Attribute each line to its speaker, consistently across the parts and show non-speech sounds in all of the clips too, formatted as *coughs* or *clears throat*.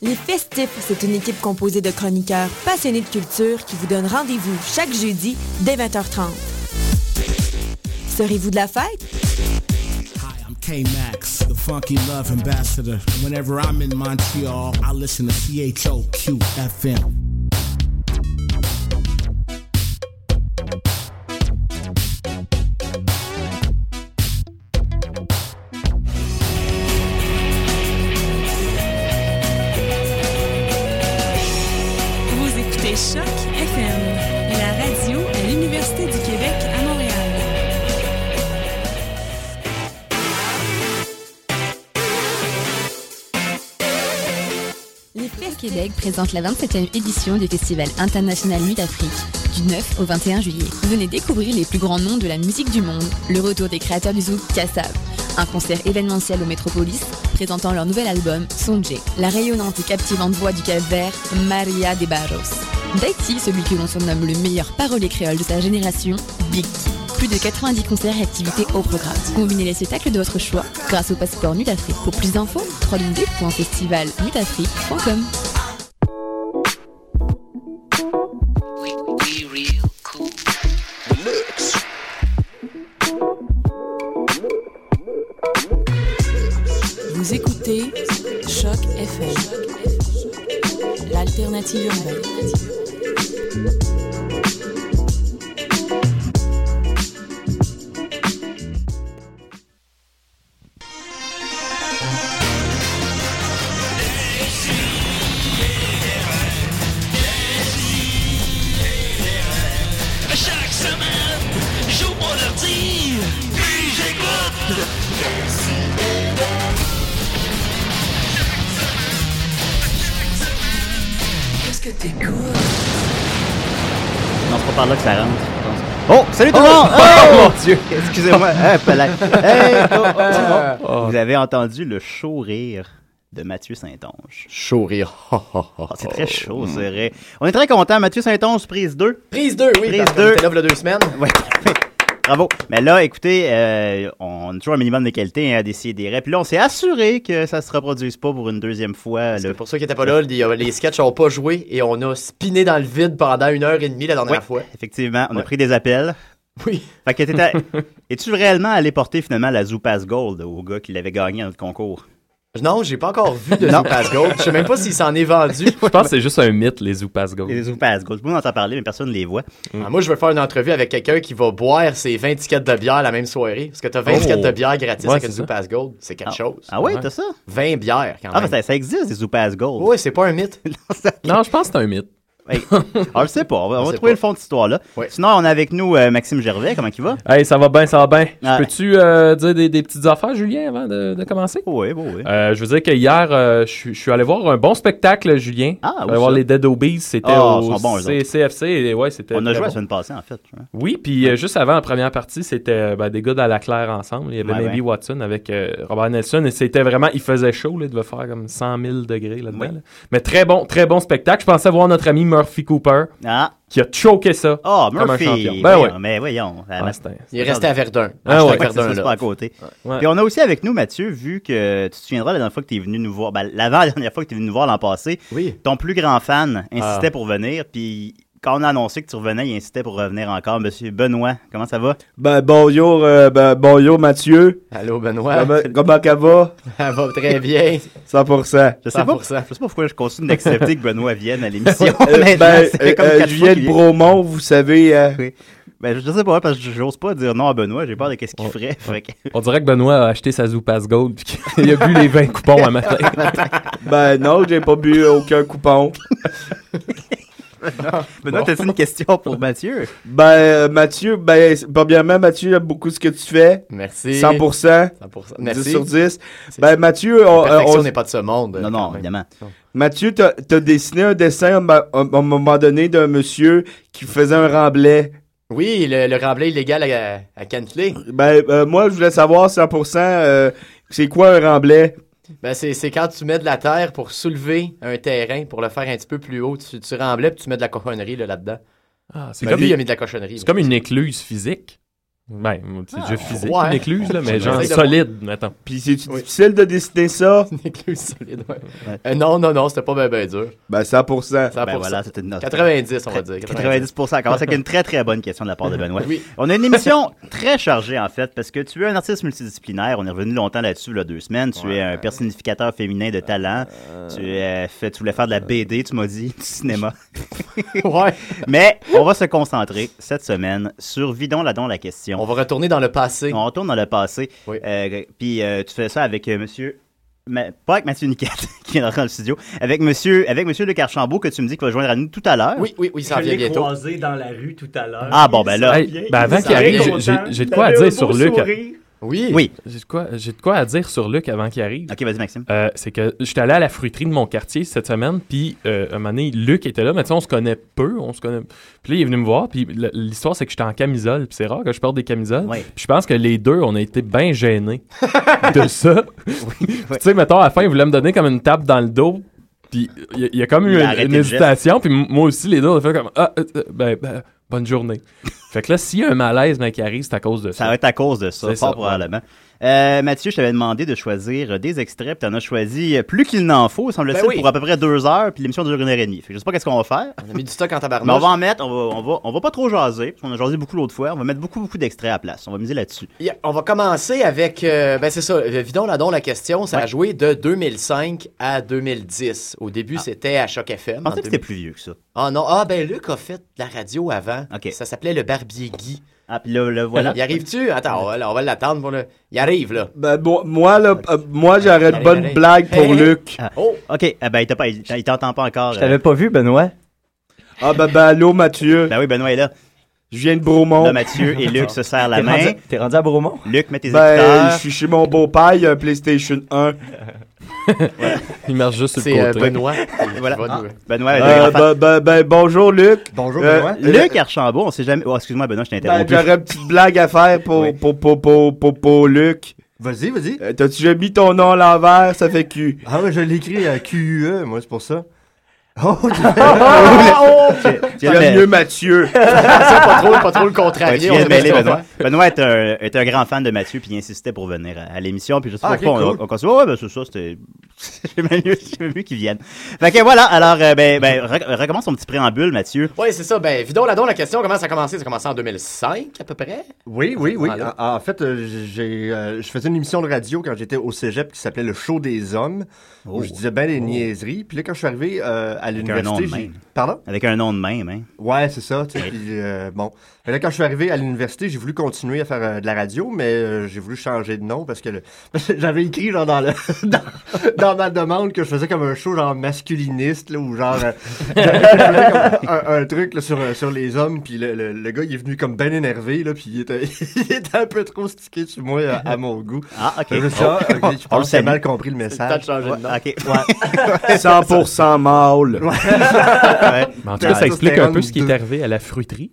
Speaker 1: Positif, c'est une équipe composée de chroniqueurs passionnés de culture qui vous donne rendez-vous chaque jeudi dès 20h30. Serez-vous de la fête?
Speaker 2: Hi, I'm K Max, the Funky Love Ambassador. And Whenever I'm in Montreal, I listen to CHOQ FM.
Speaker 3: Vous écoutez Choc FM, la radio à l'Université du Québec à Montréal.
Speaker 1: Les fêtes
Speaker 4: Québec présente la 27e édition du Festival international Nuit d'Afrique du 9 au 21 juillet. Venez découvrir les plus grands noms de la musique du monde, le retour des créateurs du zouk Kassab, un concert événementiel au Métropolis présentant leur nouvel album Sonje, la rayonnante et captivante voix du Cap Vert Maria de Barros. Daiti, celui que l'on surnomme le meilleur parolier créole de sa génération, Big T. Plus de 90 concerts et activités au programme. Combinez les spectacles de votre choix grâce au passeport Nuit d'Afrique. Pour plus d'infos, www.festivalnutafrique.com.
Speaker 3: Vous écoutez Choc FM, l'alternative urbaine.
Speaker 5: Chaque semaine, j'ouvre mon ordi, puis j'écoute. Qu'est-ce que t'écoutes?
Speaker 6: Non, c'est pas par là que ça rentre. je pense.
Speaker 7: Oh, salut tout le monde!
Speaker 6: Oh,
Speaker 7: Oh!
Speaker 6: mon Dieu! *laughs*
Speaker 7: Excusez-moi. Hein, palais. Hey, oh, oh, oh, oh.
Speaker 6: Vous avez entendu le chaud rire de Mathieu Saint-Onge.
Speaker 7: Chaud rire. *laughs*
Speaker 6: Ah, c'est très chaud, c'est vrai. On est très content. Mathieu Saint-Onge, prise 2.
Speaker 7: Prise 2, oui,
Speaker 6: Prise
Speaker 7: parce qu'on
Speaker 6: deux.
Speaker 7: était là il y a deux semaines.
Speaker 6: Ouais. Bravo. Mais là, écoutez, euh, on a toujours un minimum de qualité hein, à décider des rêves. Puis là, on s'est assuré que ça se reproduise pas pour une deuxième fois.
Speaker 7: C'est
Speaker 6: Le...
Speaker 7: pour ceux qui n'étaient pas là, les, les sketchs n'ont pas joué et on a spiné dans le vide pendant une heure et demie la dernière
Speaker 6: Ouais,
Speaker 7: fois.
Speaker 6: effectivement, on a
Speaker 7: Ouais.
Speaker 6: pris des appels.
Speaker 7: Oui.
Speaker 6: Fait que
Speaker 7: *laughs*
Speaker 6: t'étais- Es-tu réellement allé porter finalement la Zoupass Gold au gars qui l'avait gagné à notre concours?
Speaker 7: Non, j'ai pas encore vu de Pass Gold. Je sais même pas s'il s'en est
Speaker 6: *laughs*
Speaker 7: vendu.
Speaker 8: Je pense que c'est juste un mythe, les Oupas Go.
Speaker 6: Les Zoupass Gold. Tout le monde entend parler, mais personne ne les voit.
Speaker 7: Ah, moi, je veux faire une entrevue avec quelqu'un qui va boire ses 20 tickets de bière la même soirée. Parce que t'as 20
Speaker 8: Oh.
Speaker 7: tickets de bière gratis
Speaker 8: Ouais,
Speaker 7: avec
Speaker 8: c'est
Speaker 7: une
Speaker 8: ça.
Speaker 7: Pass Gold. C'est quelque chose.
Speaker 6: Ah oui,
Speaker 8: Ouais.
Speaker 6: t'as ça?
Speaker 7: 20 bières quand
Speaker 6: Ah,
Speaker 7: même.
Speaker 6: ben, ça, ça existe, des Zoupass Gold.
Speaker 7: Oui, c'est pas
Speaker 6: *laughs*
Speaker 7: un mythe.
Speaker 8: Non, je pense que c'est un mythe.
Speaker 6: Hey, on le sait pas. On va, on va
Speaker 7: sait
Speaker 6: trouver
Speaker 7: pas.
Speaker 6: le fond de cette histoire-là.
Speaker 7: Ouais.
Speaker 6: Sinon, on a avec nous euh, Maxime Gervais. Comment il va? Ah.
Speaker 8: Hey, ça va bien, ça va bien.
Speaker 6: Ouais.
Speaker 8: Peux-tu euh, dire des, des petites affaires, Julien, avant de, de commencer?
Speaker 6: Oui, oui, oui.
Speaker 8: Euh, je veux dire que hier, euh, je suis- je suis allé voir un bon spectacle, Julien. Je
Speaker 6: Ah,
Speaker 8: suis
Speaker 6: où
Speaker 8: allé voir
Speaker 6: ça?
Speaker 8: les Dead Obies, c'était
Speaker 6: Ah, ils
Speaker 8: au
Speaker 6: sont bons, eux
Speaker 8: C- CFC. Et ouais, c'était
Speaker 6: On a
Speaker 8: très
Speaker 6: joué la
Speaker 8: bon.
Speaker 6: semaine passée, en fait. hein.
Speaker 8: Oui, puis euh, juste avant, en première partie, c'était euh, ben, des gars de la Claire ensemble. Il y avait
Speaker 6: Ouais,
Speaker 8: Maybe
Speaker 6: ouais.
Speaker 8: Watson avec euh, Robert Nelson. Et c'était vraiment, il faisait chaud. Là, il devait faire comme 100 000 degrés là-dedans.
Speaker 6: Oui.
Speaker 8: là. Mais très bon, très bon spectacle. Je pensais voir notre ami Murphy Cooper
Speaker 6: Ah,
Speaker 8: qui a choqué ça.
Speaker 6: Ah,
Speaker 8: Comme un
Speaker 6: Murphy.
Speaker 8: champion. Ben
Speaker 6: Voyons,
Speaker 8: ouais.
Speaker 6: Mais voyons. Ah,
Speaker 8: Ah,
Speaker 6: ma-
Speaker 8: c'était-
Speaker 7: Il est resté à Verdun.
Speaker 8: Ah ouais.
Speaker 7: Hashtag
Speaker 6: Ouais, ça,
Speaker 7: Verdun,
Speaker 6: c'est
Speaker 7: là.
Speaker 6: pas à côté.
Speaker 8: Ouais.
Speaker 6: Puis on a aussi avec nous, Mathieu, vu que tu te souviendras la dernière fois que tu es venu nous voir, ben, *laughs* l'avant-dernière fois que tu es venu nous voir l'an passé,
Speaker 7: Oui.
Speaker 6: ton plus grand fan insistait
Speaker 8: Ah.
Speaker 6: pour venir, puis quand on a annoncé que tu revenais, il insistait pour revenir encore. Monsieur Benoît, comment ça va?
Speaker 9: Ben bonjour, euh, ben, bonjour Mathieu.
Speaker 7: Allô, Benoît.
Speaker 9: Comment, comment ça va?
Speaker 7: Ça va très bien.
Speaker 9: 100%.
Speaker 6: Je sais, pas,
Speaker 7: 100%.
Speaker 6: je sais pas pourquoi je continue d'accepter que Benoît vienne
Speaker 8: *laughs*
Speaker 6: à l'émission. *laughs*
Speaker 9: *laughs* Euh,
Speaker 6: Honnêtement,
Speaker 9: ben,
Speaker 6: ça
Speaker 9: euh,
Speaker 6: fait comme quatre
Speaker 9: euh,
Speaker 6: fois
Speaker 9: Julien
Speaker 6: qu'il
Speaker 9: de
Speaker 6: est-
Speaker 9: Bromont, vous savez. euh,
Speaker 6: Ben, je je sais pas, parce que j'ose pas dire non à Benoît, j'ai peur de qu'est-ce qu'il
Speaker 8: Ouais.
Speaker 6: ferait. Fait que-
Speaker 8: On dirait que Benoît a acheté sa Zoupass Gold puis qu'il a bu les 20 *laughs* coupons un
Speaker 9: *laughs*
Speaker 8: matin.
Speaker 9: ben non, j'ai pas bu aucun coupon.
Speaker 6: Benoît, t'as-tu une question pour Mathieu?
Speaker 9: Ben euh, Mathieu, ben c'est- premièrement Mathieu, j'aime beaucoup ce que tu fais.
Speaker 7: Merci.
Speaker 9: 100%,
Speaker 7: 100%.
Speaker 9: 10
Speaker 7: Merci.
Speaker 9: sur 10. Ben Mathieu, on, euh,
Speaker 7: Perfection
Speaker 9: on-
Speaker 7: n'est pas de ce monde.
Speaker 6: Non, non, évidemment.
Speaker 9: Mathieu, t'as t'as dessiné un dessin à un ma- à un moment donné d'un monsieur qui faisait un remblai.
Speaker 7: Oui, le, le remblai illégal à, à Cantley.
Speaker 9: Ben euh, moi, je voulais savoir 100%, euh, c'est quoi un remblai?
Speaker 7: Ben, c'est c'est quand tu mets de la terre pour soulever un terrain, pour le faire un petit peu plus haut. Tu, tu remblais puis tu mets de la cochonnerie là, là-dedans.
Speaker 8: Ah, c'est
Speaker 7: Ben,
Speaker 8: comme,
Speaker 7: lui, il a
Speaker 8: une-
Speaker 7: mis de la cochonnerie.
Speaker 8: c'est
Speaker 7: là.
Speaker 8: comme une écluse physique. Ben, c'est
Speaker 7: Ah,
Speaker 8: jeu physique,
Speaker 7: ouais.
Speaker 8: une écluse, là, mais
Speaker 7: J'essaie
Speaker 8: genre
Speaker 7: de-
Speaker 8: solide, mettons.
Speaker 3: Puis c'est-tu
Speaker 7: Oui.
Speaker 3: difficile de dessiner ça?
Speaker 7: *laughs* Une écluse solide, ouais.
Speaker 6: Ouais.
Speaker 7: Euh, non, non, non, c'était pas bien, bien dur.
Speaker 3: Ben 100%.
Speaker 7: 100%.
Speaker 6: Ben voilà, c'était une note.
Speaker 7: 90, on va dire.
Speaker 6: 90 On commence avec une très très bonne question de la part de Benoît.
Speaker 7: Oui.
Speaker 6: On a une
Speaker 7: *laughs*
Speaker 6: émission très chargée en fait, parce que tu es un artiste multidisciplinaire. On est revenu longtemps là-dessus, là, deux semaines. Tu es un personnificateur féminin de talent. Tu, euh, fais- tu voulais faire de la BD, tu m'as dit, du
Speaker 7: *laughs*
Speaker 6: cinéma.
Speaker 7: ouais.
Speaker 6: Mais on va se concentrer cette semaine sur Vidon là la question.
Speaker 7: On va retourner dans le passé.
Speaker 6: On retourne dans le passé.
Speaker 7: Oui.
Speaker 6: Euh, puis euh, tu fais ça avec euh, monsieur. Ma- pas avec Mathieu Niquette, *laughs* qui est rentré dans le studio. Avec monsieur, avec monsieur Luc Archambault, que tu me dis qu'il va joindre à nous tout à l'heure.
Speaker 7: Oui, oui, oui, ça
Speaker 10: Je
Speaker 7: vient
Speaker 10: l'ai
Speaker 7: bientôt.
Speaker 10: croisé dans la rue tout à l'heure.
Speaker 6: Ah, bon, ben
Speaker 10: Il
Speaker 6: là.
Speaker 10: s'en
Speaker 8: Hey,
Speaker 10: vient,
Speaker 8: ben
Speaker 10: il
Speaker 8: avant
Speaker 10: s'en
Speaker 8: qu'il
Speaker 10: vient
Speaker 7: arrive, j'ai-
Speaker 10: content.
Speaker 8: j'ai- j'ai de
Speaker 10: Il
Speaker 8: quoi à
Speaker 10: avait
Speaker 8: dire
Speaker 10: un
Speaker 8: sur
Speaker 10: beau
Speaker 8: Luc.
Speaker 10: sourire.
Speaker 7: Oui.
Speaker 6: Oui.
Speaker 8: J'ai de quoi, j'ai de quoi à dire sur Luc avant qu'il arrive.
Speaker 6: Ok, vas-y, Maxime.
Speaker 8: Euh, c'est que j'étais allé à la fruiterie de mon quartier cette semaine, puis euh, un moment donné, Luc était là, mais tu sais, on se connaît peu, on se connaît... Puis là, il est venu me voir, puis le- l'histoire, c'est que j'étais en camisole, puis c'est rare que je porte des camisoles.
Speaker 6: Ouais.
Speaker 8: Puis je pense que les deux, on a été bien gênés *laughs* de ça. Tu sais, mettons, à la fin, il voulait me donner comme une tape dans le dos, puis il y a- il y, a comme
Speaker 6: Il
Speaker 8: eu
Speaker 6: a
Speaker 8: une,
Speaker 6: arrêté
Speaker 8: une
Speaker 6: le geste.
Speaker 8: hésitation, puis m- moi aussi, les deux, on a fait comme « Ah, euh, euh, ben, ben, bonne
Speaker 6: *laughs*
Speaker 8: journée ». Fait que là, s'il y a un malaise ben, qui arrive, c'est à cause de
Speaker 6: Ça
Speaker 8: ça.
Speaker 6: va être à cause de ça,
Speaker 8: C'est
Speaker 6: fort
Speaker 8: ça,
Speaker 6: probablement. Euh, Mathieu, je t'avais demandé de choisir des extraits, puis t'en as choisi euh, plus qu'il n'en faut, semble-t-il,
Speaker 7: Ben oui.
Speaker 6: pour à peu près deux heures, puis l'émission dure une heure et demie. Fait que je sais pas qu'est-ce qu'on va faire,
Speaker 7: On a mis du stock en
Speaker 6: mais on
Speaker 7: tabarnouche.
Speaker 6: va en mettre, on va, on va, on va pas trop jaser, parce qu'on a jasé beaucoup l'autre fois, on va mettre beaucoup, beaucoup d'extraits à la place. On va miser là-dessus.
Speaker 7: Yeah, on va commencer avec, euh, ben c'est ça, euh, Vidon Ladon, la question, ça a joué de 2005 à 2010. Au début, c'était à Choc
Speaker 6: Je
Speaker 7: FM. en
Speaker 6: Ah. pensais que c'était
Speaker 7: 2000.
Speaker 6: plus vieux que ça.
Speaker 7: Ah non, ah ben Luc a fait de la radio avant.
Speaker 6: Ok.
Speaker 7: Ça s'appelait le Barbier Guy.
Speaker 6: Ah, puis là, là, voilà.
Speaker 7: Y arrive-tu? Attends, on va, on va l'attendre pour le... Il arrive, là.
Speaker 3: Ben bon, moi, là, euh, moi j'aurais une
Speaker 7: Allez,
Speaker 3: bonne
Speaker 7: allez.
Speaker 3: blague pour
Speaker 7: Hey, hey.
Speaker 3: Luc.
Speaker 7: Oh!
Speaker 6: Ok, ah ben, il t'a pas- il il t'entend pas encore.
Speaker 10: Je
Speaker 6: euh.
Speaker 10: t'avais pas vu, Benoît.
Speaker 3: Ah ben, ben allô Mathieu,
Speaker 6: Ben oui, Benoît est là.
Speaker 3: je viens de Bromont.
Speaker 6: Là, Mathieu et Luc se serrent la
Speaker 10: T'es
Speaker 6: main.
Speaker 10: rendu- T'es rendu à Bromont?
Speaker 6: Luc met tes
Speaker 3: Ben, je
Speaker 6: écouteurs.
Speaker 3: suis chez mon beau-père, il y a un PlayStation
Speaker 7: *laughs*
Speaker 3: 1.
Speaker 8: Il marche juste sur
Speaker 7: C'est
Speaker 8: le
Speaker 7: euh,
Speaker 8: côté.
Speaker 7: Benoît. qui
Speaker 6: Voilà.
Speaker 7: va nous-
Speaker 6: Benoît, est
Speaker 3: Euh,
Speaker 6: le grand fan.
Speaker 3: ben, ben, ben, bonjour Luc.
Speaker 10: Bonjour,
Speaker 3: Euh,
Speaker 10: Benoît.
Speaker 3: euh,
Speaker 6: Luc Archambault, on sait jamais. Oh, excuse-moi, Benoît, je t'ai
Speaker 3: ben,
Speaker 6: interrompu.
Speaker 3: j'aurais une petite blague à faire pour,
Speaker 10: Oui.
Speaker 3: pour, pour, pour, pour, pour Luc.
Speaker 10: Vas-y, vas-y.
Speaker 3: Euh, T'as-tu déjà mis ton nom à l'envers? Ça fait cul.
Speaker 10: Ah ouais, je l'écris à QUE, E, moi, c'est pour ça. Oh, *laughs*
Speaker 6: Tu viens de-
Speaker 3: Ah! J'aime mieux Mathieu.
Speaker 7: Ah, oh! Ça, pas trop, pas trop le
Speaker 3: *laughs*
Speaker 6: Ouais,
Speaker 7: contrarier.
Speaker 6: tu
Speaker 7: on
Speaker 6: viens de
Speaker 7: sait pas ce
Speaker 6: mêler
Speaker 7: qu'on
Speaker 6: Benoît.
Speaker 7: fait.
Speaker 6: Benoît est un, est un grand fan de Mathieu, puis il insistait pour venir à, à l'émission. Puis je sais pas
Speaker 10: Ah, ok,
Speaker 6: pourquoi on-
Speaker 10: cool.
Speaker 6: on, continue. Ouais, ben c'est ça, c'était. *laughs* J'ai même mieux, j'ai même mieux qu'il vienne. Fait que voilà, alors, euh, ben, ben, re- recommence ton petit préambule, Mathieu.
Speaker 7: Ouais, c'est ça. Ben, Vidon Ladon, la question, comment ça a commencé? Ça a commencé en 2005, à peu près?
Speaker 10: Oui, oui, oui.
Speaker 7: Voilà.
Speaker 10: En, en fait, euh, j'ai, euh, je faisais une émission de radio quand j'étais au cégep qui s'appelait Le Show des Hommes, où je disais ben des niaiseries. Puis là, quand je suis arrivé euh, à
Speaker 6: nom de
Speaker 10: l'université, j'ai...
Speaker 6: même.
Speaker 10: Pardon?
Speaker 6: Avec un nom de même, hein.
Speaker 10: Ouais, c'est ça. tu sais, puis, euh, bon. Mais là, quand je suis arrivé à l'université, j'ai voulu continuer à faire euh, de la radio, mais euh, j'ai voulu changer de nom parce que, le- *laughs* parce que j'avais écrit genre dans, le, *laughs* dans, dans ma demande que je faisais comme un show genre masculiniste là, ou genre euh, *laughs* je faisais comme un, un truc là, sur, euh, sur les hommes. Puis le, le- le gars, il est venu comme ben énervé là, puis il était, *laughs* il était un peu trop stické sur moi euh, à mon goût.
Speaker 6: Ah, ok.
Speaker 10: Fait que ça,
Speaker 6: Oh.
Speaker 10: ok, je
Speaker 6: *laughs* On le
Speaker 10: pense que j'ai
Speaker 6: salue.
Speaker 10: mal compris le
Speaker 7: C'est le temps de
Speaker 10: message.
Speaker 7: changer de nom. *laughs*
Speaker 6: Ok.
Speaker 10: *laughs*
Speaker 3: 100% mâle.
Speaker 6: Ouais.
Speaker 8: Mais en tout cas, ça explique un peu ce qui est
Speaker 10: Deux.
Speaker 8: arrivé à la fruiterie.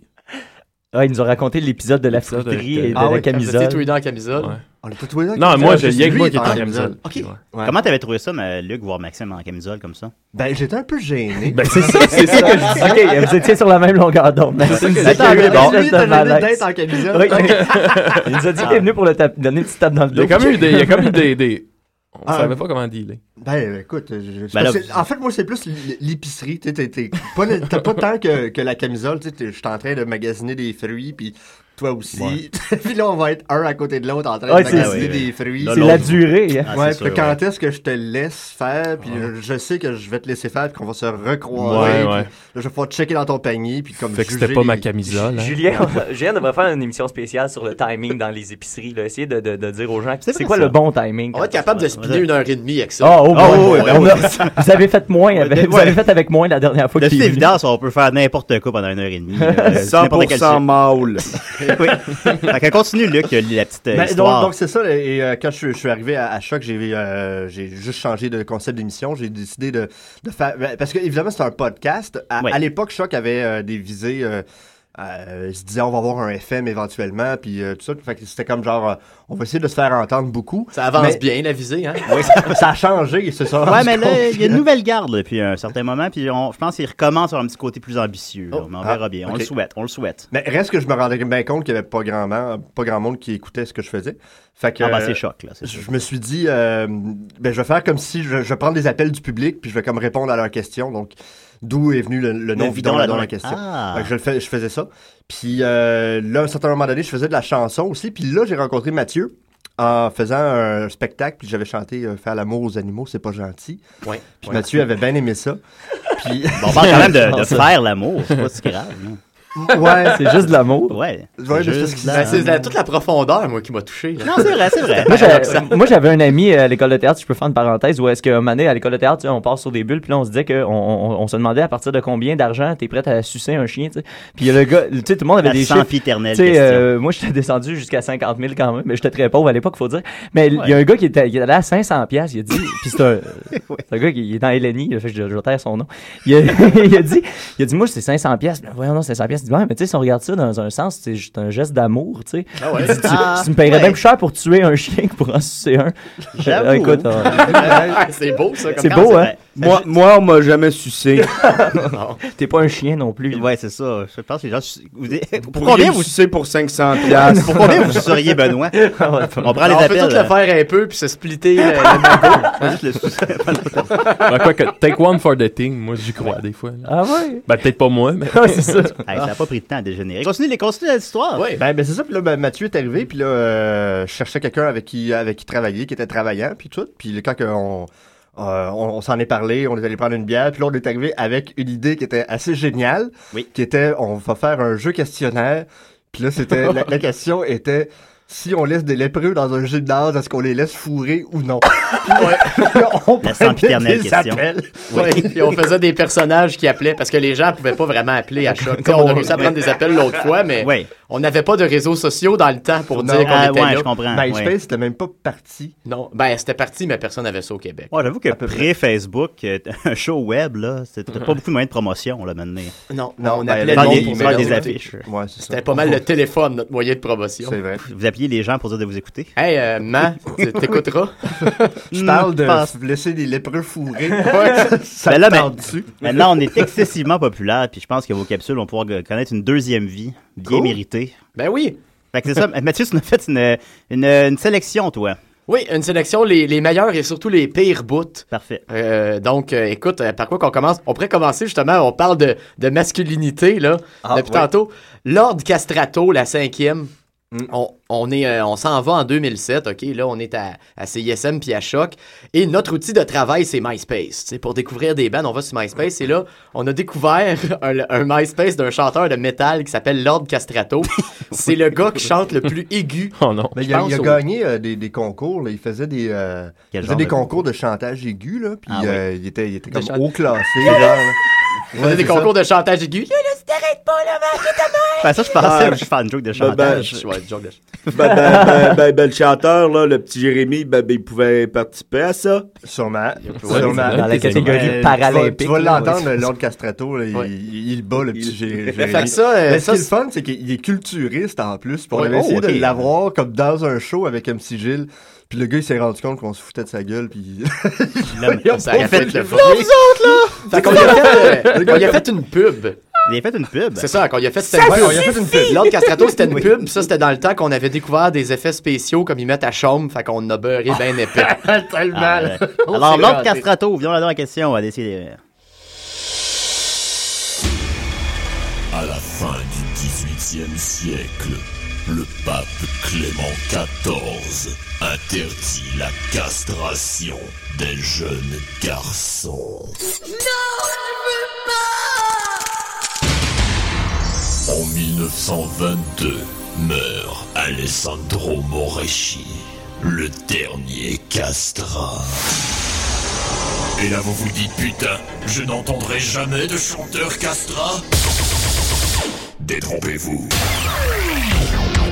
Speaker 10: Ah, il nous a raconté l'épisode de la
Speaker 8: L'épisode de-
Speaker 10: fruiterie et de
Speaker 8: Ah
Speaker 10: la
Speaker 8: oui,
Speaker 7: C'était tout
Speaker 10: camisole.
Speaker 7: les deux en camisole.
Speaker 8: Ouais.
Speaker 10: On est pas tous les deux
Speaker 8: Non, moi,
Speaker 10: en camisole,
Speaker 8: j'ai
Speaker 10: juste
Speaker 8: rien que
Speaker 10: lui
Speaker 8: moi qui
Speaker 10: est
Speaker 8: est en
Speaker 10: en camisole.
Speaker 8: camisole.
Speaker 7: Ok.
Speaker 8: Puis, ouais.
Speaker 10: Ouais.
Speaker 6: Comment t'avais trouvé ça, ma- Luc, voir Maxime en camisole comme ça?
Speaker 10: Ben, j'étais un peu gêné.
Speaker 8: Ben, c'est ça, c'est ça que je dis.
Speaker 10: ok, vous étiez sur la même longueur d'onde.
Speaker 6: ça que
Speaker 10: Vous
Speaker 6: j'ai
Speaker 10: étiez en
Speaker 6: eu, bon.
Speaker 10: espèce
Speaker 6: Lui,
Speaker 10: de malaise.
Speaker 7: en camisole.
Speaker 10: Oui. Il nous a dit qu'il est venu pour le tape- donner une petite tape dans le
Speaker 8: Il y
Speaker 10: dos.
Speaker 8: a comme eu des. Il y a comme eu des, des- On
Speaker 10: Ah,
Speaker 8: savait
Speaker 10: ouais.
Speaker 8: pas comment dealer.
Speaker 10: Ben, écoute, je- je-
Speaker 6: Ben là,
Speaker 10: c'est- en fait, moi, c'est plus l- l'épicerie. T'sais, t'es- t'es pas le- T'as pas tant que, que la camisole. t'sais, t'es- Je suis en train de magasiner des fruits, puis toi aussi. *laughs* puis là, on va être un à côté de l'autre en train
Speaker 3: Ouais,
Speaker 10: de
Speaker 3: c'est-
Speaker 10: magasiner
Speaker 6: Ah oui,
Speaker 10: des fruits.
Speaker 6: Là,
Speaker 10: C'est
Speaker 6: l'autre-
Speaker 10: la-
Speaker 3: durée.
Speaker 6: Ah,
Speaker 10: ouais,
Speaker 6: c'est
Speaker 10: puis
Speaker 6: sûr,
Speaker 10: quand est-ce que je te laisse faire, puis je- je sais que je vais te laisser faire, puis qu'on va se recroiser.
Speaker 8: Ouais,
Speaker 10: puis
Speaker 8: ouais.
Speaker 10: Là, je vais pouvoir checker dans ton panier, puis comme
Speaker 8: Fait que
Speaker 10: juger
Speaker 8: c'était pas ma
Speaker 10: les-
Speaker 8: camisole. hein.
Speaker 11: Julien, Julien devrait faire une émission spéciale sur le timing dans les épiceries. Là. Essayer de, de, de dire aux gens
Speaker 6: C'est vrai,
Speaker 11: c'est quoi
Speaker 6: ça.
Speaker 11: le bon timing.
Speaker 7: On va être capable de spinner une heure et demie avec ça.
Speaker 10: Ah, oh,
Speaker 6: Ah,
Speaker 10: bon,
Speaker 6: ouais,
Speaker 10: bon,
Speaker 6: ben
Speaker 10: on
Speaker 6: oui.
Speaker 10: a- *laughs* vous avez fait moins avec,
Speaker 6: Ouais.
Speaker 10: vous avez fait avec moins la dernière fois
Speaker 6: De
Speaker 10: que
Speaker 6: toute
Speaker 10: j'ai vu.
Speaker 6: évidence, on peut faire n'importe quoi pendant une heure et demie. là. Euh, n'importe quel
Speaker 3: 100% mâle.
Speaker 6: sujet. *laughs* oui. Fait que continue, Luc, la petite euh,
Speaker 10: Ben, donc,
Speaker 6: histoire.
Speaker 10: donc, c'est ça. là, Et euh, quand je, suis- je suis arrivé à, à Choc, j'ai euh, j'ai juste changé de concept d'émission. J'ai décidé de, de faire. ben, Parce que, évidemment, c'est un podcast. À,
Speaker 6: Ouais.
Speaker 10: à l'époque, Choc avait euh, des visées. euh, euh, se disaient on va avoir un FM éventuellement, puis euh, tout ça. Fait que c'était comme genre, euh, on va essayer de se faire entendre beaucoup.
Speaker 7: Ça avance
Speaker 10: Mais-
Speaker 7: bien la visée, hein?
Speaker 10: *laughs* Oui, ça, ça a changé, c'est ça.
Speaker 6: Ouais, mais là, il y a une nouvelle garde depuis un certain moment, puis on- je pense qu'il recommence sur un petit côté plus ambitieux. là. mais on verra bien. On le souhaite. on le souhaite.
Speaker 10: Mais reste que je me rendais bien compte qu'il n'y avait pas grand, man- pas grand monde qui écoutait ce que je faisais. Fait que,
Speaker 6: Ah ben,
Speaker 10: euh,
Speaker 6: c'est choc, là, c'est
Speaker 10: Je
Speaker 6: sûr.
Speaker 10: me suis dit, euh, ben, je vais faire comme si je, je vais prendre des appels du public, puis je vais comme répondre à leurs questions. Donc, d'où est venu le, le nom
Speaker 6: Le
Speaker 10: Vidon
Speaker 6: Vidon
Speaker 10: là dans
Speaker 6: là-dedans.
Speaker 10: la question.
Speaker 6: Ah.
Speaker 10: Fait que je, le fais- je faisais ça. Puis euh, là, à un certain moment donné, je faisais de la chanson aussi. Puis là, j'ai rencontré Mathieu en faisant un spectacle, puis j'avais chanté euh, Faire l'amour aux animaux, c'est pas gentil.
Speaker 7: Ouais.
Speaker 10: Puis
Speaker 6: Ouais.
Speaker 10: Mathieu avait bien
Speaker 6: *laughs*
Speaker 10: aimé ça. Puis...
Speaker 6: Bon, on parle quand même
Speaker 10: *laughs*
Speaker 6: de, de faire l'amour, c'est pas si grave. là. *laughs*
Speaker 10: Ouais.
Speaker 11: C'est juste de l'amour.
Speaker 6: Ouais.
Speaker 10: Ouais,
Speaker 6: C'est
Speaker 10: mais
Speaker 6: juste
Speaker 10: c'est ce qui-
Speaker 6: de
Speaker 7: Ben, c'est
Speaker 6: l'amour.
Speaker 7: la- toute la profondeur, moi, qui m'a touché. là.
Speaker 6: Non, c'est vrai, c'est vrai.
Speaker 11: Moi, j'avais- Moi, j'avais un ami euh, à l'école de théâtre, si je peux faire une parenthèse, où est-ce qu'un moment donné, à l'école de théâtre, tu sais, on part sur des bulles, puis là, on se disait qu'on on, on se demandait à partir de combien d'argent t'es prêt à sucer un chien, tu sais. Puis le gars, tu sais, tout le monde avait
Speaker 6: La
Speaker 11: des chiffres.
Speaker 6: sempiternelle
Speaker 11: Tu sais,
Speaker 6: question.
Speaker 11: euh, moi, j'étais descendu jusqu'à 50 000 quand même, mais j'étais très pauvre à l'époque, faut dire. Mais il y a un gars qui était, qui est allé à 500 pièces, il a dit, puis
Speaker 6: *laughs*
Speaker 11: c'est un, c'est un gars qui est dans LNI, là, fait que je, je vais taire son nom. Il a, *laughs* il a dit, il a dit, moi, c'est 500 pièces. Ben, Voyons, non, 500 pièces. Il dit, ouais, mais tu sais, si on regarde ça dans un sens, c'est juste un geste d'amour, tu sais.
Speaker 7: Ah ouais.
Speaker 11: Il dit, tu,
Speaker 7: Ah,
Speaker 11: tu me paierais
Speaker 7: ouais.
Speaker 11: même plus cher pour tuer un chien que pour en sucer
Speaker 6: *laughs*
Speaker 11: un.
Speaker 7: J'avoue.
Speaker 11: Ah, écoute,
Speaker 6: hein.
Speaker 11: ah,
Speaker 7: Ah, *laughs* c'est beau, ça, comme
Speaker 11: C'est
Speaker 7: quand
Speaker 11: beau,
Speaker 7: c'est
Speaker 11: hein?
Speaker 7: vrai.
Speaker 11: Moi, moi on m'a jamais
Speaker 6: *laughs*
Speaker 11: sucé.
Speaker 7: Non.
Speaker 11: *laughs* T'es pas un chien non plus.
Speaker 6: Ouais, c'est ça. Je pense que les gens. Vous... Pour
Speaker 11: pourriez
Speaker 6: combien
Speaker 11: me
Speaker 6: vous.
Speaker 11: sucer pour
Speaker 6: *laughs*
Speaker 11: 500 piastres?
Speaker 6: Pour combien vous
Speaker 9: *laughs*
Speaker 6: seriez hein?
Speaker 11: *laughs*
Speaker 6: Benoît On prend les
Speaker 7: Alors,
Speaker 6: appels. euh,
Speaker 7: On peut tout
Speaker 6: là.
Speaker 7: le faire un peu, puis se splitter
Speaker 6: *laughs*
Speaker 7: euh, le magot. Hein?
Speaker 8: *laughs* Ouais, Ben, quoi que, take one for the team, moi j'y crois des fois. là.
Speaker 11: Ah ouais?
Speaker 8: Ben peut-être pas moi, mais.
Speaker 6: Hey, ça n'a pas pris de temps à dégénérer. Continue les continue l'histoire.
Speaker 7: Ouais.
Speaker 10: Ben, ben, c'est ça, puis là, ben, Mathieu est arrivé, puis là, euh, je cherchais quelqu'un avec qui, avec qui travailler, qui était travaillant, puis tout. Puis là, quand que on, euh, on, on s'en est parlé, on est allé prendre une bière, puis là, on est arrivé avec une idée qui était assez géniale,
Speaker 6: Oui.
Speaker 10: qui était, on va faire un jeu questionnaire, puis là, c'était, la, la question était... Si on laisse des lépreux dans un gymnase, est-ce qu'on les laisse fourrer
Speaker 6: *laughs*
Speaker 10: ou non? Puis là, on
Speaker 6: La
Speaker 10: prenait
Speaker 6: sempiternelle
Speaker 10: des
Speaker 6: question.
Speaker 10: appels.
Speaker 7: Ouais, puis on faisait des personnages qui appelaient parce que les gens pouvaient pas vraiment appeler à choc. T'sais, on a réussi à prendre des appels l'autre fois, mais
Speaker 6: Ouais.
Speaker 7: on n'avait pas de réseaux sociaux dans le temps pour
Speaker 10: Non.
Speaker 7: dire qu'on
Speaker 6: Ah,
Speaker 7: était
Speaker 6: ouais,
Speaker 7: là.
Speaker 6: je comprends.
Speaker 10: MySpace,
Speaker 6: ouais.
Speaker 10: c'était même pas parti.
Speaker 7: Non, ben c'était parti, mais personne n'avait ça au Québec.
Speaker 6: Ouais, j'avoue que pré-Facebook, euh, *laughs* un show web, là, c'était pas beaucoup de moyens de promotion, là, maintenant.
Speaker 7: Non,
Speaker 10: Non,
Speaker 7: on
Speaker 10: ben,
Speaker 7: appelait
Speaker 10: faire
Speaker 7: le monde
Speaker 10: des-
Speaker 7: pour
Speaker 10: faire
Speaker 7: dire
Speaker 6: des
Speaker 7: qu'on
Speaker 6: affiches.
Speaker 7: était-
Speaker 10: Ouais, c'est ça.
Speaker 7: C'était pas mal
Speaker 10: *laughs*
Speaker 7: le téléphone, notre moyen de promotion.
Speaker 10: C'est vrai.
Speaker 6: Vous appuyez les gens pour dire de vous écouter.
Speaker 7: Hey, euh, ma, tu- *laughs* t'écouteras?
Speaker 10: *laughs* Je
Speaker 7: Hmm,
Speaker 10: parle de
Speaker 6: Passe.
Speaker 10: laisser des lépreux *laughs* fourrés. ça
Speaker 6: Ben là, mais-
Speaker 10: dessus.
Speaker 6: Maintenant, on
Speaker 10: *laughs*
Speaker 6: est excessivement populaire, puis je pense que vos capsules vont pouvoir connaître une deuxième vie, bien
Speaker 7: Cool.
Speaker 6: méritée.
Speaker 7: Ben oui.
Speaker 6: Fait que c'est
Speaker 7: *laughs*
Speaker 6: ça. Mathieu, tu nous as fait une, une, une sélection, toi.
Speaker 7: Oui, une sélection, les, les meilleurs et surtout les pires bouts.
Speaker 6: Parfait.
Speaker 7: Euh, donc, euh, écoute, euh, par quoi qu'on commence? On pourrait commencer justement, on parle de, de masculinité, là, depuis
Speaker 10: ouais.
Speaker 7: tantôt. Lord Castrato, la cinquième, on, on est, euh, on s'en va en 2007, OK? Là, on est à, à CISM puis à Choc. Et notre outil de travail, c'est MySpace. Tu sais, pour découvrir des bands, on va sur MySpace. Et là, on a découvert *laughs* un, un MySpace d'un chanteur de métal qui s'appelle Lord Castrato. c'est le gars qui chante le plus aigu.
Speaker 8: Oh non.
Speaker 10: Mais Ben, il
Speaker 7: Je
Speaker 10: a,
Speaker 7: pense
Speaker 10: il a
Speaker 7: au-
Speaker 10: gagné euh, des, des concours. là. Il faisait des, euh, il
Speaker 6: Quel
Speaker 10: faisait
Speaker 6: genre
Speaker 10: des
Speaker 6: de
Speaker 10: concours de chantage aigu. Là, puis
Speaker 6: Ah oui.
Speaker 10: euh, il, était, il était
Speaker 7: De
Speaker 10: comme
Speaker 7: chant-
Speaker 10: haut
Speaker 7: *laughs*
Speaker 10: classé. genre,
Speaker 6: *laughs*
Speaker 10: là.
Speaker 7: On faisait
Speaker 10: Ouais,
Speaker 7: des
Speaker 10: c'est ça.
Speaker 7: concours de chantage aigu. Ah, Là, là,
Speaker 6: Enfin, Ben, ça, je
Speaker 9: Ah,
Speaker 6: pensais que je fais une joke
Speaker 11: ben,
Speaker 6: de chantage.
Speaker 11: je-
Speaker 7: Ouais, joke de-
Speaker 11: Ben,
Speaker 6: *laughs*
Speaker 11: ben, ben, ben, ben, le chanteur, là, le petit Jérémy, ben, ben, il pouvait participer à ça.
Speaker 10: Sûrement.
Speaker 8: Ouais,
Speaker 10: sûrement.
Speaker 8: dans la
Speaker 10: Euh,
Speaker 11: catégorie
Speaker 10: tu vas-
Speaker 11: paralympique,
Speaker 10: Tu vas
Speaker 11: là,
Speaker 10: l'entendre,
Speaker 11: ouais.
Speaker 10: Lord Castrato. là, il-
Speaker 7: Ouais.
Speaker 10: il, il bat le petit Jé-
Speaker 7: Fait que
Speaker 10: Jérémy.
Speaker 7: ça, euh,
Speaker 10: Mais ce
Speaker 7: ça,
Speaker 10: qui est le fun, c'est qu'il est culturiste en plus. Puis on
Speaker 7: Ouais,
Speaker 10: avait
Speaker 7: oh,
Speaker 10: essayé
Speaker 7: ok.
Speaker 10: de l'avoir comme dans un show avec MC Gilles. Puis le gars, il s'est rendu compte qu'on se foutait de sa gueule. Puis *laughs*
Speaker 7: Ça répète le fond. vous autres, là! Fait qu'on lui a fait,
Speaker 10: *laughs*
Speaker 7: euh, on lui a fait une pub.
Speaker 6: Il avait fait une pub.
Speaker 7: C'est ça, qu'on lui a fait... Ça L'autre Castrato, c'était une pub. Ça, c'était dans le temps qu'on avait découvert des effets spéciaux comme ils mettent à chaume. Fait qu'on a beurré bien épais.
Speaker 6: *laughs*
Speaker 10: Tellement.
Speaker 6: Ah, ouais.
Speaker 7: Oh,
Speaker 6: Alors, l'autre castrato, viens là dans la question, on va décider.
Speaker 12: À la fin du 18e siècle, le pape Clément XIV interdit la castration des jeunes garçons. En 1922 meurt Alessandro Moreschi, le dernier castrat. Et là vous vous dites putain, je n'entendrai jamais de chanteur castrat Détrompez-vous.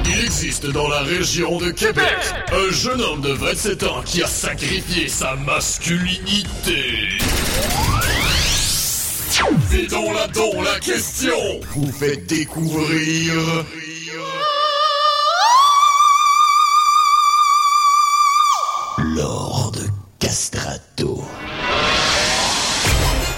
Speaker 12: Il existe dans la région de Québec un jeune homme de 27 ans qui a sacrifié sa masculinité.
Speaker 13: C'est donc la donc la question. Vous faites découvrir. L'or de Castrato.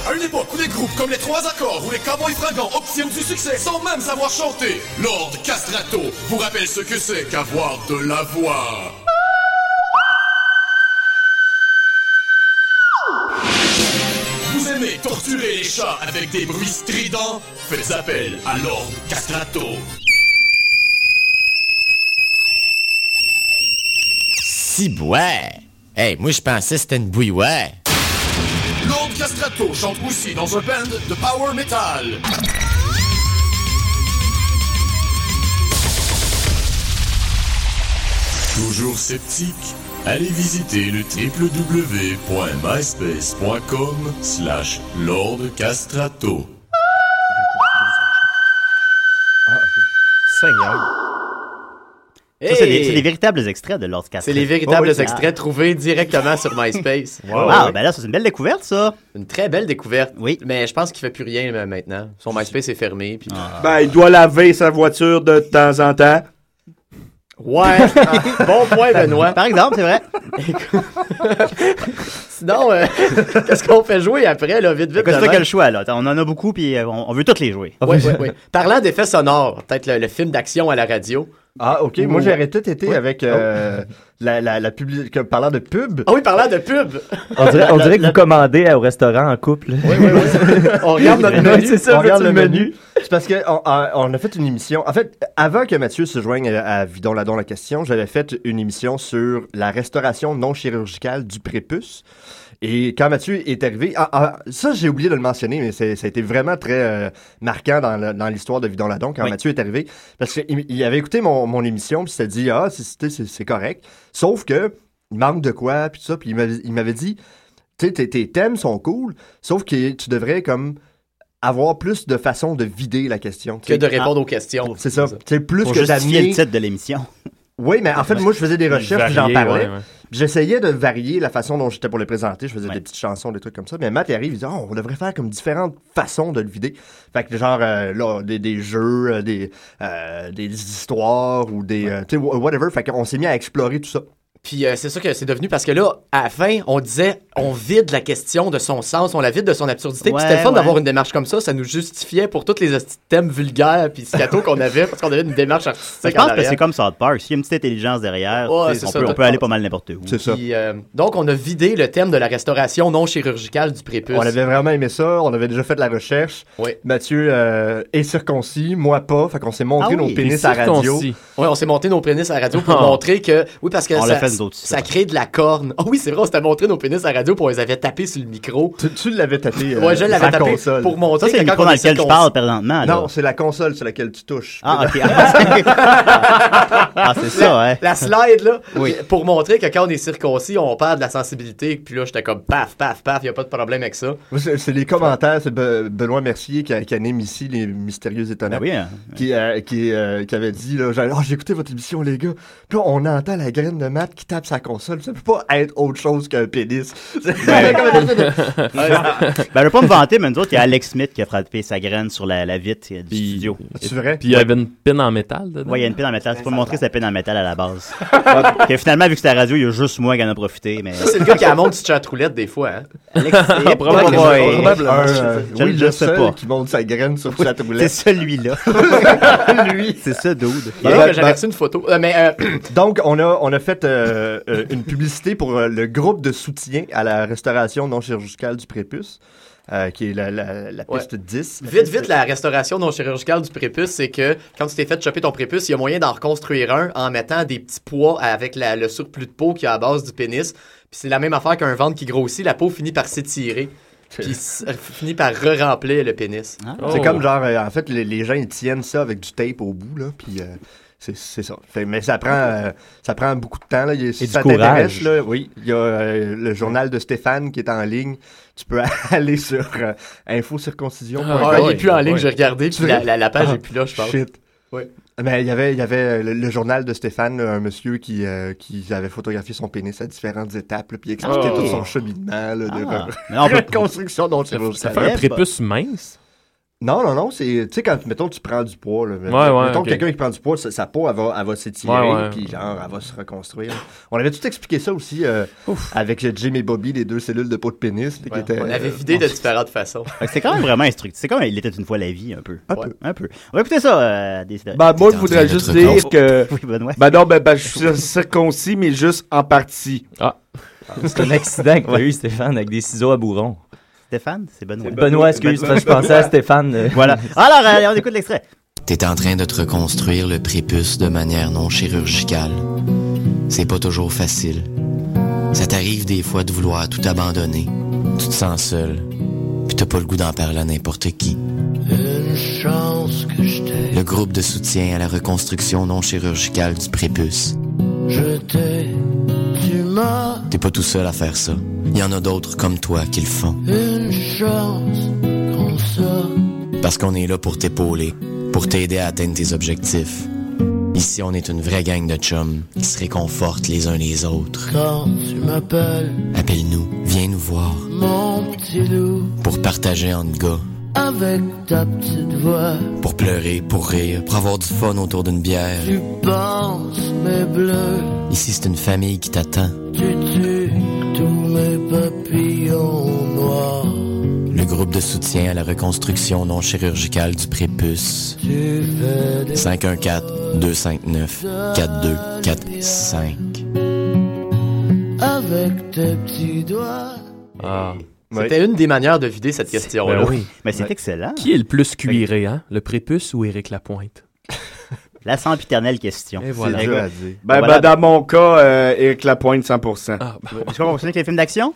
Speaker 13: À une époque où des groupes comme les Trois Accords ou les Cowboys Fragants obtiennent du succès sans même savoir chanter, Lord Castrato vous rappelle ce que c'est qu'avoir de la voix. Vous aimez torturer les chats avec des bruits stridents Faites appel à Lord Castrato.
Speaker 2: Si bois. Hey, moi je pensais que c'était une bouilloire.
Speaker 13: Lord Castrato chante aussi dans un band de power metal. Toujours sceptique Allez visiter le www.myspace.com slash Lord Castrato.
Speaker 6: Ça, c'est des,
Speaker 7: Hey!
Speaker 6: c'est des véritables extraits de Lord Castrato.
Speaker 7: C'est les véritables
Speaker 6: Oh, oui.
Speaker 7: extraits trouvés directement sur MySpace.
Speaker 6: Wow.
Speaker 7: Ah,
Speaker 6: Ah, ben là, ça, c'est une belle découverte, ça.
Speaker 7: Une très belle découverte. Oui. Mais je pense qu'il fait plus rien euh, maintenant. Son MySpace est fermé. Puis...
Speaker 6: Ah.
Speaker 9: Ben, il doit laver sa voiture de temps en temps. *laughs*
Speaker 7: Ouais. *laughs* Ah, bon point, Benoît.
Speaker 6: Par exemple, c'est vrai.
Speaker 7: *laughs* Sinon, euh, qu'est-ce qu'on fait jouer après, là, vite, vite?
Speaker 6: Écoute, C'est toi
Speaker 7: demain?
Speaker 6: qui as le choix, là. T'en- On en a beaucoup, puis euh, on on veut toutes les jouer.
Speaker 7: Ouais, ouais, ouais. Parlant d'effets sonores, peut-être le, le film d'action à la radio.
Speaker 10: Ah, OK. Moi, j'aurais tout été avec euh, la, la, la publi- que- Parlant de pub.
Speaker 7: Oh. Ah oui, parlant de pub.
Speaker 3: On dirait, on
Speaker 10: La-
Speaker 3: dirait que
Speaker 10: la-
Speaker 3: vous commandez au restaurant en couple.
Speaker 7: *laughs* on regarde notre menu.
Speaker 10: Ouais, c'est ça,
Speaker 7: On regarde
Speaker 10: le
Speaker 7: le
Speaker 10: menu. C'est parce qu'on a, on a fait une émission. En fait, avant que Mathieu se joigne à, à Vidon Ladon la question, j'avais fait une émission sur la restauration non chirurgicale du prépuce. Et quand Mathieu est arrivé, ah, ah, ça j'ai oublié de le mentionner, mais c'est- ça a été vraiment très euh, marquant dans, le- dans l'histoire de Vidon Ladon quand
Speaker 9: Oui.
Speaker 10: Mathieu est arrivé, parce qu'il il avait écouté mon, mon émission puis il s'était dit ah c'est- c'est c'est- c'est correct, sauf que il manque de quoi puis tout ça, puis il m'avait- il m'avait dit tu sais, tes, tes thèmes sont cool, sauf que tu devrais comme avoir plus de façons de vider la question. tu
Speaker 7: Que
Speaker 10: sais.
Speaker 7: de
Speaker 6: Ah.
Speaker 7: répondre aux questions.
Speaker 10: C'est ça. C'est plus
Speaker 7: Pour
Speaker 10: que
Speaker 7: justifier
Speaker 10: d'amener-
Speaker 7: le titre de l'émission.
Speaker 10: *laughs* Oui, mais en fait, moi, je faisais des recherches,
Speaker 7: Varier,
Speaker 10: j'en parlais.
Speaker 7: ouais, ouais.
Speaker 10: Puis J'essayais de varier la façon dont j'étais pour le présenter. Je faisais des petites chansons, des trucs comme ça. Mais Matt, il arrive, il dit Oh, on devrait faire comme différentes façons de le vider. Fait que, genre, euh, là, des, des jeux, euh, des, euh, des histoires ou des. euh, tu sais, wha- whatever. Fait qu'on s'est mis à explorer tout ça.
Speaker 7: Puis euh, c'est ça que c'est devenu parce que là, à la fin, on disait, on vide la question de son sens, on la vide de son absurdité.
Speaker 6: Ouais,
Speaker 7: puis c'était le fun
Speaker 6: ouais.
Speaker 7: d'avoir une démarche comme ça, ça nous justifiait pour tous les hosties de thèmes vulgaires puis scato qu'on avait parce qu'on avait une démarche
Speaker 6: Je
Speaker 7: artistique. en
Speaker 6: pense que
Speaker 7: arrière.
Speaker 6: c'est comme South Park. S'il y a une petite intelligence derrière,
Speaker 7: Ouais,
Speaker 6: tu sais,
Speaker 7: c'est
Speaker 6: on,
Speaker 7: ça,
Speaker 6: peut, on
Speaker 7: t'as-
Speaker 6: peut aller pas mal n'importe où.
Speaker 7: *laughs* Puis, euh, donc, on a vidé le thème de la restauration non chirurgicale du prépuce.
Speaker 10: On avait vraiment aimé ça. On avait déjà fait de la recherche. Mathieu euh, est circoncis, moi pas. Fait qu'on s'est montré
Speaker 6: Ah
Speaker 10: nos pénis à radio.
Speaker 7: Oui, on s'est monté nos pénis à
Speaker 10: *laughs*
Speaker 7: radio pour
Speaker 10: Ah.
Speaker 7: montrer que. Oui, parce que
Speaker 10: On l'a
Speaker 7: ça,
Speaker 10: fait, nous autres,
Speaker 7: ça crée de la corne. Ah oui, c'est vrai, on s'était montré nos pénis à radio pour on les avait tapés sur le micro.
Speaker 10: Tu, l'avais tapé. euh,
Speaker 7: ouais, je l'avais tapé pour montrer
Speaker 6: Ça, c'est
Speaker 7: que
Speaker 6: le
Speaker 7: quand
Speaker 6: micro
Speaker 7: on
Speaker 6: dans
Speaker 7: est
Speaker 6: lequel je
Speaker 7: circoncis-
Speaker 6: parle présentement. là.
Speaker 10: Non, c'est la console sur laquelle tu touches.
Speaker 6: Ah, ok. Ah, c'est
Speaker 7: la,
Speaker 6: ça, hein.
Speaker 7: La slide, là,
Speaker 6: Oui.
Speaker 7: pour montrer que quand on est circoncis, on perd de la sensibilité. Puis là, j'étais comme paf, paf, paf, il a pas de problème avec ça.
Speaker 10: Moi, *laughs* C'est c'est les commentaires, c'est Be- Benoît Mercier qui, a- qui anime ici les mystérieux étonnants.
Speaker 6: Ben
Speaker 7: Ah oui, hein.
Speaker 10: Qui, euh, qui, euh, qui avait dit là, genre, Ah, j'ai écouté votre émission les gars. Puis là, on entend la graine de Matt qui tape sa console. Ça peut pas être autre chose qu'un pénis. *laughs*
Speaker 6: Ben, *laughs* ben, je
Speaker 10: ne
Speaker 6: veux pas me vanter, mais nous autres, il y a Alex Smith qui a frappé sa graine sur la, la vitre euh, du studio.
Speaker 10: C'est vrai?
Speaker 6: Puis il y avait une pine en métal dedans? Oui, il y a une pine en métal. C'est pour montrer sa pine en métal à la
Speaker 7: *laughs*
Speaker 6: base. Et finalement, vu que c'était la radio, il y a juste moi qui en a profité. Mais...
Speaker 7: Euh, Ça, c'est le gars qui a la montre sur chatroulette des fois. Hein?
Speaker 6: Alex, c'est- Probablement,
Speaker 10: Probablement.
Speaker 6: oui.
Speaker 10: euh,
Speaker 6: Je-
Speaker 10: oui,
Speaker 6: je
Speaker 10: le
Speaker 6: sais
Speaker 10: seul
Speaker 6: pas.
Speaker 10: qui monte sa graine sur sa roulette.
Speaker 6: *laughs* C'est
Speaker 10: *laughs*
Speaker 6: celui-là.
Speaker 7: *laughs*
Speaker 10: Lui.
Speaker 6: C'est ça, dude. Bah,
Speaker 7: Ben, là, j'avais reçu une photo. Euh, mais, euh,
Speaker 10: bah *coughs* Donc, on a, on a fait euh, euh, une publicité pour euh, le groupe de soutien à la restauration non chirurgicale du prépuce, euh, qui est la, la, la
Speaker 7: Ouais.
Speaker 10: piste 10.
Speaker 7: Vite, vite, la restauration non chirurgicale du prépuce, c'est que quand tu t'es fait choper ton prépuce, il y a moyen d'en reconstruire un en mettant des petits poids avec la- le surplus de peau qu'il y a à base du pénis. Puis c'est la même affaire qu'un ventre qui grossit, la peau finit par s'étirer.
Speaker 6: *laughs*
Speaker 7: Puis s- euh, finit par re-remplir le pénis.
Speaker 6: Ah.
Speaker 10: C'est
Speaker 6: Oh.
Speaker 10: comme genre, euh, en fait, les, les gens, ils tiennent ça avec du tape au bout, là, puis... euh, c'est c'est ça. Fait- mais ça prend, euh, ça prend beaucoup de temps. Là. Il y a- si
Speaker 9: du
Speaker 10: ça t'intéresse,
Speaker 9: courage.
Speaker 10: là, oui, il y a euh, le journal de Stéphane qui est en ligne. Tu peux *laughs* aller sur euh, infocirconcision.com.
Speaker 7: Ah, il est plus en ligne, j'ai regardé,
Speaker 10: Tu
Speaker 7: puis la-
Speaker 10: veux-
Speaker 7: la- la page
Speaker 10: Ah,
Speaker 7: est plus là, je pense.
Speaker 10: Shit.
Speaker 7: Ouais.
Speaker 10: Mais il y avait, il y avait euh, le, le journal de Stéphane, là, un monsieur qui, euh, qui avait photographié son pénis à différentes étapes, là, puis il
Speaker 7: Oh.
Speaker 10: expliquait
Speaker 6: Ah.
Speaker 10: tout son cheminement là, de
Speaker 6: Ah.
Speaker 10: re-
Speaker 6: Mais on peut-
Speaker 10: *laughs* reconstruction dont il
Speaker 8: Ça fait un prépuce mince.
Speaker 10: Non, non, non, c'est, tu sais, quand, mettons, tu prends du poids, là, mettons,
Speaker 8: Ouais, ouais,
Speaker 10: mettons
Speaker 8: ok.
Speaker 10: quelqu'un qui prend du poids, sa, sa peau, elle va, elle va s'étirer,
Speaker 8: Ouais, ouais.
Speaker 10: puis genre, elle va se reconstruire. On avait tout expliqué ça aussi euh, avec euh, Jim et Bobby, les deux cellules de peau de pénis. là, qui étaient,
Speaker 7: On avait
Speaker 10: euh,
Speaker 7: vidé de différentes façons.
Speaker 6: Fait que C'est quand même vraiment instructif. C'est comme il était une fois la vie, un peu.
Speaker 7: Un
Speaker 6: peu. Un peu. On va écouter ça, euh, des...
Speaker 9: Ben, moi, je voudrais juste dire que.
Speaker 6: *laughs* Oui, Benoît.
Speaker 9: Ben non, ben, ben, je suis circoncis, mais juste en partie.
Speaker 8: Ah.
Speaker 11: C'est un accident que t'as eu, Stéphane, avec des ciseaux à bourron.
Speaker 6: Stéphane, c'est Benoît.
Speaker 11: Benoît, excuse, parce que je pensais à Stéphane. euh.
Speaker 6: Voilà. *laughs* Alors, euh, on écoute l'extrait.
Speaker 14: T'es en train de te reconstruire le prépuce de manière non chirurgicale. C'est pas toujours facile. Ça t'arrive des fois de vouloir tout abandonner. Tu te sens seul. Puis t'as pas le goût d'en parler à n'importe qui.
Speaker 15: Une chance que je t'ai,
Speaker 14: Le groupe de soutien à la reconstruction non chirurgicale du prépuce.
Speaker 15: je t'ai, tu m'as.
Speaker 14: T'es pas tout seul à faire ça. Il y en a d'autres comme toi qui le font.
Speaker 15: Une chance qu'on sort.
Speaker 14: Parce qu'on est là pour t'épauler, pour t'aider à atteindre tes objectifs. Ici, on est une vraie gang de chums qui se réconfortent les uns les autres.
Speaker 15: Quand tu m'appelles
Speaker 14: Appelle-nous, viens nous voir
Speaker 15: mon petit loup
Speaker 14: pour partager entre gars,
Speaker 15: avec ta petite voix,
Speaker 14: pour pleurer, pour rire, pour avoir du fun autour d'une bière.
Speaker 15: tu penses mes bleus,
Speaker 14: Ici, c'est une famille qui t'attend.
Speaker 15: tu tues tous mes papillons noirs,
Speaker 14: Le groupe de soutien à la reconstruction non chirurgicale du prépuce.
Speaker 15: tu fais des
Speaker 14: 514-259-4245.
Speaker 15: avec tes petits doigts.
Speaker 7: C'était une des manières de vider cette question-là.
Speaker 8: Ah. Ben oui.
Speaker 6: Mais c'est excellent.
Speaker 8: Qui est le plus cuiré, hein? Le prépuce ou Éric Lapointe?
Speaker 6: La sempiternelle question.
Speaker 8: Et voilà. C'est dur à dire.
Speaker 9: Ben,
Speaker 6: Voilà.
Speaker 9: ben, dans mon cas, euh, Eric Lapointe, 100%.
Speaker 6: Est-ce qu'on va continuer avec les films d'action?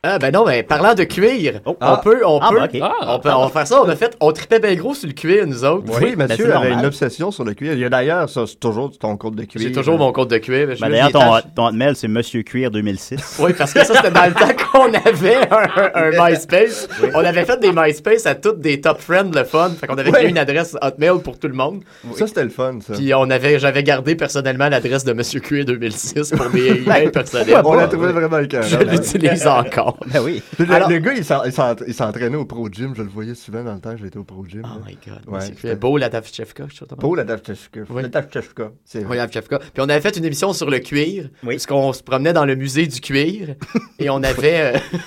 Speaker 7: Ah, ben non, ben parlant de cuir,
Speaker 10: Oh.
Speaker 6: ah.
Speaker 7: on peut, on
Speaker 6: Ah,
Speaker 7: peut,
Speaker 6: ben, ok. Ah.
Speaker 7: on peut, on va faire ça. On a fait, on tripait bien gros sur le cuir, nous autres.
Speaker 10: Oui,
Speaker 8: ben,
Speaker 10: ben, monsieur avait une obsession sur le cuir. Il y a d'ailleurs, ça, c'est toujours ton compte de cuir.
Speaker 7: J'ai toujours mon compte de cuir. mais je
Speaker 6: Ben,
Speaker 7: me
Speaker 6: D'ailleurs,
Speaker 7: dis,
Speaker 6: ton,
Speaker 7: attends,
Speaker 6: ton hotmail, c'est Monsieur Cuir 2006.
Speaker 7: Oui, parce que ça, c'était dans le
Speaker 10: *laughs*
Speaker 7: temps qu'on avait un, un- un MySpace. On avait fait des MySpace à toutes des top friends, le fun. Fait qu'on avait
Speaker 10: Ouais.
Speaker 7: créé une adresse Hotmail pour tout le monde.
Speaker 10: Ça, c'était le fun, ça.
Speaker 7: Puis on avait, j'avais gardé personnellement l'adresse de Monsieur Cuir 2006 pour mes
Speaker 10: *laughs*
Speaker 7: emails personnels.
Speaker 10: On l'a trouvé vraiment le cœur.
Speaker 7: Je l'utilise encore.
Speaker 6: *laughs* Ben oui.
Speaker 10: Le,
Speaker 7: Alors-
Speaker 10: le gars, il s'en- il s'en- il s'entraînait au pro gym. Je le voyais souvent dans le temps que j'étais au pro gym.
Speaker 7: Oh my God, Monsieur Cuir.
Speaker 10: c'était
Speaker 7: Beau la Tavchevka, je sais pas.
Speaker 10: Beau la Davchevka.
Speaker 7: Oui.
Speaker 10: La Davchevka, c'est vrai.
Speaker 7: Oui, Yves Kafka. Puis on avait fait une émission sur le cuir, parce qu'on se promenait dans le musée du
Speaker 10: *laughs*
Speaker 7: cuir, et on avait... euh,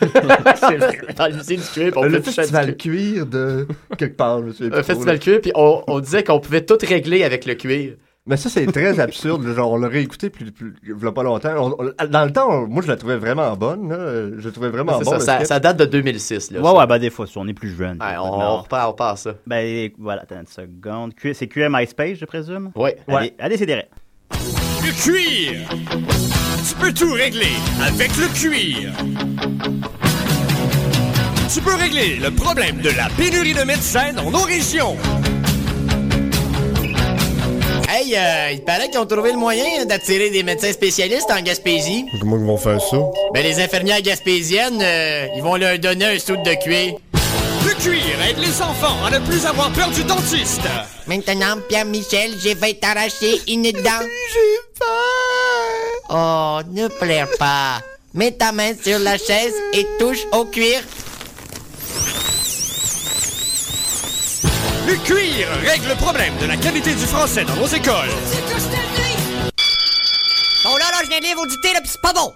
Speaker 7: c'est vrai, *laughs* dans le musée du cuir, puis on
Speaker 10: Le
Speaker 7: pouvait toucher à du
Speaker 10: festival cuir de quelque part. je sais
Speaker 7: Un
Speaker 10: plus trop,
Speaker 7: festival
Speaker 10: là.
Speaker 7: cuir, puis on, on disait qu'on pouvait tout régler avec le cuir.
Speaker 10: Mais ça, c'est très absurde. là. Genre, on l'aurait écouté plus, plus, il y a pas longtemps. On- on- dans le temps, on- moi, je la trouvais vraiment bonne. là. Je la trouvais vraiment
Speaker 7: C'est
Speaker 10: bonne.
Speaker 7: ça, ça- ça date de 2006. Là,
Speaker 6: Ouais, ouais, ben des fois, si on est plus jeune.
Speaker 7: Ouais, on,
Speaker 6: maintenant.
Speaker 7: on repart, on repart ça.
Speaker 6: Ben voilà, attends une seconde. Q- C'est Cuir MySpace, je présume?
Speaker 7: Oui.
Speaker 6: Allez, allez c'est des
Speaker 2: Le cuir. Tu peux tout régler avec le cuir. Tu peux régler le problème de la pénurie de médecins dans nos régions.
Speaker 5: Hey, euh, il paraît qu'ils ont trouvé le moyen d'attirer des médecins spécialistes en Gaspésie.
Speaker 16: Comment ils vont faire ça?
Speaker 5: Ben, les infirmières gaspésiennes, euh, ils vont leur donner un soude de cuir.
Speaker 2: Le cuir aide les enfants à ne plus avoir peur du dentiste.
Speaker 5: Maintenant, Pierre-Michel, je vais t'arracher une dent. *laughs* J'ai peur. Oh, ne pleure pas. Mets ta main sur la chaise et touche au cuir.
Speaker 2: Le cuir règle le problème de la qualité du français dans nos écoles.
Speaker 13: Bon, là, là, je viens de lire vos dictées, là, pis c'est pas bon.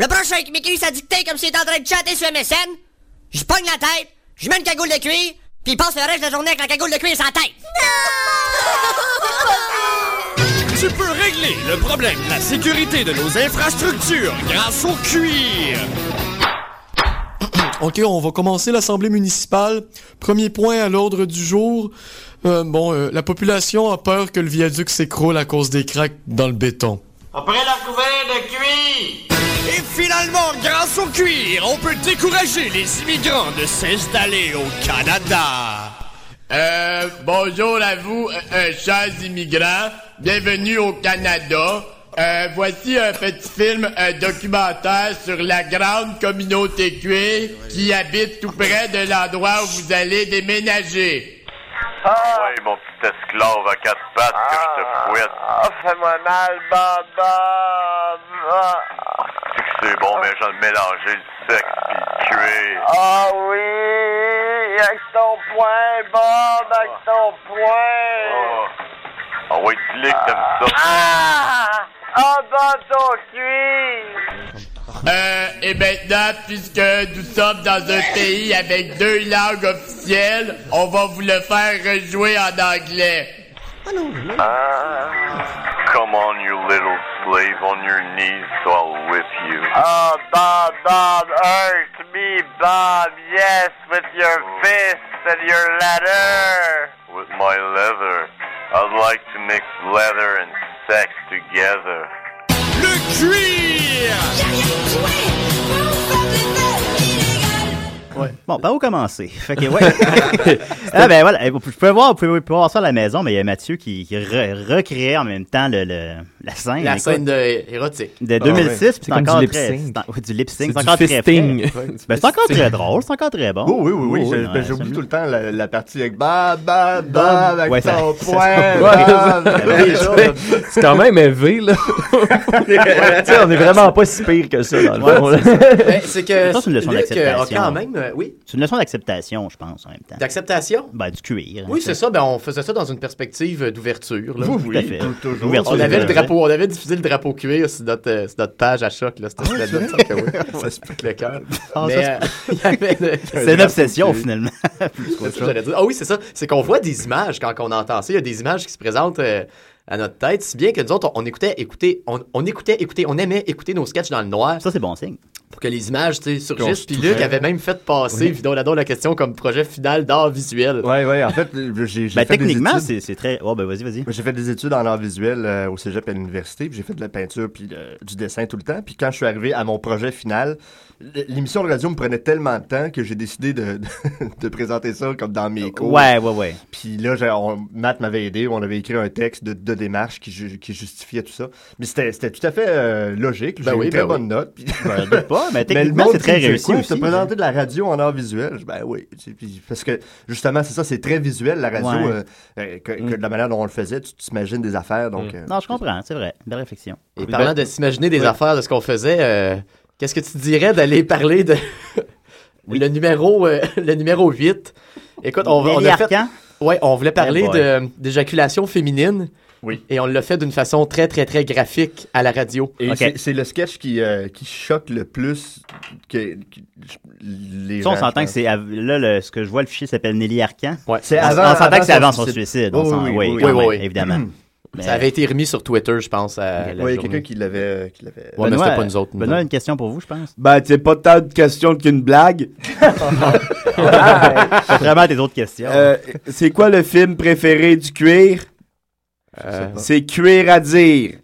Speaker 13: Le prochain qui m'écrit sa dictée comme s'il était en train de chanter sur MSN, je pogne la tête, je mets une cagoule de cuir, puis il passe le reste de la journée avec la cagoule de cuir sur la
Speaker 17: *laughs*
Speaker 13: tête.
Speaker 2: Tu peux régler le problème de la sécurité de nos infrastructures grâce au cuir.
Speaker 18: OK, on va commencer l'Assemblée municipale. Premier point à l'ordre du jour. Euh, bon, euh, la population a peur que le viaduc s'écroule à cause des craques dans le béton.
Speaker 2: Après la couvert de cuir. Et finalement, grâce au cuir, on peut décourager les immigrants de s'installer au Canada.
Speaker 7: Ah. Euh, bonjour à vous, euh, chers immigrants. Bienvenue au Canada. Euh, voici un petit film documentaire sur la grande communauté cuir qui habite tout près de l'endroit où vous allez déménager.
Speaker 19: Oui, mon petit esclave à quatre pattes que je te fouette.
Speaker 5: Oh,
Speaker 19: Ah, fais-moi mal, baba.
Speaker 5: Ah,
Speaker 19: C'est que c'est bon, mais j'en mélanger le sec puis le cuir. Ah oui.
Speaker 5: ah avec ton poing, Bob, avec ton
Speaker 19: Oh.
Speaker 5: poing.
Speaker 19: On va être clic comme ça.
Speaker 5: Ah! Ah, dans ton cuir!
Speaker 20: Euh, et maintenant, puisque nous sommes dans un pays avec deux langues officielles, on va vous le faire rejouer en anglais.
Speaker 19: Ah. Come on, you little slave, on your knees, so I'll whip you.
Speaker 5: Oh, Bob, Bob, hurt me, Bob, yes, with your fists and your letter.
Speaker 19: With my leather, I'd like to mix leather and sex together.
Speaker 20: Le cuir!
Speaker 6: Bon, par où commencer? Fait que, ouais. ah, ben voilà, vous pouvez voir, vous pouvez, vous pouvez voir ça à la maison, mais il y a Mathieu qui, qui re- recréait en même temps le, le- la scène.
Speaker 7: La
Speaker 6: Écoute,
Speaker 7: scène de- érotique.
Speaker 6: De
Speaker 7: Ah,
Speaker 6: 2006,
Speaker 7: ouais.
Speaker 6: puis
Speaker 7: C'est
Speaker 6: c'est
Speaker 7: comme
Speaker 6: encore
Speaker 7: du
Speaker 6: très...
Speaker 7: lip-sync.
Speaker 6: c'est en- ouais, du lip-sync,
Speaker 7: C'est
Speaker 6: c'est
Speaker 7: du
Speaker 6: encore très
Speaker 7: fisting.
Speaker 6: frais.
Speaker 7: Ouais, du
Speaker 6: Ben, c'est encore
Speaker 7: fisting.
Speaker 6: très drôle, c'est encore très bon.
Speaker 10: Oui, oui, oui, oui. *laughs* j'ai-
Speaker 6: non,
Speaker 10: ben, J'oublie tout le temps la, la partie avec Bob, Bob, Bob, avec
Speaker 6: Ouais, ça-
Speaker 10: ton
Speaker 6: ça-
Speaker 10: poing.
Speaker 6: Ouais,
Speaker 10: Bob.
Speaker 8: Ouais, Ben, c'est- c'est quand même élevé, là.
Speaker 11: Tu sais, on est vraiment pas si pire que ça, dans le fond. là.
Speaker 7: Ben, c'est que
Speaker 6: C'est une leçon
Speaker 7: Luc,
Speaker 6: d'acceptation.
Speaker 7: euh, a quand même, euh, oui.
Speaker 6: C'est une leçon d'acceptation, je pense, en même temps.
Speaker 7: D'acceptation?
Speaker 6: Ben, du cuir.
Speaker 7: Oui, c'est ça. Ben, on faisait ça dans une perspective euh, d'ouverture. là.
Speaker 6: Oui, oui, Tout à fait. tou- toujours. Ouverture
Speaker 7: On avait, le
Speaker 6: d'ouverture.
Speaker 7: drapeau, on avait diffusé le drapeau cuir sur notre, euh, sur notre page à choc. là. C'était
Speaker 6: Ah,
Speaker 7: c'était
Speaker 6: c'est
Speaker 7: notre-
Speaker 6: vrai?
Speaker 7: que oui.
Speaker 6: *laughs* Ça
Speaker 7: Ça
Speaker 6: se
Speaker 7: se pique le cœur.
Speaker 6: Ah,
Speaker 7: Mais,
Speaker 6: ça
Speaker 7: euh, *laughs* il y avait le-
Speaker 6: *laughs* C'est
Speaker 7: il y avait
Speaker 6: une
Speaker 7: le
Speaker 6: obsession,
Speaker 7: drapeau cuir.
Speaker 6: finalement, *laughs* plus
Speaker 7: C'est
Speaker 6: qu'autre
Speaker 7: ça que
Speaker 6: chose.
Speaker 7: j'allais dire. Ah oui, c'est ça. C'est qu'on voit des images quand on entend ça. Il y a des images qui se présentent euh, à notre tête, si bien que nous autres, on, on écoutait, écouter, on, on écoutait, écouter, on aimait écouter nos sketchs dans le noir.
Speaker 6: Ça, c'est bon signe.
Speaker 7: Pour que les images tu sais,
Speaker 10: Qu'on
Speaker 7: surgissent.
Speaker 10: se
Speaker 7: Puis Luc
Speaker 10: touchait.
Speaker 7: avait même fait passer
Speaker 10: Oui.
Speaker 7: Vidon Ladon la question comme projet final d'art visuel.
Speaker 10: Ouais, ouais, en fait, j'ai j'ai
Speaker 7: Ben,
Speaker 10: fait des
Speaker 7: techniquement,
Speaker 10: études.
Speaker 6: C'est c'est très. Oh, ben, vas-y, vas-y.
Speaker 10: J'ai fait des études en art visuel euh, au cégep à l'université, puis j'ai fait de la peinture puis euh, du dessin tout le temps. Puis quand je suis arrivé à mon projet final, l- l'émission de radio me prenait tellement de temps que j'ai décidé de, *laughs* de présenter ça comme dans mes cours.
Speaker 6: Ouais, ouais, ouais.
Speaker 10: Puis là, j'ai- on- Matt m'avait aidé, on avait écrit un texte de, de démarche qui, ju- qui justifiait tout ça. Mais c'était c'était tout à fait euh, logique. J'ai
Speaker 6: Ben
Speaker 10: eu
Speaker 6: oui,
Speaker 10: une très
Speaker 6: ben oui.
Speaker 10: bonne note. puis-
Speaker 6: Ben, doute pas,
Speaker 10: *laughs*
Speaker 6: mais
Speaker 10: le
Speaker 6: techniquement,
Speaker 10: monde
Speaker 6: c'est très
Speaker 10: qui dit,
Speaker 6: réussi
Speaker 10: Quoi,
Speaker 6: aussi,
Speaker 10: t'as
Speaker 6: hein.
Speaker 10: présenté de la radio en art visuel? Je dis, Ben oui. Tu sais, puis- Parce que justement, c'est ça, c'est très visuel, la radio,
Speaker 6: Ouais.
Speaker 10: euh, euh, que, que de la manière dont on le faisait, tu t'imagines des affaires.
Speaker 7: Mm.
Speaker 10: Donc, euh,
Speaker 6: Non, je comprends, c'est vrai. Belle réflexion.
Speaker 7: Et parlant de s'imaginer des
Speaker 6: Oui.
Speaker 7: affaires, de ce qu'on faisait, euh, qu'est-ce que tu dirais d'aller parler de *laughs* le, numéro, euh, *laughs* le numéro 8? Écoute, on, on
Speaker 6: Nelly
Speaker 7: a fait...
Speaker 6: Arcan?
Speaker 7: Ouais, on voulait parler
Speaker 6: Eh boy.
Speaker 7: de- d'éjaculation féminine.
Speaker 10: Oh Oui.
Speaker 7: Et on l'a fait d'une façon très, très, très graphique à la radio.
Speaker 10: Et c'est- c'est le sketch qui, euh, qui choque le plus que, que- les
Speaker 6: Ça, on
Speaker 10: gens,
Speaker 6: s'entend
Speaker 10: je
Speaker 6: que c'est. av- Là, le- ce que je vois, le fichier s'appelle Nelly Arcan.
Speaker 7: Ouais.
Speaker 10: C'est
Speaker 6: On-
Speaker 10: avant-
Speaker 6: on s'entend
Speaker 10: avant
Speaker 6: que c'est
Speaker 10: son
Speaker 6: avant son
Speaker 10: suicide.
Speaker 6: suicide.
Speaker 10: Oui,
Speaker 6: on s'en-
Speaker 10: oui,
Speaker 6: oui,
Speaker 10: oui, Hmm.
Speaker 6: quand
Speaker 7: oui,
Speaker 6: même,
Speaker 7: oui.
Speaker 6: évidemment. Mais-
Speaker 7: Ça avait été remis sur Twitter, je pense, à la
Speaker 10: Oui, il y a
Speaker 7: journée.
Speaker 10: quelqu'un qui l'avait. euh, qui l'avait-
Speaker 7: Ouais, mais c'était pas nous autres. nous
Speaker 6: Benoît,
Speaker 7: autres.
Speaker 6: une question pour vous, je pense.
Speaker 9: Ben, c'est pas tant de question qu'une
Speaker 6: *laughs*
Speaker 9: blague.
Speaker 6: Contrairement à tes autres questions.
Speaker 9: Euh, c'est quoi le film préféré du cuir? C'est cuir
Speaker 6: *laughs*
Speaker 9: à dire.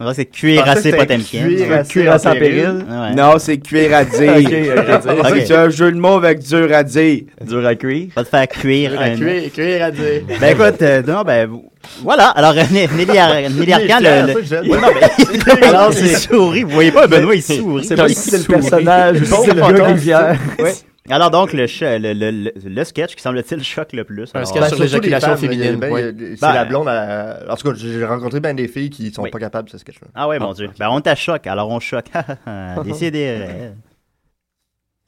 Speaker 6: On dirait que c'est cuir assez Potemkin.
Speaker 9: en
Speaker 6: Ouais.
Speaker 9: Non, c'est cuir
Speaker 11: *laughs*
Speaker 9: à dire.
Speaker 6: *laughs* Ok, ok.
Speaker 9: C'est un jeu de mots avec dur à dire.
Speaker 6: Dur à cuire. Va te faire cuire.
Speaker 7: À
Speaker 6: un-
Speaker 7: cuire- cuire à dire.
Speaker 6: Ben écoute, euh, non, ben vous- voilà. Alors, euh, Né- Nelly Ar- Nelly Arcan,
Speaker 7: fier,
Speaker 6: le.
Speaker 7: ça,
Speaker 6: le-
Speaker 7: j'aime.
Speaker 6: Ouais, non, *laughs* mais-
Speaker 7: Alors,
Speaker 6: il
Speaker 7: c'est-
Speaker 6: sourit. Vous voyez pas, Benoît, il sourit.
Speaker 11: C'est pas
Speaker 6: Il
Speaker 11: si c'est le
Speaker 6: sourit.
Speaker 11: personnage ou si c'est le gars
Speaker 6: Bon,
Speaker 11: rivière.
Speaker 6: Ouais. Alors donc, le, ch- le, le- le- le sketch qui semble-t-il choque le plus.
Speaker 7: Un
Speaker 6: Alors,
Speaker 7: sketch
Speaker 6: ben,
Speaker 7: sur
Speaker 6: surtout
Speaker 10: Surtout les
Speaker 7: l'éjaculation
Speaker 10: femmes, il y a-
Speaker 7: féminine,
Speaker 10: ben,
Speaker 7: ouais.
Speaker 10: il y a- C'est
Speaker 6: Ben,
Speaker 10: la blonde. à- euh, En tout cas, j'ai rencontré bien des filles qui sont pas capables de ce sketch-là.
Speaker 6: Ah ouais, mon Dieu. Ben, on t'a choque, alors on choque. *laughs* Décidez.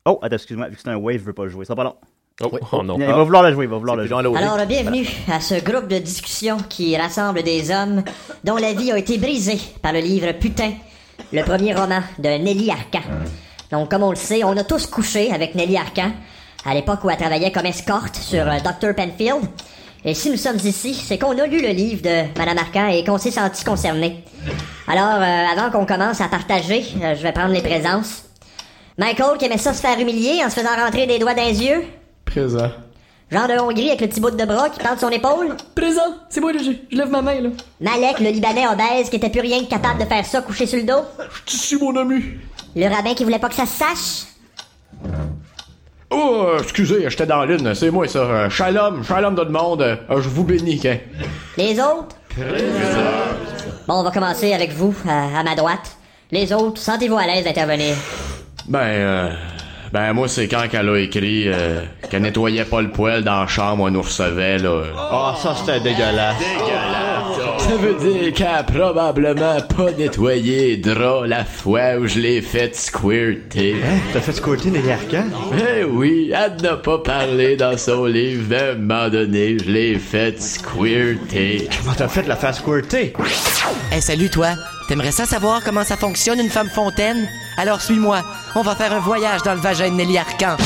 Speaker 6: Oh, attends, excuse-moi, vu que c'est un wave, je veux pas le jouer. Ça va pas long.
Speaker 8: Oh, oh non.
Speaker 6: Il va vouloir le jouer, il va vouloir le jouer.
Speaker 17: Alors, bienvenue à ce groupe de discussion qui rassemble des hommes dont la vie a été brisée par le livre Putain, le premier roman de Nelly Arcan. Donc, comme on le sait, on a tous couché avec Nelly Arcan à l'époque où elle travaillait comme escorte sur euh, Dr. Penfield. Et si nous sommes ici, c'est qu'on a lu le livre de Madame Arcan et qu'on s'est senti concerné. Alors, euh, avant qu'on commence à partager, euh, je vais prendre les présences. Michael qui aimait ça se faire humilier en se faisant rentrer des doigts dans les yeux.
Speaker 7: Présent.
Speaker 17: Jean de Hongrie avec le petit bout de bras qui parle de son épaule. Présent, c'est moi le jeu, je lève ma main là. Malek, le Libanais obèse qui était plus rien que capable de faire ça couché sur le dos. Je suis mon ami. Le rabbin qui voulait pas que ça se sache.
Speaker 18: Oh, euh, excusez, j'étais dans la l'une, c'est moi ça. Euh, Shalom, shalom tout le monde, Euh, je vous bénis, hein.
Speaker 17: Les autres? Bon, on va commencer avec vous, à, à ma droite. Les autres, sentez-vous à l'aise d'intervenir.
Speaker 18: Ben, euh, ben moi c'est quand qu'elle a écrit euh, qu'elle nettoyait pas le poêle dans la chambre, on nous recevait là. Ah, ça c'était dégueulasse.
Speaker 21: Dégueulasse.
Speaker 18: Ça veut dire qu'elle a probablement pas nettoyé les draps la fois où je l'ai fait squirter.
Speaker 7: Hein?
Speaker 18: T'as fait squirter les garcans? Eh oui, elle n'a pas parlé dans son livre, mais à un moment donné, je l'ai fait squirter. Comment t'as fait la faire squirter?
Speaker 22: Hey, salut toi. T'aimerais ça savoir comment ça fonctionne une femme fontaine? Alors suis-moi. On va faire un voyage dans le vagin de Nelly Arcan.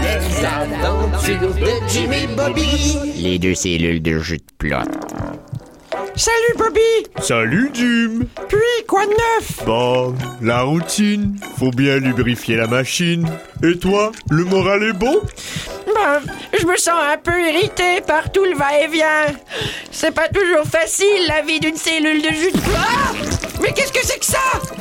Speaker 5: Les aventures de Jimmy Bobby.
Speaker 23: Les deux cellules de jus de plot.
Speaker 5: Salut Bobby.
Speaker 24: Salut Jim!
Speaker 5: Puis quoi de neuf
Speaker 24: Bon, la routine, faut bien lubrifier la machine. Et toi, le moral est bon?
Speaker 5: Ben, je me sens un peu irrité par tout le va-et-vient. C'est pas toujours facile la vie d'une cellule de jus de Ah! Mais qu'est-ce que c'est que ça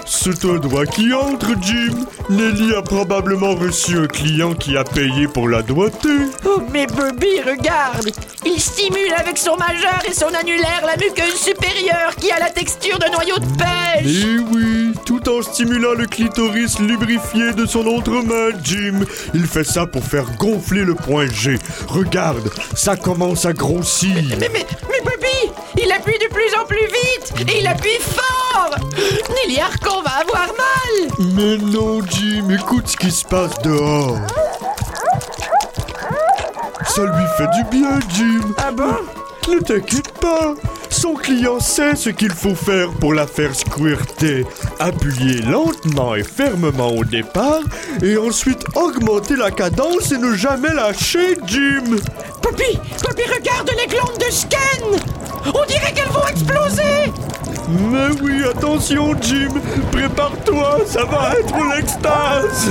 Speaker 24: C'est un doigt qui entre, Jim! Nelly a probablement reçu un client qui a payé pour la doigté.
Speaker 5: Oh, mais Bobby, regarde Il stimule avec son majeur et son annulaire la muqueuse supérieure qui a la texture de noyau de pêche
Speaker 24: Eh oui, tout en stimulant le clitoris lubrifié de son autre main, Jim. Il fait ça pour faire gonfler le point G. Regarde, ça commence à grossir.
Speaker 5: Mais, mais, mais Bobby, il appuie de plus en plus vite et il appuie fort. Nelly Arcon va avoir mal.
Speaker 24: Mais non, Jim, écoute ce qui se passe dehors. Ça lui fait du bien, Jim. Ah bon Ne t'inquiète pas. Son client sait ce qu'il faut faire pour la faire squirter. Appuyer lentement et fermement au départ, et ensuite augmenter la cadence et ne jamais lâcher, Jim.
Speaker 5: Poppy, Poppy, regarde les glandes de Sken. On dirait qu'elles vont exploser.
Speaker 24: Mais oui, attention, Jim. Prépare-toi, ça va être l'extase.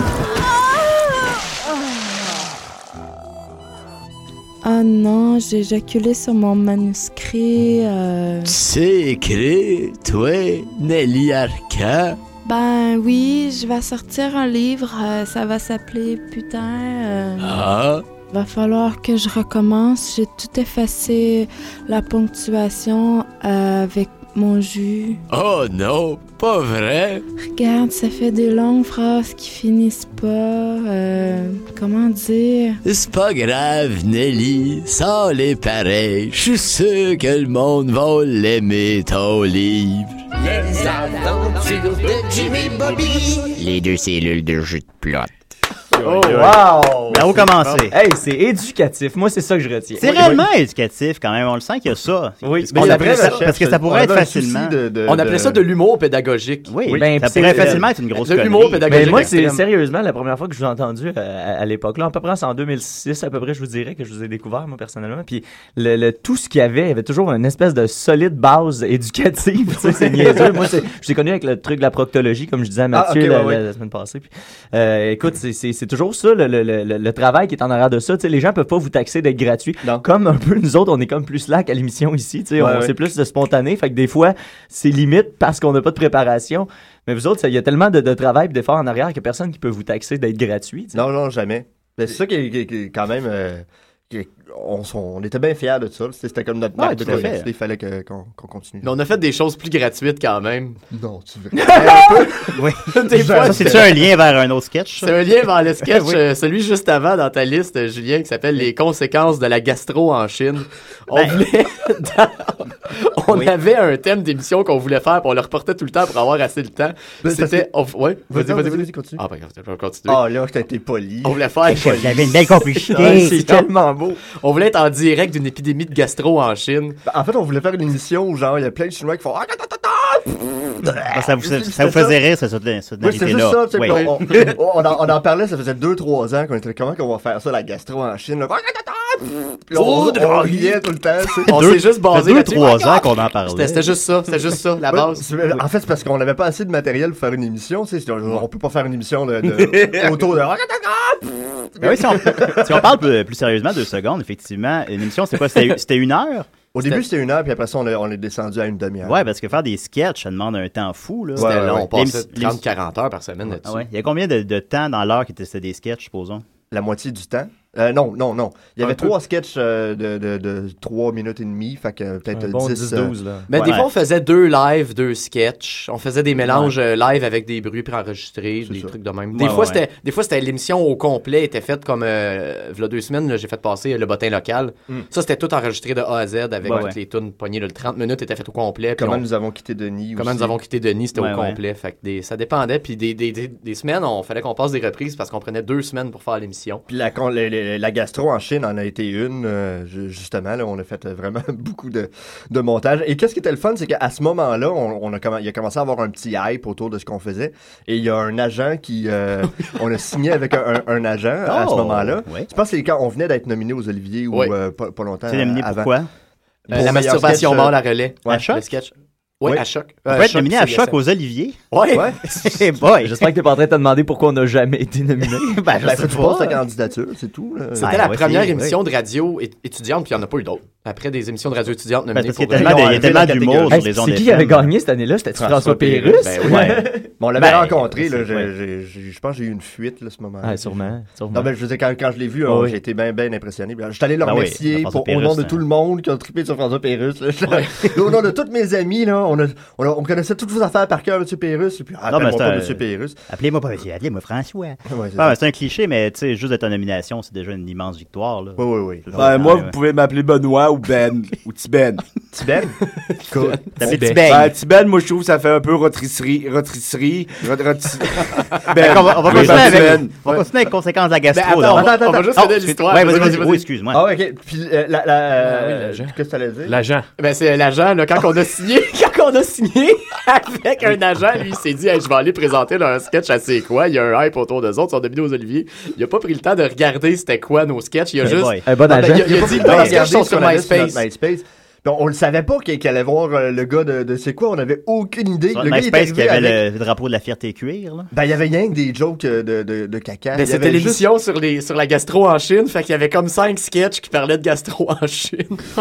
Speaker 25: Ah non, j'ai éjaculé sur mon manuscrit. euh,
Speaker 18: C'est écrit, toi, Nelly Arcan.
Speaker 25: Ben oui, je vais sortir un livre. euh, ça va s'appeler Putain. euh,
Speaker 18: Ah,
Speaker 25: Va falloir que je recommence. J'ai tout effacé la ponctuation euh, avec mon jus.
Speaker 18: oh non, pas vrai.
Speaker 25: Regarde, ça fait des longues phrases qui finissent pas. euh, comment dire?
Speaker 18: C'est pas grave, Nelly, ça les pareil. Je suis sûr que le monde va l'aimer, ton livre.
Speaker 5: Les aventures de Jimmy Bobby.
Speaker 23: Les deux cellules de jus de plot.
Speaker 11: Oh,
Speaker 23: wow!
Speaker 6: Bien, où commencer?
Speaker 11: Hey, c'est éducatif. Moi, c'est ça que je retiens.
Speaker 6: C'est réellement éducatif quand même, on le sent qu'il y a ça.
Speaker 11: Oui,
Speaker 6: On appelle ça- parce que ça pourrait être facilement.
Speaker 7: on appelait ça de l'humour pédagogique.
Speaker 6: Oui,
Speaker 11: ben,
Speaker 6: ça pourrait facilement être une grosse
Speaker 7: De l'humour pédagogique.
Speaker 11: Mais Ben, moi, c'est
Speaker 7: extrême.
Speaker 11: sérieusement la première fois que je vous ai entendu euh, à, à l'époque. Là, à peu près, c'est en 2006, à peu près, je vous dirais que je vous ai découvert, moi, personnellement. Puis le, le- tout ce qu'il y avait, il y avait toujours une espèce de solide base éducative. *laughs* Tu sais, c'est niaiseux. Moi, c'est- je l'ai connu avec le truc de la proctologie, comme je disais à Mathieu
Speaker 7: Ah, ok,
Speaker 11: la,
Speaker 7: ouais,
Speaker 11: la-
Speaker 7: ouais.
Speaker 11: la semaine passée. Puis, euh, écoute, c'est- c'est c'est toujours ça, le, le- le- le travail qui est en arrière de ça. Tu sais, les gens peuvent pas vous taxer d'être gratuit. Comme un peu nous autres, on est comme plus slack à l'émission ici. tu sais,
Speaker 7: Ouais,
Speaker 11: on-
Speaker 7: ouais.
Speaker 11: C'est plus de spontané. Fait que des fois, c'est limite parce qu'on n'a pas de préparation. Mais vous autres, ça- il y a tellement de, de travail et d'efforts en arrière que personne qui peut vous taxer d'être gratuit.
Speaker 10: Non, non, jamais. Mais c'est ça qui est, qui est- qui est quand même. euh, qui est- on, s'en- on était bien fiers de ça. là. C'était comme notre
Speaker 7: Ouais,
Speaker 10: marque de
Speaker 7: tout à fait.
Speaker 10: commerce, Il fallait que- qu'on qu'on continue.
Speaker 7: Mais on a fait des choses plus gratuites quand même.
Speaker 10: Non, tu
Speaker 7: *laughs*
Speaker 10: veux.
Speaker 6: Oui.
Speaker 7: Des fois,
Speaker 6: Ça, c'est-tu un lien vers un autre sketch? ça?
Speaker 7: C'est un lien vers le
Speaker 10: *laughs*
Speaker 7: sketch,
Speaker 6: Oui.
Speaker 7: euh, celui juste avant dans ta liste, euh, Julien, qui s'appelle Les conséquences de la gastro en Chine. On, voulait- on avait un thème d'émission qu'on voulait faire, puis on le reportait tout le temps pour avoir assez de temps.
Speaker 10: Mais ça
Speaker 7: C'était.
Speaker 10: fait-
Speaker 7: on- Ouais, vas-y,
Speaker 10: Ben, Vas-y,
Speaker 7: vas-y,
Speaker 10: vas-y,
Speaker 7: vas-y.
Speaker 10: vas-y, continue.
Speaker 7: Ah, ben, je vais continuer.
Speaker 10: Ah, là, t'as été poli.
Speaker 7: On voulait
Speaker 10: *laughs*
Speaker 7: faire.
Speaker 10: J'avais une belle complicité.
Speaker 7: Ouais,
Speaker 10: C'est tellement
Speaker 7: beau. On voulait être en direct d'une épidémie de gastro en Chine.
Speaker 10: Ben, En fait, on voulait faire une émission où, genre, il y a plein de Chinois qui font. Ah, ta, ta, ta, ta.
Speaker 6: Ah, ça vous- ça-
Speaker 10: C'était
Speaker 6: ça vous faisait rire, cette- cette
Speaker 10: Oui, c'est juste
Speaker 6: nationalité-là.
Speaker 10: ça. tu sais,
Speaker 6: Oui.
Speaker 10: puis On,
Speaker 7: *laughs*
Speaker 10: on- on en, on en parlait, ça faisait 2-3 ans qu'on était comment qu'on va faire ça, la gastro en Chine. là. Ah, ta, ta, ta. Puis on,
Speaker 7: Oh,
Speaker 10: on riait tout le temps. tu sais.
Speaker 7: On s'est juste basé là-dessus. C'était- C'était
Speaker 10: C'était
Speaker 7: juste ça, c'était juste ça, la
Speaker 10: Ouais,
Speaker 7: base.
Speaker 10: c'est- En fait, c'est parce qu'on n'avait pas assez de matériel pour faire une émission. tu sais, c'est- On peut pas faire une émission
Speaker 7: *laughs*
Speaker 10: de, de- autour de. Ah,
Speaker 6: Ben oui, si on, si on parle plus, plus sérieusement deux secondes, effectivement, une émission, c'est quoi? C'était c'était une heure?
Speaker 10: Au début, c'était une heure, puis après ça, on, est- on est descendu à une demi-heure.
Speaker 6: Ouais, parce que faire des sketchs, ça demande un temps fou. là.
Speaker 10: C'était Ouais, ouais, long, ouais. on passait
Speaker 7: 30-40 heures par semaine là-dessus.
Speaker 6: Ah ouais. Il y a combien de, de temps dans l'heure qui était c'était des sketchs, supposons?
Speaker 10: La moitié du temps. Euh, non, non, non. Il y
Speaker 7: Un
Speaker 10: avait
Speaker 7: peu.
Speaker 10: trois sketchs euh, de, de, de 3 minutes et demie, fait que peut-être 10, euh,
Speaker 7: Mais des
Speaker 10: ouais.
Speaker 7: fois, on faisait deux lives, deux sketchs. On faisait des mélanges euh, live avec des bruits préenregistrés, des trucs de même. Des,
Speaker 10: Ouais,
Speaker 7: fois,
Speaker 10: ouais.
Speaker 7: c'était, des fois, c'était l'émission au complet était faite comme, euh, v'là deux semaines, là, j'ai fait passer euh, le bottin local.
Speaker 10: Mm.
Speaker 7: Ça, c'était tout enregistré de A à Z avec
Speaker 10: Ouais,
Speaker 7: toutes
Speaker 10: ouais.
Speaker 7: les tunes poignées. là, Le 30 minutes était fait au complet. puis
Speaker 10: Comment
Speaker 7: on-
Speaker 10: nous avons quitté Denis
Speaker 7: Comment
Speaker 10: aussi.
Speaker 7: nous avons quitté Denis, c'était
Speaker 10: Ouais,
Speaker 7: au
Speaker 10: ouais.
Speaker 7: complet. Fait que des- ça dépendait. Puis des, des- des- des semaines, on fallait qu'on passe des reprises parce qu'on prenait deux semaines pour faire l'émission.
Speaker 10: Puis la, con- la- la- la gastro en Chine en a été une, euh, ju- justement. Là, on a fait euh, vraiment *laughs* beaucoup de, de montage. Et qu'est-ce qui était le fun, c'est qu'à ce moment-là, on, on a comm- il a commencé à avoir un petit hype autour de ce qu'on faisait. Et il y a un agent qui...
Speaker 7: *laughs*
Speaker 10: euh, on a signé avec un, un- un agent à ce
Speaker 7: Oh,
Speaker 10: moment-là.
Speaker 7: ouais.
Speaker 10: Je pense que c'est quand on venait d'être nominé aux Oliviers ou
Speaker 7: Ouais.
Speaker 10: euh, pas, pas longtemps
Speaker 7: T'es nominé
Speaker 10: avant.
Speaker 7: pour quoi? Euh, la
Speaker 10: meilleur
Speaker 7: masturbation
Speaker 10: sketch,
Speaker 7: mort,
Speaker 10: euh,
Speaker 7: la relais.
Speaker 10: ouais.
Speaker 7: À choc? Le sketch. Ouais, à choc.
Speaker 6: On
Speaker 7: Euh,
Speaker 6: peut être
Speaker 7: choc,
Speaker 6: nominé à
Speaker 7: c'est
Speaker 6: choc
Speaker 7: récent.
Speaker 6: aux Oliviers.
Speaker 7: Ouais.
Speaker 10: *laughs*
Speaker 6: Hey boy.
Speaker 11: J'espère que t'es pas en train de te demander pourquoi on n'a jamais été nominé.
Speaker 6: Ben,
Speaker 10: *laughs* Ben, faut que tu poses ta candidature, c'est tout. là.
Speaker 7: C'était la première émission de radio é- étudiante, puis il n'y en a pas eu d'autres. Après des émissions de radio étudiantes
Speaker 10: Ben, parce
Speaker 7: nominées
Speaker 10: qu'il y a
Speaker 7: pour-
Speaker 10: tellement de- il y a tellement d'humour
Speaker 11: Hey, c'est qui qui avait gagné cette année-là? C'était François, Pérus?
Speaker 10: Pérus, ben oui.
Speaker 11: *laughs*
Speaker 10: Bon, on l'avait
Speaker 11: Ben,
Speaker 10: rencontré, là,
Speaker 11: c'est-
Speaker 10: je,
Speaker 11: ouais.
Speaker 10: je- je- je pense que j'ai eu une fuite là, ce moment-là.
Speaker 11: Ah, sûrement, sûrement.
Speaker 10: Non, mais je veux dire, quand, quand je l'ai vu,
Speaker 11: Ah
Speaker 10: euh,
Speaker 11: oui.
Speaker 10: j'ai été bien ben impressionné. Puis, Je suis allé le
Speaker 11: Ben oui,
Speaker 10: remercier
Speaker 11: François
Speaker 10: pour- au
Speaker 11: Pérus,
Speaker 10: nom de
Speaker 11: hein.
Speaker 10: tout le monde qui a trippé sur François Pérus. là. *laughs* au nom de tous mes amis, là, on, a- on a- on connaissait toutes vos affaires par cœur, M. Pérus. Et puis, ah,
Speaker 6: Non, mais
Speaker 10: appelle-moi
Speaker 6: c'est
Speaker 10: pas
Speaker 6: un-
Speaker 10: M. Pérus.
Speaker 6: Appelez-moi pas monsieur, appelez-moi François.
Speaker 10: Ouais, c'est
Speaker 6: Ah,
Speaker 10: ça.
Speaker 6: ben, c'est un cliché, mais tu sais, juste d'être en nomination, c'est déjà une immense victoire. Là.
Speaker 10: Oui, oui, oui.
Speaker 9: Ben, *laughs* moi, vous pouvez m'appeler Benoît ou Ben ou Tiben.
Speaker 10: Tiben?
Speaker 9: Cool.
Speaker 6: T'appelles Tiben.
Speaker 9: Ben, Tiben, moi, je trouve que ça fait un peu rotisserie. Rotisserie. rot-
Speaker 6: *laughs*
Speaker 9: roti-
Speaker 6: Ben, on va, on va continuer avec,
Speaker 9: Ben.
Speaker 6: on va continuer avec Conséquences de la gastro.
Speaker 9: Ben, attends,
Speaker 6: là.
Speaker 9: attends, attends,
Speaker 6: Ah,
Speaker 9: on va juste donner
Speaker 6: excuse-
Speaker 9: l'histoire.
Speaker 6: ouais,
Speaker 9: Vas-y,
Speaker 6: vas-y,
Speaker 9: vas-y,
Speaker 6: vas-y,
Speaker 9: vas-y.
Speaker 6: excuse-moi.
Speaker 10: Ah, ok. Puis, euh, la. la- euh,
Speaker 7: l'agent.
Speaker 10: Qu'est-ce que t'allais dire?
Speaker 8: L'agent.
Speaker 7: Ben, c'est l'agent, là, quand on a signé, *laughs* quand on a signé *laughs* avec un agent, lui, il s'est dit, Hey, je vais aller présenter leur sketch à c'est quoi. Il y a un hype autour d'eux autres, ils sont devenus aux Oliviers. Il a pas pris le temps de regarder c'était quoi nos sketchs. Il a
Speaker 10: Hey
Speaker 7: juste.
Speaker 10: boy.
Speaker 7: Ah,
Speaker 10: Ah,
Speaker 7: ben,
Speaker 10: ben,
Speaker 7: Il a, il a dit,
Speaker 10: pas
Speaker 7: les sketchs
Speaker 10: regardé
Speaker 7: sont sur
Speaker 10: la liste de
Speaker 7: MySpace.
Speaker 10: notre MySpace. Puis on, on le savait pas qu'il qu'il allait voir euh, le gars de, de c'est quoi, on avait aucune idée.
Speaker 6: Sur
Speaker 10: le gars, il est
Speaker 6: MySpace ben, qui
Speaker 10: arrivé
Speaker 6: avait
Speaker 10: avec-
Speaker 6: le drapeau de la fierté cuir. Là.
Speaker 10: Ben, il y avait rien que des jokes euh, de, de, de caca.
Speaker 7: Ben,
Speaker 10: Il y
Speaker 7: c'était
Speaker 10: avait juste-
Speaker 7: l'émission sur, les, sur la gastro en Chine, fait qu'il y avait comme cinq sketchs qui parlaient de gastro en *laughs* Chine.
Speaker 10: *laughs*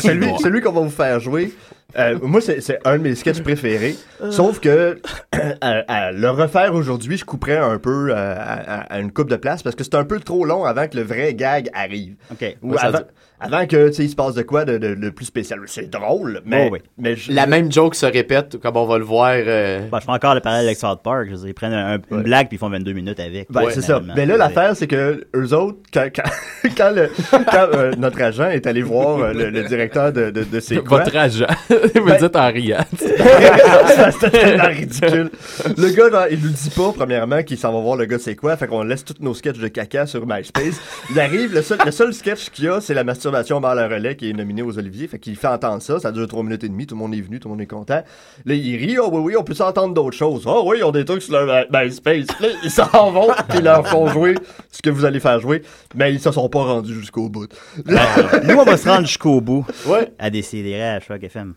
Speaker 10: celui, celui qu'on va vous faire jouer, euh, moi, c'est c'est un de mes sketchs préférés. Sauf que *clears throat* à- à le refaire aujourd'hui, je couperais un peu euh, à, à- à une coupe de place parce que c'est un peu trop long avant que le vrai gag arrive. Ou
Speaker 7: Ouais, ça
Speaker 10: avant,
Speaker 7: dure.
Speaker 10: avant que tu sais, il se passe de quoi de, de- de plus spécial. C'est drôle, mais,
Speaker 6: Oh oui.
Speaker 10: mais je-
Speaker 7: La même joke se répète, comme on va le voir. euh,
Speaker 6: Ben, je fais encore le parallèle avec South Park. je veux dire, Ils prennent un- un- une blague puis ils font 22 minutes avec.
Speaker 10: Ben,
Speaker 6: Ouais,
Speaker 10: c'est ça.
Speaker 6: finalement.
Speaker 10: Mais là, l'affaire, c'est que eux autres, quand, *laughs* quand- quand le- quand, euh, notre agent est allé voir euh, le, le directeur de, de, de ces
Speaker 8: Votre agent. *laughs* Vous le dites en riant.
Speaker 10: *laughs* Ça, C'était Ben- tellement ridicule. Le gars, genre, il nous dit pas, premièrement, qu'il s'en va voir le gars c'est quoi. Fait qu'on laisse tous nos sketchs de caca sur MySpace. Il arrive, le seul, le seul sketch qu'il y a, c'est la masturbation par le relais qui est nominé aux Oliviers. Fait qu'il fait entendre ça. Ça dure 3 minutes et demie. Tout le monde est venu, tout le monde est content. Là, il rit. Oh oui, oui, on peut s'entendre d'autres choses. Oh oui, on des trucs sur le My- MySpace. Là, ils s'en vont, puis ils leur font jouer ce que vous allez faire jouer. Mais ils se sont pas rendus jusqu'au bout. Ah,
Speaker 6: Ah.
Speaker 10: *laughs*
Speaker 6: Nous, on va se rendre jusqu'au bout.
Speaker 7: Ouais.
Speaker 6: À décider à Choc FM.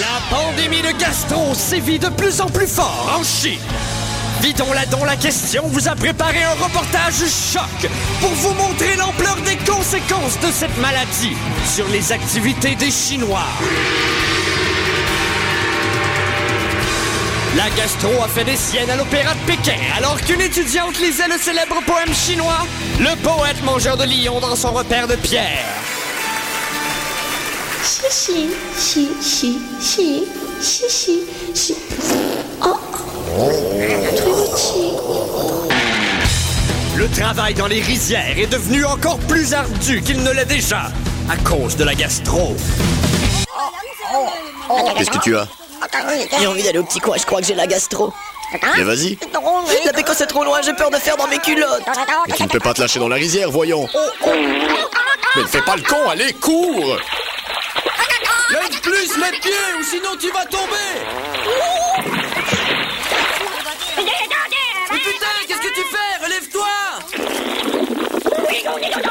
Speaker 2: La pandémie de gastro sévit de plus en plus fort en Chine. Vidon-la dont la question vous a préparé un reportage choc pour vous montrer l'ampleur des conséquences de cette maladie sur les activités des Chinois. La gastro a fait des siennes à l'opéra de Pékin, alors qu'une étudiante lisait le célèbre poème chinois, le poète mangeur de lion dans son repère de pierre.
Speaker 5: Chichi, chi, chi, chi, chi, chi, chi. Oh,
Speaker 2: Le travail dans les rizières est devenu encore plus ardu qu'il ne l'est déjà à cause de la gastro.
Speaker 26: Qu'est-ce que tu as
Speaker 27: J'ai envie d'aller au petit coin, je crois que j'ai la gastro.
Speaker 18: hein.
Speaker 26: Mais vas-y.
Speaker 27: La pécosse est trop loin, j'ai peur de faire dans mes culottes.
Speaker 26: Mais tu ne peux pas te lâcher dans la rizière, voyons.
Speaker 28: Mais ne fais pas le con, allez, cours!
Speaker 2: Lève plus les pieds ou sinon tu vas tomber Mais Oh, putain, qu'est-ce que tu fais Relève-toi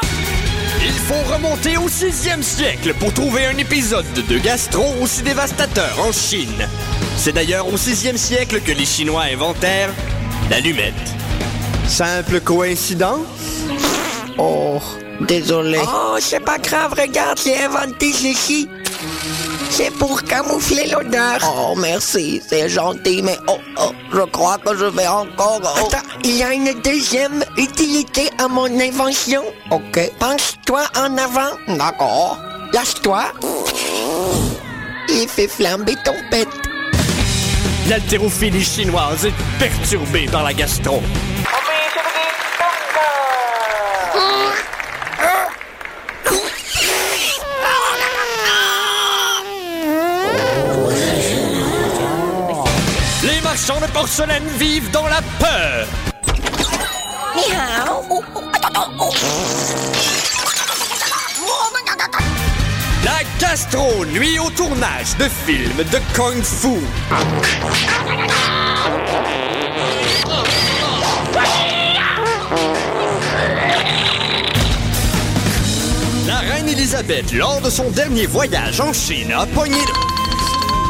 Speaker 2: Il faut remonter au 6e siècle pour trouver un épisode de gastro aussi dévastateur en Chine. C'est d'ailleurs au 6e siècle que les Chinois inventèrent l'allumette. Simple coïncidence
Speaker 26: Oh, désolé.
Speaker 27: Oh, c'est pas grave, regarde, j'ai inventé ceci.
Speaker 29: C'est pour camoufler l'odeur. Oh, merci, c'est gentil, mais oh, oh, je crois que je vais encore. oh.
Speaker 5: Attends, il y a une deuxième utilité à mon invention.
Speaker 29: Ok.
Speaker 5: Penche-toi en avant. D'accord. Lâche-toi. Et fais flamber ton pet.
Speaker 2: L'haltérophilie chinoise est perturbée par la gastro.
Speaker 5: Ah.
Speaker 29: Ah.
Speaker 2: Les marchands de porcelaine vivent dans la peur.
Speaker 30: Miaou. Oh, oh, attends, oh, oh.
Speaker 2: La gastro nuit au tournage de films de Kung Fu. La reine Elisabeth, lors de son dernier voyage en Chine, a pogné...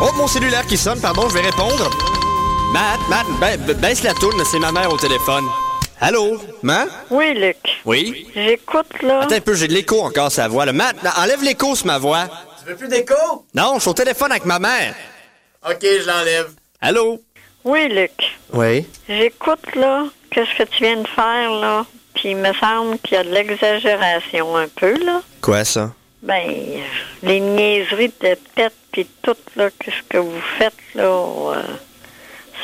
Speaker 2: Oh, mon cellulaire qui sonne, pardon, je vais répondre. Matt, Matt, ba- ba- baisse la tourne, c'est ma mère au téléphone. Allô, Matt?
Speaker 31: Oui, Luc.
Speaker 2: Oui?
Speaker 31: J'écoute, là.
Speaker 2: Attends un peu, j'ai de l'écho encore, sa voix. Là. Matt, enlève l'écho sur ma voix.
Speaker 31: Tu veux plus d'écho?
Speaker 2: Non, je suis au téléphone avec ma mère.
Speaker 31: OK, je l'enlève.
Speaker 2: Allô?
Speaker 31: Oui, Luc.
Speaker 2: Oui?
Speaker 31: J'écoute, là, qu'est-ce que tu viens de faire, là. Puis il me semble qu'il y a de l'exagération un peu, là.
Speaker 2: Quoi, ça?
Speaker 31: Ben, euh, les niaiseries de pète puis tout, là, qu'est-ce que vous faites, là, euh,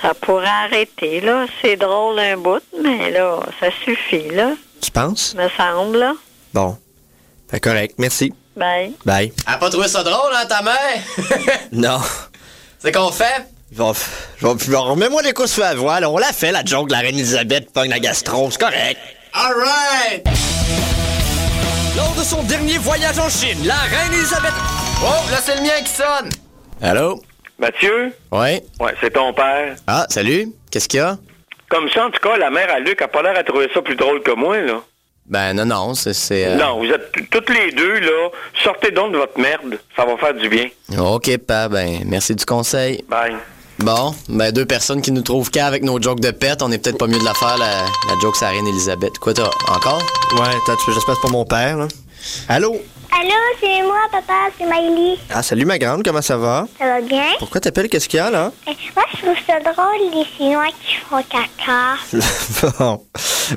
Speaker 31: ça pourrait arrêter, là. C'est drôle un bout, mais là, ça suffit, là,
Speaker 2: Tu penses?
Speaker 31: me semble, là.
Speaker 2: Bon. Fait correct, merci.
Speaker 31: Ben,
Speaker 2: Bye.
Speaker 7: Elle a pas trouvé ça drôle, hein, ta mère?
Speaker 2: Non.
Speaker 7: C'est qu'on fait?
Speaker 2: Bon, f- bon, f- bon, remets-moi l'écho sur la voix, là. On l'a fait, la joke de la reine Elisabeth pogne la gastro, c'est correct.
Speaker 7: All right!
Speaker 2: Lors de son dernier voyage en Chine, la reine Elisabeth...
Speaker 7: Oh, là, c'est le mien qui sonne!
Speaker 2: Allô?
Speaker 32: Mathieu?
Speaker 2: Ouais?
Speaker 32: Ouais, c'est ton père.
Speaker 2: Ah, salut. Qu'est-ce qu'il y a?
Speaker 32: Comme ça, en tout cas, la mère à Luc a pas l'air à trouver ça plus drôle que moi, là.
Speaker 7: Ben, non, non, c'est- c'est... euh,
Speaker 32: Non, vous êtes t- toutes les deux, là. Sortez donc de votre merde. Ça va faire du bien.
Speaker 7: OK, pas, ben, merci du conseil.
Speaker 32: Bye.
Speaker 7: Bon, ben, deux personnes qui nous trouvent cas avec nos jokes de pète, on est peut-être pas mieux de la faire, la, la joke sur la reine Elisabeth. Quoi, t'as encore?
Speaker 2: Ouais, t'as, j'espère c'est pas mon père, là. Allô?
Speaker 33: Allô, c'est moi, papa, c'est Miley.
Speaker 2: Ah, salut ma grande, comment ça va?
Speaker 33: Ça va bien?
Speaker 2: Pourquoi t'appelles? Qu'est-ce qu'il y a, là? *laughs*
Speaker 33: Euh, Moi, je trouve ça drôle, les Chinois qui font caca.
Speaker 2: bon.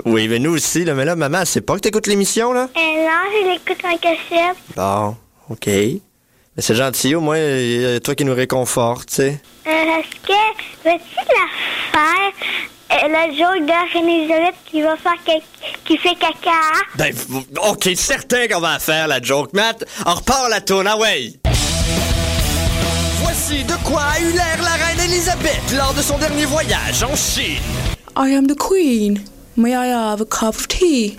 Speaker 2: Oui, mais nous aussi, là. Mais là, maman, elle sait pas que t'écoutes l'émission, là?
Speaker 33: Euh, non, je l'écoute en cassette.
Speaker 2: Bon, OK. Mais c'est gentil, au moins, euh, toi qui nous réconforte, tu sais.
Speaker 33: Euh, Est-ce que veux-tu la faire, euh, la joke de Reine Elisabeth qui va faire ca- qui fait caca? hein?
Speaker 2: Ben, v- OK, certain qu'on va la faire, la joke. Matt, on repart la tourne, ah ouais!
Speaker 32: Voici de quoi a eu l'air la reine Elisabeth lors de son dernier voyage en Chine.
Speaker 25: I am the queen. May I have a cup of tea?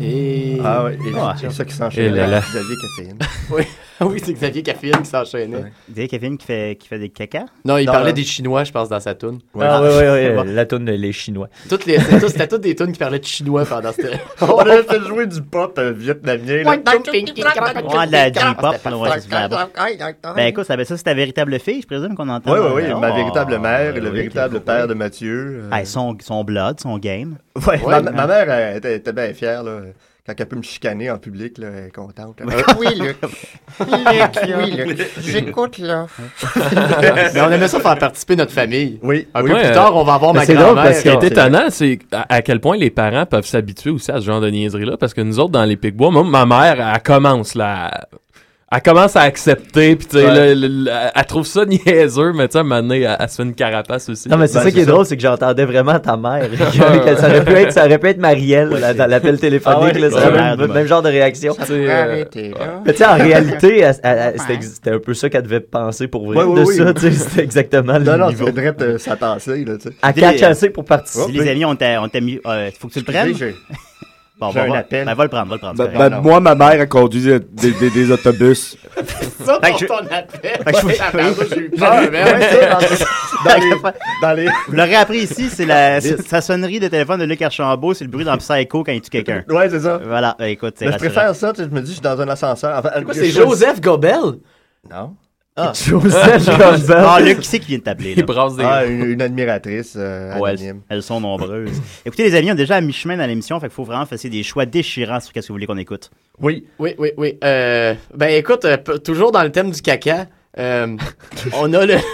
Speaker 7: Et...
Speaker 10: Ah oui, et c'est ça qui s'enchaîne.
Speaker 7: Et
Speaker 2: Eh
Speaker 7: là là.
Speaker 10: Xavier Caféine.
Speaker 7: *laughs* oui, oui c'est Xavier Caffine qui s'enchaînait.
Speaker 6: Xavier Caffine qui fait, qui fait des caca?
Speaker 7: Non, il
Speaker 6: Non,
Speaker 7: parlait
Speaker 6: là.
Speaker 7: des Chinois, je pense, dans sa toune.
Speaker 6: Ah, ouais, ouais, ouais,
Speaker 7: Bon.
Speaker 11: La toune Les Chinois.
Speaker 7: Toutes les- c'était tout- C'était toutes des tunes qui parlaient de Chinois pendant cette...
Speaker 10: *laughs* On avait fait jouer du pop euh, vietnamien. là.
Speaker 6: Ouais, de la
Speaker 7: Ah,
Speaker 6: J-pop, là, ouais, c'est vraiment bon. Ben écoute, ça, ben, ça c'est ta véritable fille, je présume qu'on entend.
Speaker 10: Oui, oui, oui.
Speaker 6: Oh,
Speaker 10: Ma véritable mère et le
Speaker 6: oui,
Speaker 10: véritable
Speaker 6: oui.
Speaker 10: père de Mathieu. euh,
Speaker 6: Ah, son, son blood, son game.
Speaker 10: Ouais, hein. ma, ma mère elle était, était bien fière là, quand elle peut me chicaner en public, là, elle est contente. là.
Speaker 6: Oui.
Speaker 10: *laughs* oui, Luc.
Speaker 6: Oui,
Speaker 10: Luc,
Speaker 6: Luc.
Speaker 10: J'écoute *laughs* là.
Speaker 7: *laughs* Mais on aimait ça faire participer notre famille.
Speaker 10: Oui.
Speaker 7: Un peu
Speaker 8: Ouais,
Speaker 7: plus
Speaker 8: euh,
Speaker 7: tard, on va avoir
Speaker 8: mais
Speaker 7: ma
Speaker 8: C'est drôle
Speaker 7: grand-mère.
Speaker 8: parce que ce qui est étonnant, c'est à, à quel point les parents peuvent s'habituer aussi à ce genre de niaiserie-là. Parce que nous autres, dans les Pic-Bois, moi, ma mère, elle commence là. elle- Elle commence à accepter, puis tu sais,
Speaker 11: Ouais.
Speaker 8: là, le- le- elle trouve ça *laughs* niaiseux, mais tu sais, à un moment donné, elle, elle se fait une carapace aussi. Ben,
Speaker 11: Non, mais
Speaker 10: Ben,
Speaker 11: c'est ça qui est drôle, c'est que j'entendais vraiment ta mère. *laughs*
Speaker 10: *laughs*
Speaker 11: Que ça, aurait pu être, ça aurait pu être Marielle, là, dans l'appel téléphonique.
Speaker 8: Ah ouais,
Speaker 11: là, c'est
Speaker 8: ouais,
Speaker 11: le même,
Speaker 8: ouais.
Speaker 11: même genre de réaction.
Speaker 8: Ça pourrait
Speaker 10: Euh,
Speaker 8: arrêter, là.
Speaker 11: *laughs* Mais tu sais, en réalité, elle- elle- elle- c'était ex- c'était un peu ça qu'elle devait penser pour vrai.
Speaker 10: Ouais, ouais,
Speaker 11: de
Speaker 10: oui.
Speaker 11: ça, tu sais, c'était exactement
Speaker 10: Non,
Speaker 11: le
Speaker 10: non,
Speaker 11: niveau.
Speaker 10: c'est vrai de s'attasser, là, tu sais.
Speaker 11: À quatre chassés pour participer.
Speaker 6: Si les amis, on t'a on t'a mis. euh, faut que tu le prennes?
Speaker 10: Excusez,
Speaker 6: *laughs* Bon,
Speaker 10: j'ai
Speaker 6: bon,
Speaker 10: un
Speaker 6: va-
Speaker 10: appel.
Speaker 6: Ben, va le prendre, va le prendre.
Speaker 9: Ben,
Speaker 6: c'est correct.
Speaker 9: ben, moi, ma mère, elle conduit des, des-
Speaker 6: *laughs*
Speaker 9: des autobus.
Speaker 6: Fait
Speaker 7: Ça, pour
Speaker 6: que je-
Speaker 7: ton appel.
Speaker 6: Fait que je-
Speaker 7: Ouais, tabarnouche, j'ai eu peur,
Speaker 6: J'avais-
Speaker 7: *laughs* man.
Speaker 6: ouais, ça,
Speaker 7: Dans
Speaker 6: dans-
Speaker 10: dans les-
Speaker 6: Vous l'aurez appris ici, c'est la, sa sa sonnerie de téléphone de Luc Archambault, c'est le bruit d'un psycho quand il tue quelqu'un.
Speaker 10: Ouais, c'est ça.
Speaker 6: Voilà, ben, écoute, c'est
Speaker 10: Mais je
Speaker 6: rassurant.
Speaker 10: préfère ça, tu sais, je me dis, je suis dans un ascenseur. Enfin,
Speaker 7: Quoi,
Speaker 10: je
Speaker 7: c'est
Speaker 10: suis-
Speaker 7: Joseph Gobel?
Speaker 10: Non. *laughs* Ah.
Speaker 7: *laughs*
Speaker 6: Joseph Campbell. Ah, Luc, qui c'est qui vient de t'appeler, là?
Speaker 10: Il brasse des-
Speaker 6: Ah,
Speaker 10: une, une admiratrice euh,
Speaker 6: Ouais,
Speaker 10: anonyme.
Speaker 6: elles, elles sont nombreuses. Écoutez, les amis, on est déjà à mi-chemin dans l'émission, fait qu'il faut vraiment faire des choix déchirants sur qu'est-ce que vous voulez qu'on écoute.
Speaker 7: Oui. Oui, oui, oui. Euh, ben écoute, euh, p- toujours dans le thème du caca, euh, on a le.
Speaker 10: *laughs*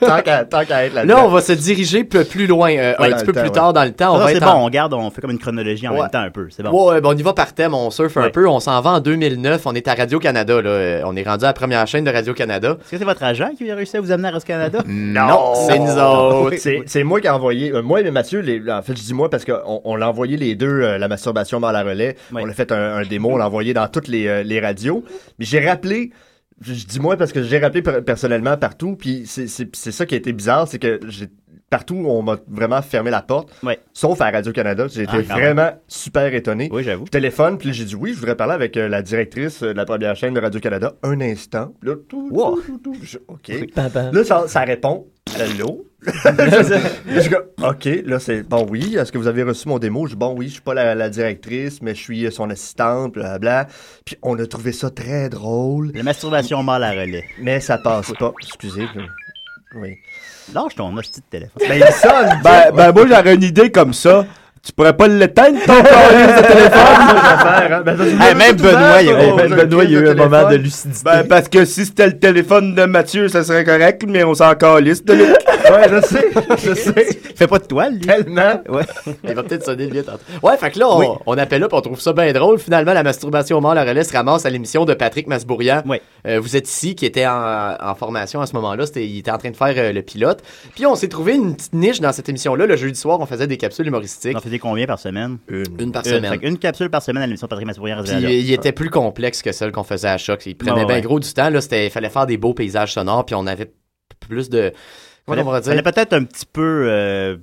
Speaker 10: tant qu'à tant qu'à être là-dedans.
Speaker 7: Là, on va se diriger peu plus loin, euh,
Speaker 6: Ouais,
Speaker 7: un
Speaker 6: dans
Speaker 7: petit
Speaker 6: le
Speaker 7: peu
Speaker 6: temps,
Speaker 7: plus
Speaker 6: ouais.
Speaker 7: tard dans le temps.
Speaker 6: Non,
Speaker 7: on
Speaker 6: non,
Speaker 7: va
Speaker 6: c'est
Speaker 7: être
Speaker 6: bon,
Speaker 7: en-
Speaker 6: on garde, on fait comme une chronologie en
Speaker 7: Ouais.
Speaker 6: même temps un peu, c'est bon.
Speaker 7: Ouais, ouais, ben on y va par thème, on surfe un peu. On s'en va en 2009, on est à Radio-Canada. là. Euh, On est rendu à la première chaîne de Radio-Canada.
Speaker 6: Est-ce que c'est votre agent qui a réussi à vous amener à Radio-Canada?
Speaker 10: Mm,
Speaker 7: Non, c'est nous autres.
Speaker 10: C'est- C'est moi qui ai envoyé, euh, moi et Mathieu, les- en fait, je dis moi parce qu'on on l'a envoyé les deux, euh, la masturbation dans la relais. On a fait un, un démo, on l'a envoyé dans toutes les, euh, les radios. Mais j'ai rappelé, je, je dis moi parce que j'ai rappelé per- personnellement partout, puis c'est- c'est c'est ça qui a été bizarre, c'est que j'ai. Partout, on m'a vraiment fermé la porte, sauf à Radio-Canada. J'ai été
Speaker 6: Ah, quand
Speaker 10: vraiment super étonné. Oui, j'avoue. Téléphone, puis j'ai dit oui, je voudrais parler avec euh, la directrice euh, de la première chaîne de Radio-Canada un instant. Là, tout, tout, tout, tout, je- OK. Là, ça, ça répond
Speaker 6: *laughs*
Speaker 10: Allô? Je suis comme, OK, là, c'est bon, oui. Est-ce que vous avez reçu mon démo? Je dis, bon, oui, je suis pas la, la directrice, mais je suis euh, son assistante, blablabla. Puis on a trouvé ça très drôle.
Speaker 6: La masturbation mal à relais.
Speaker 10: Mais ça passe pas. Excusez. je- Oui.
Speaker 6: Lâche ton hostie de téléphone.
Speaker 10: Ben, il sonne.
Speaker 9: *laughs* Ben, ben, moi, j'aurais une idée comme ça. Tu pourrais pas l'éteindre, ton
Speaker 10: *laughs*
Speaker 9: câlisse de
Speaker 10: hein.
Speaker 9: téléphone?
Speaker 10: Hey,
Speaker 9: même Benoît, il y a-
Speaker 10: Hey,
Speaker 9: même Benoît, il y a eu un moment de lucidité. Ben, parce que si c'était le téléphone de Mathieu, ça serait correct, mais on s'en calisse de
Speaker 10: *laughs*
Speaker 9: lui.
Speaker 10: ouais, je sais, je sais.
Speaker 6: Fais pas de toile, lui.
Speaker 10: Tellement.
Speaker 6: *laughs* Ouais.
Speaker 7: Il va peut-être sonner le bien tantôt. Ouais, fait que là, on, on appelle là, puis on trouve ça bien drôle. Finalement, la masturbation au mort, la relais se ramasse à l'émission de Patrick Masbourian. Euh, vous êtes ici, qui était en, en formation à ce moment-là. C'était- il était en train de faire euh, le pilote. Puis on s'est trouvé une petite niche dans cette émission-là. Le jeudi soir, *laughs* on faisait des capsules humoristiques.
Speaker 6: T'en faisais combien par semaine?
Speaker 7: Une. par
Speaker 6: Une,
Speaker 7: semaine.
Speaker 6: fait qu'une capsule par semaine à l'émission Patrick Massourien.
Speaker 7: Puis il était plus complexe que celle qu'on faisait à Choc. Il prenait
Speaker 6: Ouais, ouais,
Speaker 7: bien
Speaker 6: ouais.
Speaker 7: gros du temps. Là, c'était- il fallait faire des beaux paysages sonores, puis on avait p- plus de. Comment on va dire?
Speaker 6: Fallait peut-être un petit peu euh,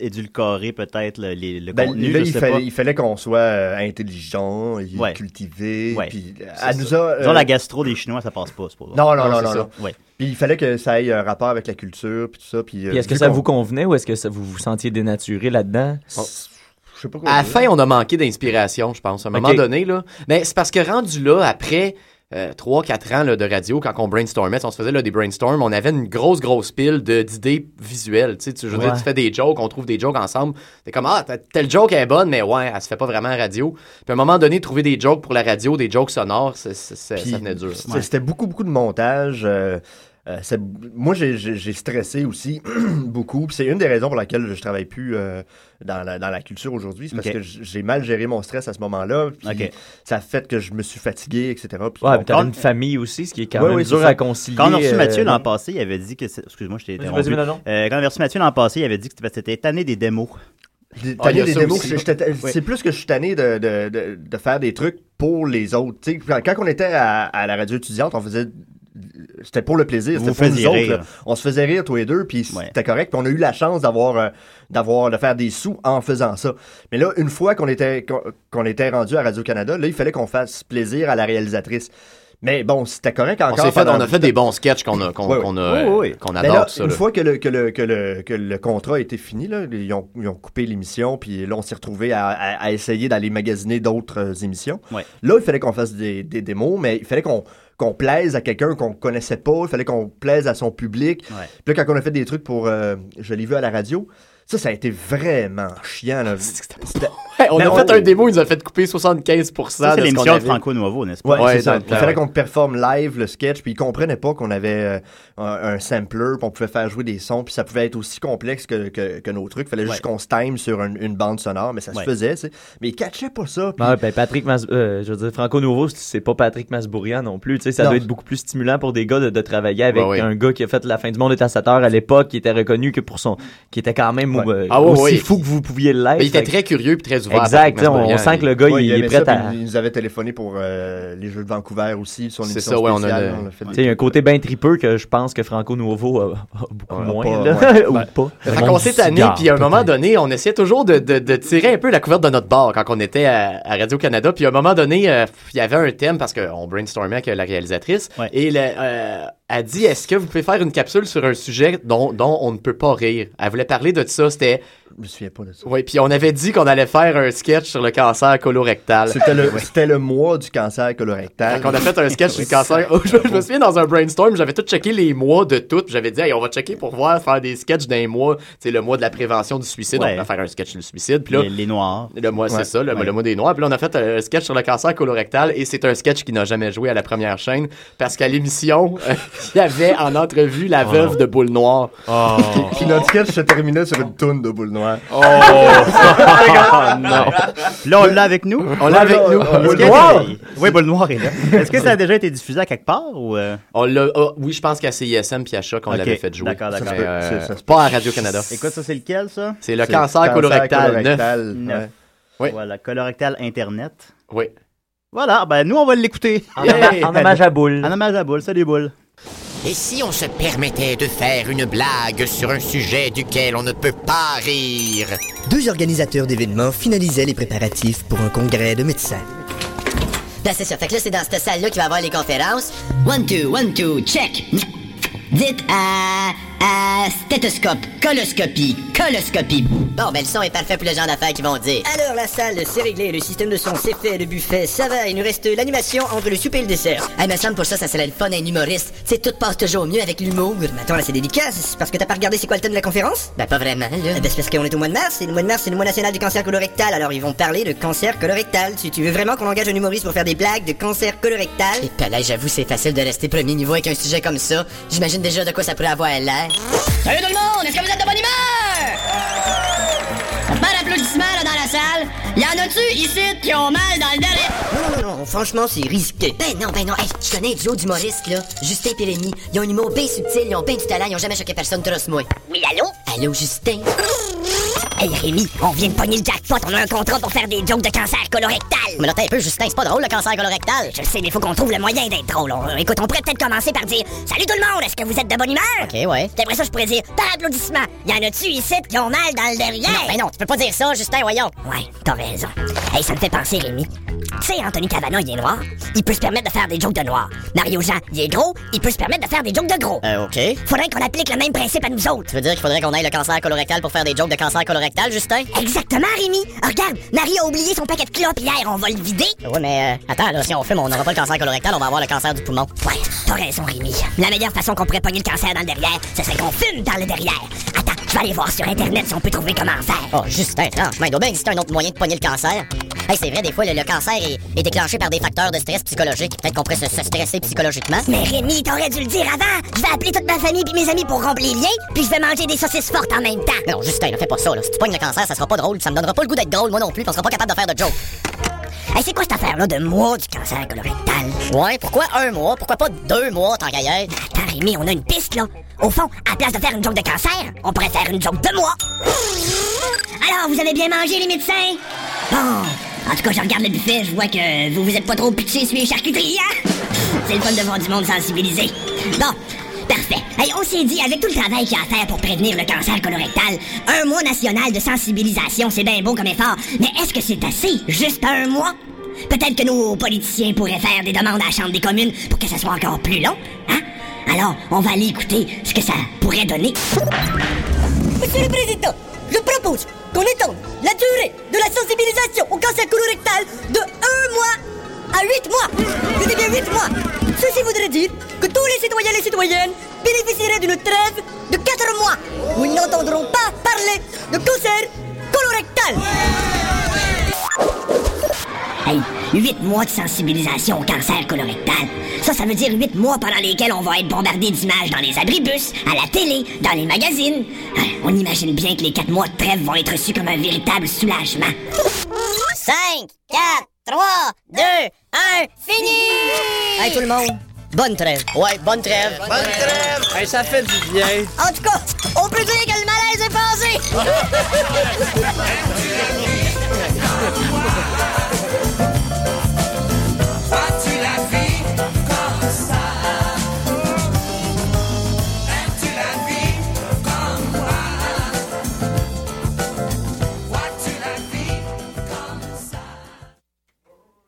Speaker 6: édulcorer peut-être le, les- le
Speaker 10: Ben,
Speaker 6: contenu,
Speaker 10: là,
Speaker 6: je
Speaker 10: il
Speaker 6: sais
Speaker 10: fallait,
Speaker 6: pas.
Speaker 10: il fallait qu'on soit euh, intelligent, et
Speaker 6: Ouais.
Speaker 10: cultivé.
Speaker 6: Ouais.
Speaker 10: Puis, euh,
Speaker 6: C'est
Speaker 10: elle
Speaker 6: ça.
Speaker 10: nous a, euh,
Speaker 6: Disons, la gastro des Chinois, ça passe pas, c'est pas vrai.
Speaker 10: Non, non, non, non.
Speaker 6: c'est
Speaker 10: non.
Speaker 6: ça. Ouais.
Speaker 10: Puis il fallait que ça ait un rapport avec la culture, puis tout ça. Puis, euh,
Speaker 3: Puis est-ce que
Speaker 10: vu
Speaker 3: ça
Speaker 10: qu'on- Oh.
Speaker 3: vous convenait ou est-ce que ça vous vous sentiez dénaturé là-dedans?
Speaker 10: Je sais pas quoi
Speaker 7: À la
Speaker 10: dire.
Speaker 7: fin, on a manqué d'inspiration, je pense, à un moment
Speaker 3: Ok.
Speaker 7: donné. Là. Mais c'est parce que rendu là, après 3-4 ans là, de radio, quand on brainstormait, on se faisait là, des brainstorms, on avait une grosse, grosse pile de- d'idées visuelles. Tu, sais, tu, je veux dire,
Speaker 3: Ouais.
Speaker 7: tu fais des jokes, on trouve des jokes ensemble. T'es comme, ah, t- telle joke elle est bonne, mais ouais, elle se fait pas vraiment à la radio. Puis à un moment donné, trouver des jokes pour la radio, des jokes sonores, c'est- c'est- c'est-
Speaker 10: Puis
Speaker 7: ça venait dur.
Speaker 10: c'était- C'était beaucoup, beaucoup de montage. euh, euh, c'est- moi, j'ai- j'ai j'ai stressé aussi *clears throat* beaucoup. Puis C'est une des raisons pour laquelle je travaille plus euh, dans, la, dans la culture aujourd'hui. C'est parce
Speaker 6: Ok.
Speaker 10: que j- j'ai mal géré mon stress à ce moment-là. Puis
Speaker 6: Ok.
Speaker 10: Ça a fait que je me suis fatigué, etc. Puis
Speaker 3: Ouais,
Speaker 10: mon
Speaker 3: puis t'avais
Speaker 10: corps-
Speaker 3: une famille aussi, ce qui est quand
Speaker 10: Ouais,
Speaker 3: même
Speaker 10: ouais,
Speaker 3: dur
Speaker 10: c'est ça.
Speaker 3: à concilier.
Speaker 6: Quand on a reçu
Speaker 3: euh,
Speaker 6: Mathieu l'an passé, il avait dit que. c'est- Excuse-moi, je t'ai
Speaker 3: Vas-y,
Speaker 6: interrompu.
Speaker 3: vas-y, vas-y, non, non.
Speaker 6: Euh, quand on a reçu Mathieu l'an passé, il avait dit que c'était- c'était tanné des démos. Ah,
Speaker 10: Des-
Speaker 6: il y
Speaker 10: tanné
Speaker 6: a
Speaker 10: des
Speaker 6: ça
Speaker 10: démos,
Speaker 6: aussi.
Speaker 10: c'est- j'étais-
Speaker 6: Ouais.
Speaker 10: C'est plus que je suis tanné de, de- de- de faire des trucs pour les autres. Tu sais, quand, quand on était à, à la radio étudiante, on faisait. C'était pour le plaisir,
Speaker 6: Vous
Speaker 10: c'était
Speaker 6: vous
Speaker 10: pour nous
Speaker 6: faisiez
Speaker 10: autres.
Speaker 6: rire.
Speaker 10: là. On se faisait rire tous les deux, puis c'était correct. Puis on a eu la chance d'avoir, euh, d'avoir, de faire des sous en faisant ça. Mais là, une fois qu'on était, qu'on, qu'on était rendu à Radio-Canada, là, il fallait qu'on fasse plaisir à la réalisatrice. Mais bon, c'était correct
Speaker 7: On,
Speaker 10: encore.
Speaker 7: s'est fait,
Speaker 10: pendant
Speaker 7: on a
Speaker 10: un
Speaker 7: fait
Speaker 10: bout de
Speaker 7: des bons sketchs qu'on a, qu'on,
Speaker 10: Ouais, ouais.
Speaker 7: qu'on a,
Speaker 10: Ouais, ouais, ouais.
Speaker 7: qu'on
Speaker 10: Ben
Speaker 7: adore.
Speaker 10: là,
Speaker 7: tout ça,
Speaker 10: une
Speaker 7: là.
Speaker 10: fois que le, que le, que le, que le contrat a été fini, là, ils, ont, ils ont coupé l'émission, puis là, on s'est retrouvé à, à- à essayer d'aller magasiner d'autres euh, émissions.
Speaker 6: Ouais.
Speaker 10: Là, il fallait qu'on fasse des, des démos, mais il fallait qu'on qu'on plaise à quelqu'un qu'on connaissait pas, il fallait qu'on plaise à son public.
Speaker 6: Ouais.
Speaker 10: Puis là, quand on a fait des trucs pour euh, Je l'ai vu à la radio, ça, ça a été vraiment
Speaker 7: *laughs*
Speaker 10: chiant. là. C'était-
Speaker 7: Hey, on
Speaker 10: Ben,
Speaker 7: a fait un démo, il nous a fait couper 75%
Speaker 6: Ça, c'est
Speaker 7: de ce qu'on
Speaker 6: l'émission de
Speaker 7: avait.
Speaker 6: Franco Nuovo, n'est-ce
Speaker 10: Ouais,
Speaker 6: pas?
Speaker 10: c'est ça.
Speaker 7: Ben
Speaker 10: Il fallait qu'on performe live le sketch, puis ils comprenaient pas qu'on avait euh, un, un sampler, puis on pouvait faire jouer des sons, puis ça pouvait être aussi complexe que, que, que nos trucs. Il fallait juste
Speaker 3: Ouais.
Speaker 10: qu'on se time sur une, une bande sonore, mais ça
Speaker 3: Ouais.
Speaker 10: se faisait, tu sais. Mais ils catchaient pas ça. puis-
Speaker 3: Ouais, ben Patrick Mas- euh, je veux dire, Franco Nouveau, c'est pas Patrick Masbourian non plus. Tu sais, ça
Speaker 10: Non.
Speaker 3: doit être beaucoup plus stimulant pour des gars de, de travailler avec
Speaker 10: Ouais, ouais.
Speaker 3: un gars qui a fait La fin du monde est à 7 heures à l'époque, qui était reconnu que pour son. qui était quand même euh,
Speaker 7: Ah ouais,
Speaker 3: aussi
Speaker 7: ouais.
Speaker 3: fou que vous pouviez l'être.
Speaker 7: Mais il était
Speaker 3: Fait que-
Speaker 7: très curieux puis très ouvert. Patrick
Speaker 3: Exact, tu sais, on,
Speaker 7: Masbourian.
Speaker 3: on sent que le gars,
Speaker 10: Ouais,
Speaker 3: il, est
Speaker 10: aimait
Speaker 3: prêt
Speaker 10: ça,
Speaker 3: à.
Speaker 10: puis Ils nous avaient téléphoné pour euh, les Jeux de Vancouver aussi, sur
Speaker 7: C'est
Speaker 10: l'émission
Speaker 7: ça, ouais, on a
Speaker 10: spéciale.
Speaker 7: le-
Speaker 10: on a fait
Speaker 3: Tu
Speaker 10: des-
Speaker 3: sais, il y a un côté bien tripeux que je pense que Franco Nouveau a, a beaucoup
Speaker 10: Ouais,
Speaker 3: moins.
Speaker 10: pas-
Speaker 3: là.
Speaker 10: ouais.
Speaker 3: *laughs* Ou
Speaker 10: Ben,
Speaker 3: pas.
Speaker 7: Fait qu'on s'est tanné, puis à un moment donné, on essayait toujours de, de- de tirer un peu la couverte de notre bord quand on était à, à Radio-Canada. Puis à un moment donné, euh, il y avait un thème parce qu'on brainstormait avec la réalisatrice. Et le, euh, elle dit Est-ce que vous pouvez faire une capsule sur un sujet dont, dont on ne peut pas rire Elle voulait parler de ça. C'était
Speaker 10: Je me souviens pas de ça.
Speaker 7: Oui, puis on avait dit qu'on allait faire un sketch sur le cancer colorectal.
Speaker 10: C'était le,
Speaker 7: Ouais.
Speaker 10: c'était le mois du cancer colorectal.
Speaker 7: Fait qu'on a fait un sketch sur le cancer. Oh, *laughs* je, je me souviens, dans un brainstorm, j'avais tout checké les mois de tout. puis J'avais dit, Hey, on va checker pour voir, faire des sketchs d'un mois. C'est le mois de la prévention du suicide.
Speaker 6: Ouais.
Speaker 7: On va faire un sketch sur le suicide. Puis là,
Speaker 6: Les- les Noirs.
Speaker 7: Le mois,
Speaker 6: Ouais.
Speaker 7: c'est ça, le,
Speaker 6: Ouais.
Speaker 7: le mois des Noirs. Puis là, on a fait euh, un sketch sur le cancer colorectal. Et c'est un sketch qui n'a jamais joué à la première chaîne. Parce qu'à l'émission, *laughs* il y avait en entrevue la
Speaker 10: Oh.
Speaker 7: veuve de Boule Noire.
Speaker 10: *laughs* Puis, puis notre sketch se terminait sur une toune de boule noire. *laughs*
Speaker 7: Oh.
Speaker 10: Oh.
Speaker 6: non. Puis là, on l'a avec nous.
Speaker 10: On l'a avec nous.
Speaker 6: Est-ce que-
Speaker 10: Boule Noire.
Speaker 6: Oui, Boule Noire est là. Est-ce que ça a déjà été diffusé à quelque part ou. euh,
Speaker 7: On l'a, ah, oui, je pense qu'à CISM puis à Choc, on
Speaker 6: Ok,
Speaker 7: l'avait fait jouer.
Speaker 6: D'accord, d'accord.
Speaker 7: Mais, euh, pas à Radio-Canada.
Speaker 6: Écoute, ça, c'est lequel, ça?
Speaker 7: C'est le C'est cancer cancer colorectal colorectal, neuf.
Speaker 6: Neuf. Voilà, colorectal Internet.
Speaker 7: Oui.
Speaker 6: Voilà, ben nous, on va l'écouter.
Speaker 7: En
Speaker 6: *laughs*
Speaker 7: hommage- en hommage à
Speaker 6: Boule. En hommage à Boule. Salut, Boule.
Speaker 2: Et si on se permettait de faire une blague sur un sujet duquel on ne peut pas rire
Speaker 1: Deux organisateurs d'événements finalisaient les préparatifs pour un congrès de médecins.
Speaker 34: Ben, c'est ça. Fait que là, c'est dans cette salle-là qu'il va y avoir les conférences. One, two, one, two, check. Dites à, à stéthoscope, coloscopie, coloscopie. Bon, ben, le son est parfait pour le genre d'affaires qu'ils vont dire.
Speaker 17: Alors la salle, c'est réglé, le système de son c'est fait, le buffet, ça va, il nous reste l'animation entre le souper et le dessert.
Speaker 34: Eh, me semble pour ça, ça serait le fun à un humoriste. Tu sais, tout passe toujours mieux avec l'humour.
Speaker 17: Mais attends, là c'est délicat, c'est parce que t'as pas regardé c'est quoi le thème de la conférence
Speaker 34: Ben, pas vraiment, là.
Speaker 17: Eh ben c'est parce qu'on est au mois de mars, et le mois de mars c'est le mois national du cancer colorectal, alors ils vont parler de cancer colorectal. Si tu veux vraiment qu'on engage un humoriste pour faire des blagues de cancer colorectal...
Speaker 34: Et puis là, j'avoue, c'est facile de rester premier niveau avec un sujet comme ça. J'imagine déjà de quoi ça pourrait avoir l'air.
Speaker 17: Salut tout le monde, est-ce que vous êtes de bonne humeur?
Speaker 34: Par applaudissement, là, dans la salle, y en a-tu ici qui ont mal dans le derrière?
Speaker 17: Non, non, non, franchement c'est risqué.
Speaker 34: Ben non, ben non, hey, je connais un duo d'humoristes, là. Justin et Rémi. Ils ont un humour bien subtil, ils ont bien du talent, ils ont jamais choqué personne, trust-moi.
Speaker 17: Oui, allô?
Speaker 34: Allô, Justin?
Speaker 17: Hey Rémi, on vient de pogner le jackpot, on a un contrat pour faire des jokes de cancer colorectal.
Speaker 34: Mais là, t'es un peu, Justin, c'est pas drôle, le cancer colorectal.
Speaker 17: Je sais, mais faut qu'on trouve le moyen d'être drôle. On- euh, écoute, on pourrait peut-être commencer par dire Salut tout le monde, est-ce que vous êtes de bonne humeur?
Speaker 34: Ok, ouais.
Speaker 17: Puis Après ça, je pourrais dire Par applaudissement, y en a-tu ici qui ont mal dans le derrière?
Speaker 34: Non, ben non, tu peux pas dire ça, Justin, voyons.
Speaker 17: Ouais, t'as raison. Hey, ça me fait penser, Rémi. Tu sais, Anthony Cavana, il est noir. Il peut se permettre de faire des jokes de noir. Mario Jean, il est gros. Il peut se permettre de faire des jokes de gros.
Speaker 34: Euh, ok.
Speaker 17: Faudrait qu'on applique le même principe à nous autres.
Speaker 34: Tu veux dire qu'il faudrait qu'on aille le cancer colorectal pour faire des jokes de cancer colorectal, Justin?
Speaker 17: Exactement, Rémi. Ah, regarde, Mario a oublié son paquet de clopes hier. On va le vider.
Speaker 34: Ouais, mais euh, attends, là, si on fume, on n'aura pas le cancer colorectal, on va avoir le cancer du poumon.
Speaker 17: Ouais, t'as raison, Rémi. La meilleure façon qu'on pourrait pogner le cancer dans le derrière, ce serait qu'on fume dans le derrière. Attends, je vais aller voir sur Internet si on peut trouver comment faire.
Speaker 34: Oh, Justin, franchement, il doit bien exister un autre moyen de pogner le cancer. Hey, c'est vrai, des fois, le, le cancer est, est déclenché par des facteurs de stress psychologique. Peut-être qu'on pourrait se, se stresser psychologiquement.
Speaker 17: Mais Rémi, t'aurais dû le dire avant. Je vais appeler toute ma famille puis mes amis pour rompre les liens, puis je vais manger des saucisses fortes en même temps.
Speaker 34: Non, Justin, ne fais pas ça, là. Si tu pognes le cancer, ça sera pas drôle, ça me donnera pas le goût d'être drôle, moi non plus, puis on sera pas capable de faire de jokes.
Speaker 17: Hey, c'est quoi cette affaire-là de mois du cancer colorectal?
Speaker 34: Ouais, pourquoi un mois? Pourquoi pas deux mois, tant qu'à y être?
Speaker 17: Attends, Rémi, on a une piste, là. Au fond, à place de faire une joke de cancer, on pourrait faire une joke de moi. Alors, vous avez bien mangé, les médecins? Bon. En tout cas, je regarde le buffet, je vois que vous vous êtes pas trop pitché sur les charcuteries, hein? C'est le fun de voir du monde sensibilisé. Bon. Parfait. Hey, on s'est dit, avec tout le travail qu'il y a à faire pour prévenir le cancer colorectal, un mois national de sensibilisation, c'est bien beau comme effort, mais est-ce que c'est assez? Juste un mois? Peut-être que nos politiciens pourraient faire des demandes à la Chambre des communes pour que ça soit encore plus long, hein? Alors, on va aller écouter ce que ça pourrait donner.
Speaker 34: Monsieur le Président, je propose qu'on étende la durée de la sensibilisation au cancer colorectal de 1 mois à 8 mois. C'était bien 8 mois. Ceci voudrait dire que tous les citoyens et les citoyennes bénéficieraient d'une trêve de 4 mois où ils n'entendront pas parler de cancer colorectal.
Speaker 17: Hey, 8 mois de sensibilisation au cancer colorectal. Ça, ça veut dire 8 mois pendant lesquels on va être bombardé d'images dans les abribus, à la télé, dans les magazines. Ah, On imagine bien que les 4 mois de trêve vont être reçus comme un véritable soulagement.
Speaker 34: 5, 4, 3, 2, 1, fini! Hey tout le monde, bonne trêve. Ouais, bonne trêve. Bonne trêve! ça fait du bien. En tout cas, on peut dire que le malaise est passé!
Speaker 15: Vois-tu la vie comme ça? Aimes-tu la vie comme moi? Vois-tu la vie comme ça?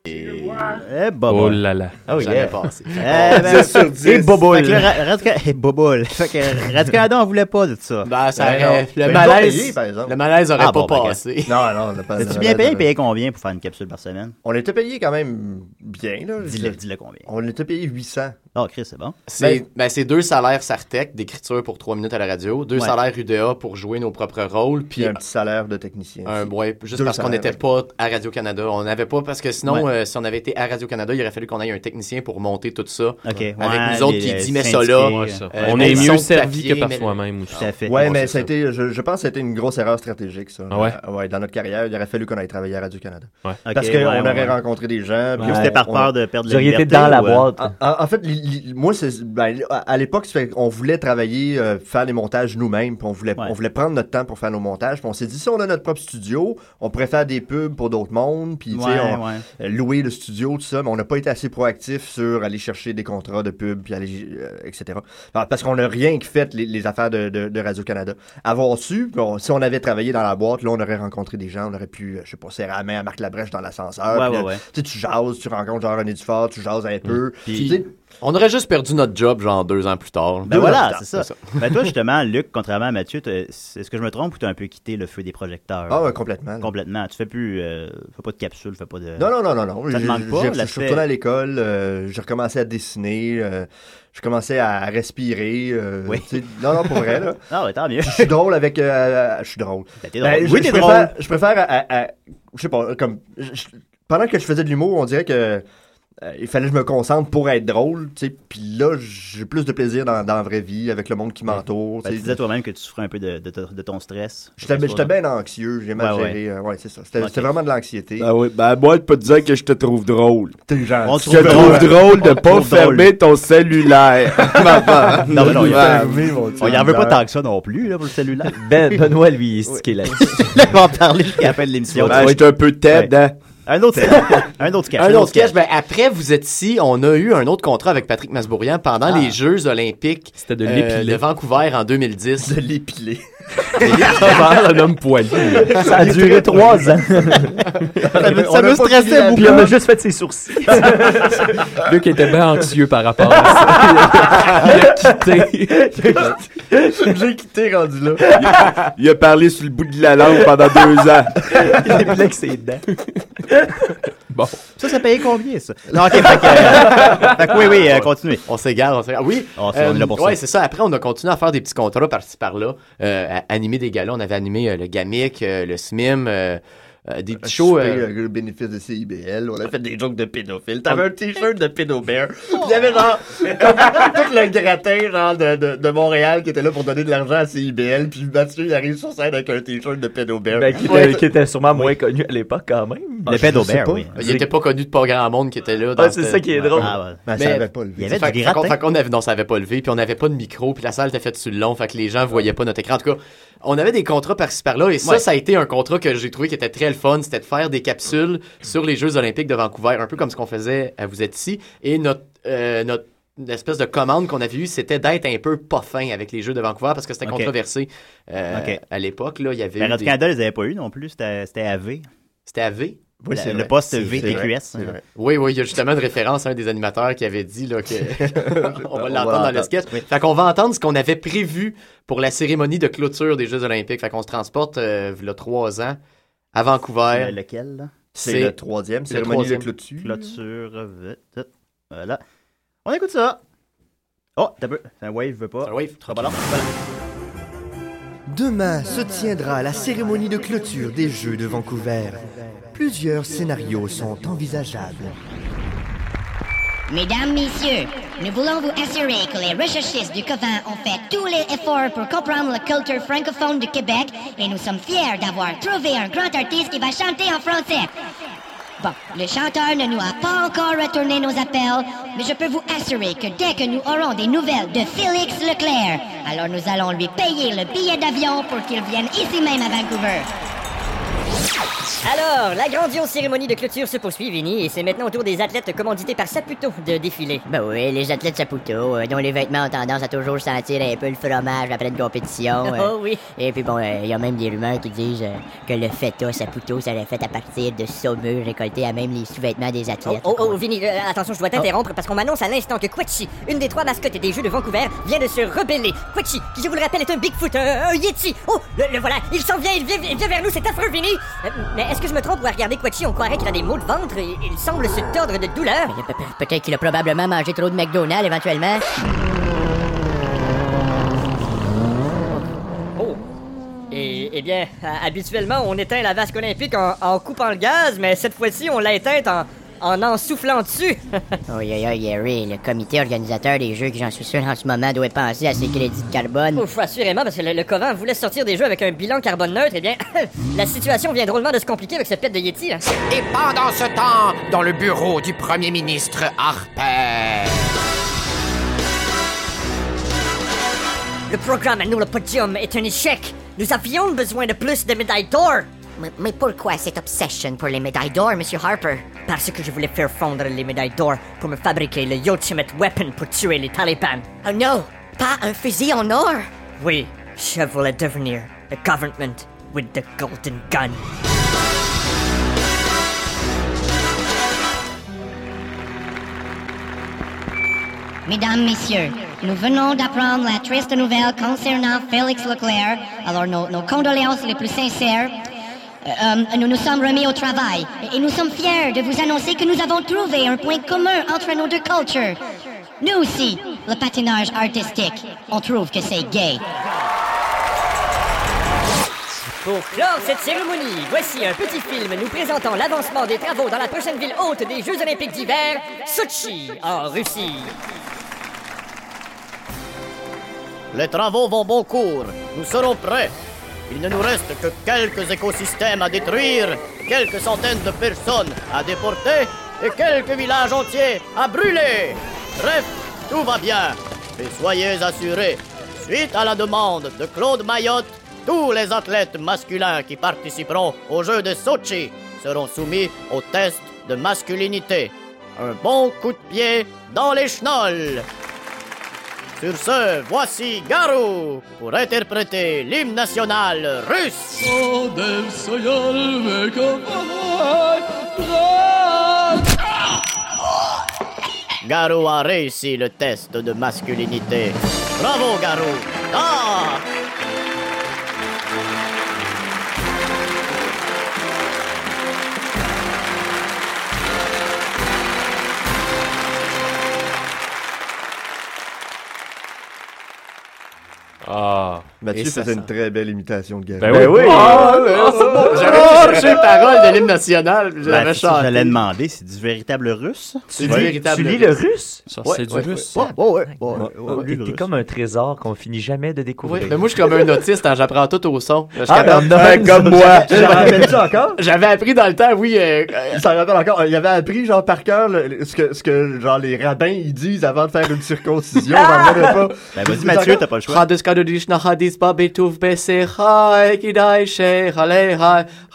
Speaker 6: Eh, Bobo.
Speaker 8: Oh là là.
Speaker 6: Oh,
Speaker 7: Jamais
Speaker 6: yeah.
Speaker 7: passé.
Speaker 6: Eh,
Speaker 7: Bon,
Speaker 6: ben,
Speaker 7: 10 sur 10.
Speaker 6: Et Bobo.
Speaker 7: Fait que là, Ra-
Speaker 6: Et Bobo. eh, Fait que Radicada, on voulait pas de ça.
Speaker 7: Ben, ça aurait- le malaise- le malaise
Speaker 6: Ah,
Speaker 7: aurait pas
Speaker 6: ben,
Speaker 7: passé.
Speaker 10: Non, non, on n'a pas.
Speaker 6: As-tu
Speaker 10: on
Speaker 6: bien
Speaker 10: a-
Speaker 6: payé? Payé combien pour faire une capsule par semaine?
Speaker 10: On était payé quand même bien, là.
Speaker 6: Dis-le, dis-le combien.
Speaker 10: On était payé 800.
Speaker 6: Ah, Chris, c'est bon.
Speaker 7: C'est ben, c'est deux salaires Sartec d'écriture pour trois minutes à la radio, deux
Speaker 10: Ouais.
Speaker 7: salaires UDA pour jouer nos propres rôles, puis
Speaker 10: un petit salaire de technicien.
Speaker 7: un ouais, juste
Speaker 10: Deux
Speaker 7: parce qu'on
Speaker 10: salaires,
Speaker 7: n'était pas à Radio Canada, on n'avait pas parce que sinon
Speaker 10: Ouais.
Speaker 7: euh, si on avait été à Radio Canada, il aurait fallu qu'on aille un technicien pour monter tout ça
Speaker 10: ouais,
Speaker 7: avec nous autres
Speaker 10: les-
Speaker 7: qui dit
Speaker 10: les
Speaker 7: mais ça là,
Speaker 10: syndiqués,
Speaker 7: euh,
Speaker 10: ouais, ça.
Speaker 7: mets
Speaker 8: On
Speaker 7: le
Speaker 8: est
Speaker 7: son
Speaker 8: mieux
Speaker 7: de
Speaker 8: servi
Speaker 7: papier,
Speaker 8: que par
Speaker 7: mets le-
Speaker 8: soi-même aussi. Tout à fait.
Speaker 10: Ouais,
Speaker 8: Ouais,
Speaker 10: mais
Speaker 8: c'est
Speaker 10: ça a été, je, je pense que c'était une grosse erreur stratégique, ça.
Speaker 8: Ah ouais?
Speaker 10: Euh, ouais, dans notre carrière, il aurait fallu qu'on aille travailler à Radio-Canada.
Speaker 8: Ouais.
Speaker 10: Parce
Speaker 6: Ok,
Speaker 10: qu'on
Speaker 6: ouais, ouais,
Speaker 10: aurait
Speaker 6: ouais.
Speaker 10: rencontré des gens. puis
Speaker 6: Ouais.
Speaker 10: on-
Speaker 6: C'était par
Speaker 10: on-
Speaker 6: peur de perdre la Vous auriez été liberté dans la ou, euh, boîte.
Speaker 10: En, en fait, li- li- moi, c'est, ben, à à l'époque, c'est- on voulait travailler, euh, faire les montages nous-mêmes, puis on voulait,
Speaker 6: Ouais.
Speaker 10: on voulait prendre notre temps pour faire nos montages. Puis on s'est dit, si on a notre propre studio, on pourrait faire des pubs pour d'autres mondes, puis tu sais,
Speaker 6: Ouais,
Speaker 10: on-
Speaker 6: ouais.
Speaker 10: euh, louer le studio, tout ça, mais on n'a pas été assez proactif sur aller chercher des contrats de pub, puis aller, euh, etc. Enfin, Parce qu'on n'a rien que fait les, les affaires de, de- de Radio-Canada. Avoir su, bon, si on avait travaillé dans la boîte, là, on aurait rencontré des gens, on aurait pu, euh, je sais pas, serrer la main à Marc Labrèche dans l'ascenseur.
Speaker 7: Ouais,
Speaker 10: puis là,
Speaker 7: ouais, ouais.
Speaker 10: Tu sais, tu jases, tu rencontres genre René Dufort, tu jases
Speaker 6: Mm.
Speaker 7: Mm.
Speaker 10: un peu.
Speaker 7: Puis-
Speaker 10: Tu sais,
Speaker 7: on aurait juste perdu notre job genre deux ans plus tard.
Speaker 6: Ben voilà, c'est ça. ben
Speaker 7: *laughs*
Speaker 6: toi, justement, Luc, contrairement à Mathieu, t'as- c'est- est-ce que je me trompe ou tu as un peu quitté le feu des projecteurs?
Speaker 10: Ah ouais, complètement.
Speaker 6: Complètement. Tu fais plus. euh, fais pas de capsule, fais pas de.
Speaker 10: Non, non, non, non, non.
Speaker 6: euh, Ça te
Speaker 10: J'ai-
Speaker 6: manque pas?
Speaker 10: j'ai- Je suis
Speaker 6: l'aspect-
Speaker 10: retourné à l'école, euh, j'ai recommencé à dessiner, euh, je commençais à respirer. euh, tu sais, Non, non,
Speaker 6: *laughs*
Speaker 10: pour vrai, là.
Speaker 6: Ah ouais, tant mieux.
Speaker 10: Je suis drôle avec. euh, je suis drôle.
Speaker 6: Ben, t'es drôle.
Speaker 10: je-
Speaker 6: Oui, t'es
Speaker 10: je préfère-
Speaker 6: drôle.
Speaker 10: Je préfère. à- à- à- je sais pas, comme. je- je- pendant que je faisais de l'humour, on dirait que. euh, il fallait que je me concentre pour être drôle, tu sais. Puis là, j'ai plus de plaisir dans, dans la vraie vie, avec le monde qui m'entoure.
Speaker 6: Ben,
Speaker 10: tu
Speaker 6: tu
Speaker 10: sais.
Speaker 6: disais toi-même que tu souffrais un peu de, de, de ton stress.
Speaker 10: J'étais j'étais bien anxieux, j'ai mal
Speaker 6: Ouais, ouais.
Speaker 10: géré. euh, Ouais, c'est ça. C'était
Speaker 6: Ok.
Speaker 10: c'était vraiment de l'anxiété.
Speaker 9: Ben oui, ben moi, je peux te dire que je te trouve drôle.
Speaker 10: T'es gentil.
Speaker 9: Je te trouve drôle de pas fermer ton *laughs* cellulaire. Maman.
Speaker 6: *laughs* Non,
Speaker 10: *laughs*
Speaker 6: mais non, il
Speaker 9: Maman.
Speaker 6: on y en veut pas tant que ça non plus, là, pour le cellulaire.
Speaker 11: Ben, Benoît, lui, il est stické là.
Speaker 6: *laughs* Il va en parler jusqu'à la fin de l'émission.
Speaker 11: Ben, j'étais un peu tête,
Speaker 6: Ouais.
Speaker 11: hein.
Speaker 6: Un autre Un autre sketch.
Speaker 7: Un autre sketch. Ben, après, vous êtes ici. On a eu un autre contrat avec Patrick Masbourian pendant
Speaker 6: Ah.
Speaker 7: les Jeux Olympiques euh,
Speaker 8: de l'épiler.
Speaker 7: de Vancouver en 2010.
Speaker 8: *laughs*
Speaker 10: De l'épilé.
Speaker 8: un homme poilu.
Speaker 7: *laughs*
Speaker 11: *laughs* Ça a duré trois ans.
Speaker 8: me- ça me stressait beaucoup.
Speaker 11: Puis on a juste fait ses sourcils.
Speaker 8: Luc était bien anxieux par rapport à
Speaker 7: *laughs*
Speaker 8: ça. Il a quitté.
Speaker 10: *laughs* J'ai quitté rendu là.
Speaker 9: Il a parlé sur le bout de la langue pendant deux ans.
Speaker 11: Il épilait que
Speaker 10: *laughs*
Speaker 11: ses dents.
Speaker 8: Bon.
Speaker 6: Ça, ça payait combien, ça? Non, ok, fait que, euh,
Speaker 7: *laughs*
Speaker 6: fait que oui, oui, euh, continuez.
Speaker 7: On s'égare, on s'égare. Oui. euh,
Speaker 6: On s'est- on est là pour ça.
Speaker 7: ouais, c'est ça. Après, on a continué à faire des petits contrats par-ci par-là, euh, à animer des galas. On avait animé euh, le Gamic, euh, le SMIM, euh, euh, des petits shows.
Speaker 10: souper,
Speaker 7: euh,
Speaker 10: euh, le bénéfice de CIBL, on a fait des jokes de pédophiles. T'avais
Speaker 6: Ah.
Speaker 10: un t-shirt de *laughs* pédobear. Puis il y avait genre tout le gratin genre de, de, de Montréal qui était là pour donner de l'argent à CIBL. Puis Mathieu, il arrive sur scène avec un t-shirt de pédobear.
Speaker 11: Ben, qui, était, qui était sûrement moins connu à l'époque, quand même.
Speaker 7: Ah, je- je sais pas. Il était pas connu de pas grand monde qui était là. dans
Speaker 11: Ah, c'est
Speaker 7: cette-
Speaker 11: ça qui est drôle. Ah, ouais.
Speaker 10: Ben, ça avait pas levé.
Speaker 7: Il y avait du gratin. Fait qu'on avait... Non, ça avait pas levé, puis on n'avait pas de micro, puis la salle était faite sur le long, fait que les gens voyaient pas notre écran. En tout cas, on avait des contrats par-ci par-là, et ça,
Speaker 11: Ouais.
Speaker 7: ça a été un contrat que j'ai trouvé qui était très le fun. C'était de faire des capsules sur les Jeux Olympiques de Vancouver, un peu comme ce qu'on faisait à Vous êtes ici. Et notre, euh, notre espèce de commande qu'on avait eue, c'était d'être un peu pas fin avec les Jeux de Vancouver parce que c'était
Speaker 6: Ok.
Speaker 7: controversé euh,
Speaker 6: Ok.
Speaker 7: à l'époque. Là, il y avait.
Speaker 6: Ben,
Speaker 7: eu des-
Speaker 6: Radio-Canada, ils les avaient pas eu non plus. C'était c'était AV.
Speaker 7: C'était AV? Oui,
Speaker 6: La- c'est le vrai. poste
Speaker 7: C'est
Speaker 6: VTQS,
Speaker 7: vrai,
Speaker 6: hein. *laughs*
Speaker 7: c'est vrai. Oui, oui, il y a justement une référence à un des animateurs qui avait dit là, que on va l'entendre dans le
Speaker 6: l'entendre.
Speaker 7: sketch. Fait qu'on va entendre ce qu'on avait prévu pour la cérémonie de clôture des Jeux Olympiques. Fait qu'on se transporte euh, v'là trois ans à Vancouver.
Speaker 6: C'est lequel, là?
Speaker 10: C'est le troisième,
Speaker 7: le
Speaker 10: cérémonie de
Speaker 7: troisième.
Speaker 10: clôture.
Speaker 6: Clôture. vite, vite. Voilà. On écoute ça. Oh, t'as peu. C'est un wave, veut pas. C'est un
Speaker 7: wave, trop
Speaker 1: Demain se tiendra la cérémonie de clôture des Jeux de Vancouver. Plusieurs scénarios sont envisageables.
Speaker 30: Mesdames, Messieurs, nous voulons vous assurer que les recherchistes du COVAN ont fait tous les efforts pour comprendre la culture francophone du Québec et nous sommes fiers d'avoir trouvé un grand artiste qui va chanter en français. Bon, le chanteur ne nous a pas encore retourné nos appels, mais je peux vous assurer que dès que nous aurons des nouvelles de Félix Leclerc, alors nous allons lui payer le billet d'avion pour qu'il vienne ici même à Vancouver.
Speaker 13: Alors, la grandiose cérémonie de clôture se poursuit, Vinny, et c'est maintenant au tour des athlètes commandités par Saputo de défiler.
Speaker 34: Bah
Speaker 30: Ben oui, les athlètes Saputo, euh, dont les vêtements ont tendance à toujours sentir un peu le fromage après une compétition. euh.
Speaker 13: Oh oui.
Speaker 30: Et puis bon, euh, il y a même des rumeurs qui disent euh, que le feta Saputo serait fait à partir de saumures récoltées à même les sous-vêtements des athlètes.
Speaker 13: Oh, oh, Vinny, euh, attention, je dois t'interrompre parce qu'on m'annonce à l'instant que Quetchi, une des trois mascottes des Jeux de Vancouver, vient de se rebeller. Quetchi, qui je vous le rappelle est un Bigfoot, un, un Yeti. Oh, le, le voilà, il s'en vient, il vient, il vient vers nous, c'est affreux, Vinny. Euh, mais est-ce que je me trompe ou à regarder Quetchi, on croirait qu'il a des maux de ventre et il semble se tordre de douleur.
Speaker 34: oh.
Speaker 30: Pe- pe- Peut-être qu'il a probablement mangé trop de McDonald's
Speaker 34: *laughs*
Speaker 30: éventuellement.
Speaker 13: Et, eh bien, euh, habituellement, on éteint la vasque olympique en, en coupant le gaz, mais cette fois-ci, on l'a éteinte en en, en soufflant dessus. *laughs*
Speaker 30: Oui, oui, oui, Gary, le comité organisateur des jeux, que j'en suis sûr en ce moment, doit penser à ses crédits de carbone.
Speaker 13: Ouf, assurément, parce que le, le Coven voulait sortir des jeux avec un bilan carbone neutre, et bien, *laughs* la situation vient drôlement de se compliquer avec cette pète de Yeti. là.
Speaker 5: Et pendant ce temps, dans le bureau du premier ministre Harper.
Speaker 13: Le programme à nous, le podium, est un échec. Nous avions besoin de plus de médailles d'or.
Speaker 30: Mais, mais pourquoi cette obsession pour les médailles d'or, Monsieur Harper?
Speaker 13: Parce que je voulais faire fondre les médailles d'or pour me fabriquer le Ultimate Weapon pour tuer les talibans.
Speaker 30: Oh non, pas un fusil en or!
Speaker 13: Oui, je voulais devenir le government with the golden gun.
Speaker 30: Mesdames, Messieurs, nous venons d'apprendre la triste nouvelle concernant Félix Leclerc. Alors, nos, nos condoléances les plus sincères. Euh, euh, nous nous sommes remis au travail et nous sommes fiers de vous annoncer que nous avons trouvé un point commun entre nos deux cultures. Nous aussi, le patinage artistique. On trouve que c'est gay.
Speaker 13: Pour clore cette cérémonie, voici un petit film nous présentant l'avancement des travaux dans la prochaine ville haute des Jeux Olympiques d'hiver, Sochi, en Russie.
Speaker 27: Les travaux vont bon cours. Nous serons prêts. Il ne nous reste que quelques écosystèmes à détruire, quelques centaines de personnes à déporter et quelques villages entiers à brûler. Bref, tout va bien. Mais soyez assurés, suite à la demande de Claude Mayotte, tous les athlètes masculins qui participeront aux Jeux de Sochi seront soumis au test de masculinité. Un bon coup de pied dans les chenolles. Sur ce, voici Garou pour interpréter l'hymne national russe. Garou a réussi le test de masculinité. Bravo Garou. Ah
Speaker 10: Ah.
Speaker 7: Et
Speaker 10: Mathieu
Speaker 7: ça
Speaker 10: faisait une très belle imitation de Gary.
Speaker 7: Ben oui. Ah, ah, c'est bon. J'avais cherché les paroles de l'hymne national, puis j'avais
Speaker 6: Ben, c'est ça que
Speaker 7: chanté.
Speaker 6: J'allais demander, c'est du véritable russe?
Speaker 7: C'est du Oui. véritable Tu lis le russe. russe? Ça, c'est du russe.
Speaker 6: Ouais,
Speaker 7: Ouais, ouais,
Speaker 6: ouais,
Speaker 7: ouais,
Speaker 6: ouais, ouais,
Speaker 7: T'es
Speaker 6: le
Speaker 7: t'es
Speaker 6: russe.
Speaker 7: comme
Speaker 11: un trésor qu'on finit jamais de découvrir.
Speaker 7: Mais moi, je suis comme un autiste, hein, j'apprends tout au son. Je suis
Speaker 11: Ah,
Speaker 7: capable-
Speaker 11: ben,
Speaker 7: Ouais,
Speaker 11: ça,
Speaker 7: comme moi.
Speaker 11: *laughs* j'avais- j'en rappelle ça encore?
Speaker 7: *laughs* J'avais appris dans le temps, oui. euh, euh,
Speaker 10: Il s'en rappelle encore. Il avait appris, genre, par cœur, le- ce, que, ce que, genre, les rabbins, ils disent avant de faire
Speaker 7: *laughs*
Speaker 10: une circoncision.
Speaker 7: Ah!
Speaker 10: j'en revenais pas.
Speaker 6: Ben,
Speaker 10: *laughs*
Speaker 7: Radus kadodish nahadis babetuf besehai kidai shehalehai.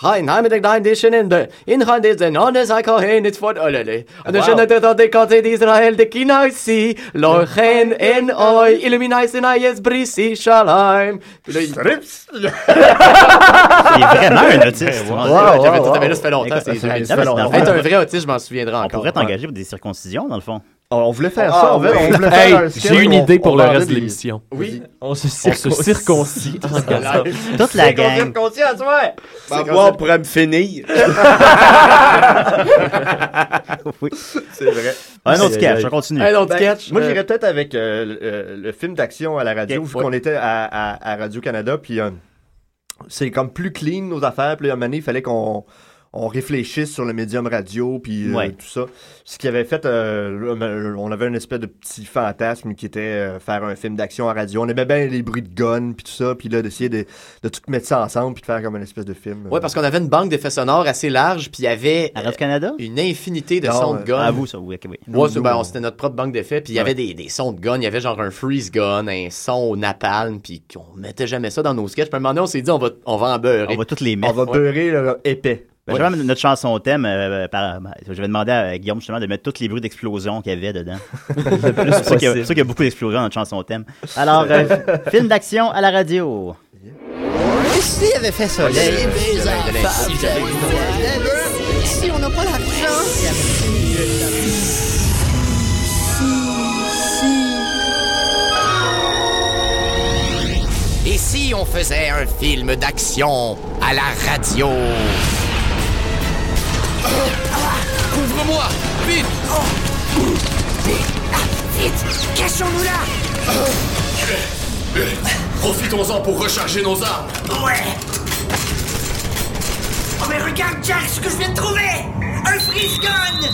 Speaker 7: Hai naimedek daim dishenen de. In hadis de nones a kohen its fort olele. De
Speaker 10: Oh,
Speaker 35: Wow.
Speaker 7: shenet de de kante d'Israël de kinaisi. Lorchen en oi illuminai sinaies brisi shalom.
Speaker 10: Strips!
Speaker 7: C'est
Speaker 6: vraiment un autiste.
Speaker 7: Wow, j'avais tout, mais là, ça fait longtemps.
Speaker 6: Écoute,
Speaker 7: c'est-
Speaker 6: ça fait-
Speaker 7: Hey,
Speaker 6: ça fait longtemps.
Speaker 7: Être un vrai autiste, je m'en souviendrai encore. Ah,
Speaker 6: On pourrait t'engager pour des circoncisions, dans le fond.
Speaker 10: Ah, on voulait faire ça, on voulait- on voulait
Speaker 8: Hey, j'ai une idée pour le reste de l'émission.
Speaker 7: Oui.
Speaker 8: On se
Speaker 9: circoncis.
Speaker 8: circoncis. en regardant.
Speaker 9: Toute la gang.
Speaker 8: C'est
Speaker 9: Ma voix
Speaker 8: concept-
Speaker 9: Bah, pourrait
Speaker 10: *laughs*
Speaker 9: me finir.
Speaker 6: *laughs* oui.
Speaker 10: C'est vrai. Ben,
Speaker 6: Un autre sketch, on continue. Un autre sketch.
Speaker 10: Moi,
Speaker 6: Euh,
Speaker 10: j'irais peut-être avec euh, le, euh, le film d'action à la radio, vu qu'on était à, à- à Radio-Canada, puis euh, c'est comme plus clean nos affaires, puis là, à un moment donné, il fallait qu'on on réfléchisse sur le médium radio, puis euh,
Speaker 6: Ouais.
Speaker 10: tout ça. Ce qui avait fait, euh, euh, on avait une espèce de petit fantasme qui était euh, faire un film d'action en radio. On aimait bien les bruits de gun, puis tout ça, puis là, d'essayer de, de tout mettre ça ensemble, puis de faire comme une espèce de film.
Speaker 7: Ouais, parce qu'on avait une banque d'effets sonores assez large, puis il y avait euh,
Speaker 6: Canada?
Speaker 7: une infinité de
Speaker 10: Non,
Speaker 7: sons de
Speaker 10: euh,
Speaker 7: gun.
Speaker 10: à vous,
Speaker 6: ça, oui, ok, oui.
Speaker 7: Moi, c'est-
Speaker 10: Nous,
Speaker 7: ben,
Speaker 10: on-
Speaker 7: on- c'était notre propre banque d'effets, puis il y
Speaker 10: Ouais.
Speaker 7: avait des, des sons de gun, il y avait genre un freeze gun, un son au napalm, puis on mettait jamais ça dans nos sketchs. Puis à un moment donné, on s'est dit, on va, on va en beurrer.
Speaker 6: On va toutes les mettre.
Speaker 7: On va beurrer
Speaker 10: épais.
Speaker 6: Ben, j'avais même notre chanson thème, euh, par- j'avais demandé à Guillaume justement de mettre tous les bruits d'explosion qu'il y avait
Speaker 7: *laughs*
Speaker 6: dedans. *laughs* C'est plus sûr qu'il y a-
Speaker 11: possible.
Speaker 6: sûr qu'il y a beaucoup d'explosions dans notre chanson thème. Alors,
Speaker 7: *laughs*
Speaker 6: euh, film d'action à la radio.
Speaker 5: S'il avait fait
Speaker 6: soleil,
Speaker 5: Si on n'a pas l'argent. Et si on faisait un film d'action à la radio?
Speaker 15: Ah,
Speaker 2: Couvre-moi Vite
Speaker 5: Oh. Ah, Vite, cachons-nous là!
Speaker 2: Profitons-en pour recharger nos armes
Speaker 5: Ouais! Oh, mais regarde, Jack, ce que je viens de trouver! Un freeze gun!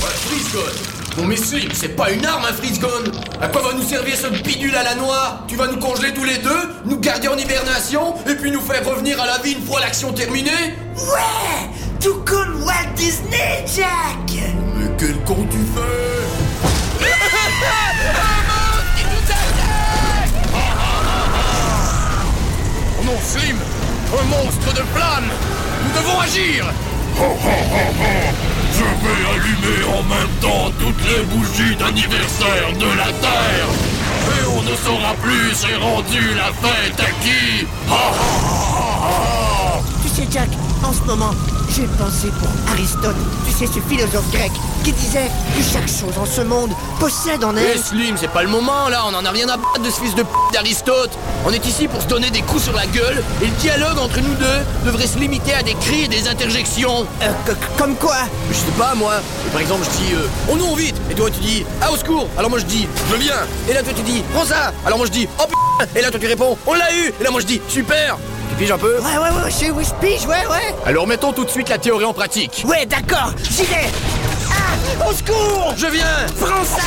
Speaker 2: Un freeze gun Non mais si, c'est pas une arme un freeze gun À quoi va nous servir ce bidule à la noix Tu vas nous congeler tous les deux, nous garder en hibernation, et puis nous faire revenir à la vie une fois l'action terminée
Speaker 5: Ouais! Tout cool Walt Disney, Jack! Mais quel con tu fais!
Speaker 2: Mon Slim Un monstre de flamme Nous devons agir
Speaker 12: Je vais allumer en même temps toutes les bougies d'anniversaire de la Terre Et on ne saura plus c'est rendu la fête à qui Ah, ah,
Speaker 26: Tu sais, Jack, en ce moment, j'ai pensé pour Aristote, tu sais, ce philosophe grec, qui disait que chaque chose en ce monde possède en
Speaker 2: Mais
Speaker 26: elle.
Speaker 2: Slim, c'est pas le moment là, on en a rien à battre de ce fils de p d'Aristote On est ici pour se donner des coups sur la gueule, et le dialogue entre nous deux devrait se limiter à des cris et des interjections
Speaker 5: Euh,
Speaker 2: Comme quoi Je sais pas moi, par exemple je dis euh, On nous on vite !» Et toi tu dis « Ah au secours !» Alors moi je dis « Je viens !» Et là toi tu dis « Prends ça !» Alors moi je dis « Oh p***! » Et là toi tu réponds « On l'a eu !» Et là moi je dis « Super !» Tu piges un peu
Speaker 5: Ah, Ouais, ouais, ouais, chez Wispige, ouais, ouais!
Speaker 2: Alors mettons tout de suite la théorie en pratique
Speaker 5: Ouais, d'accord, j'irai! Ah! Au secours!
Speaker 2: Je viens Ah,
Speaker 5: Prends ça!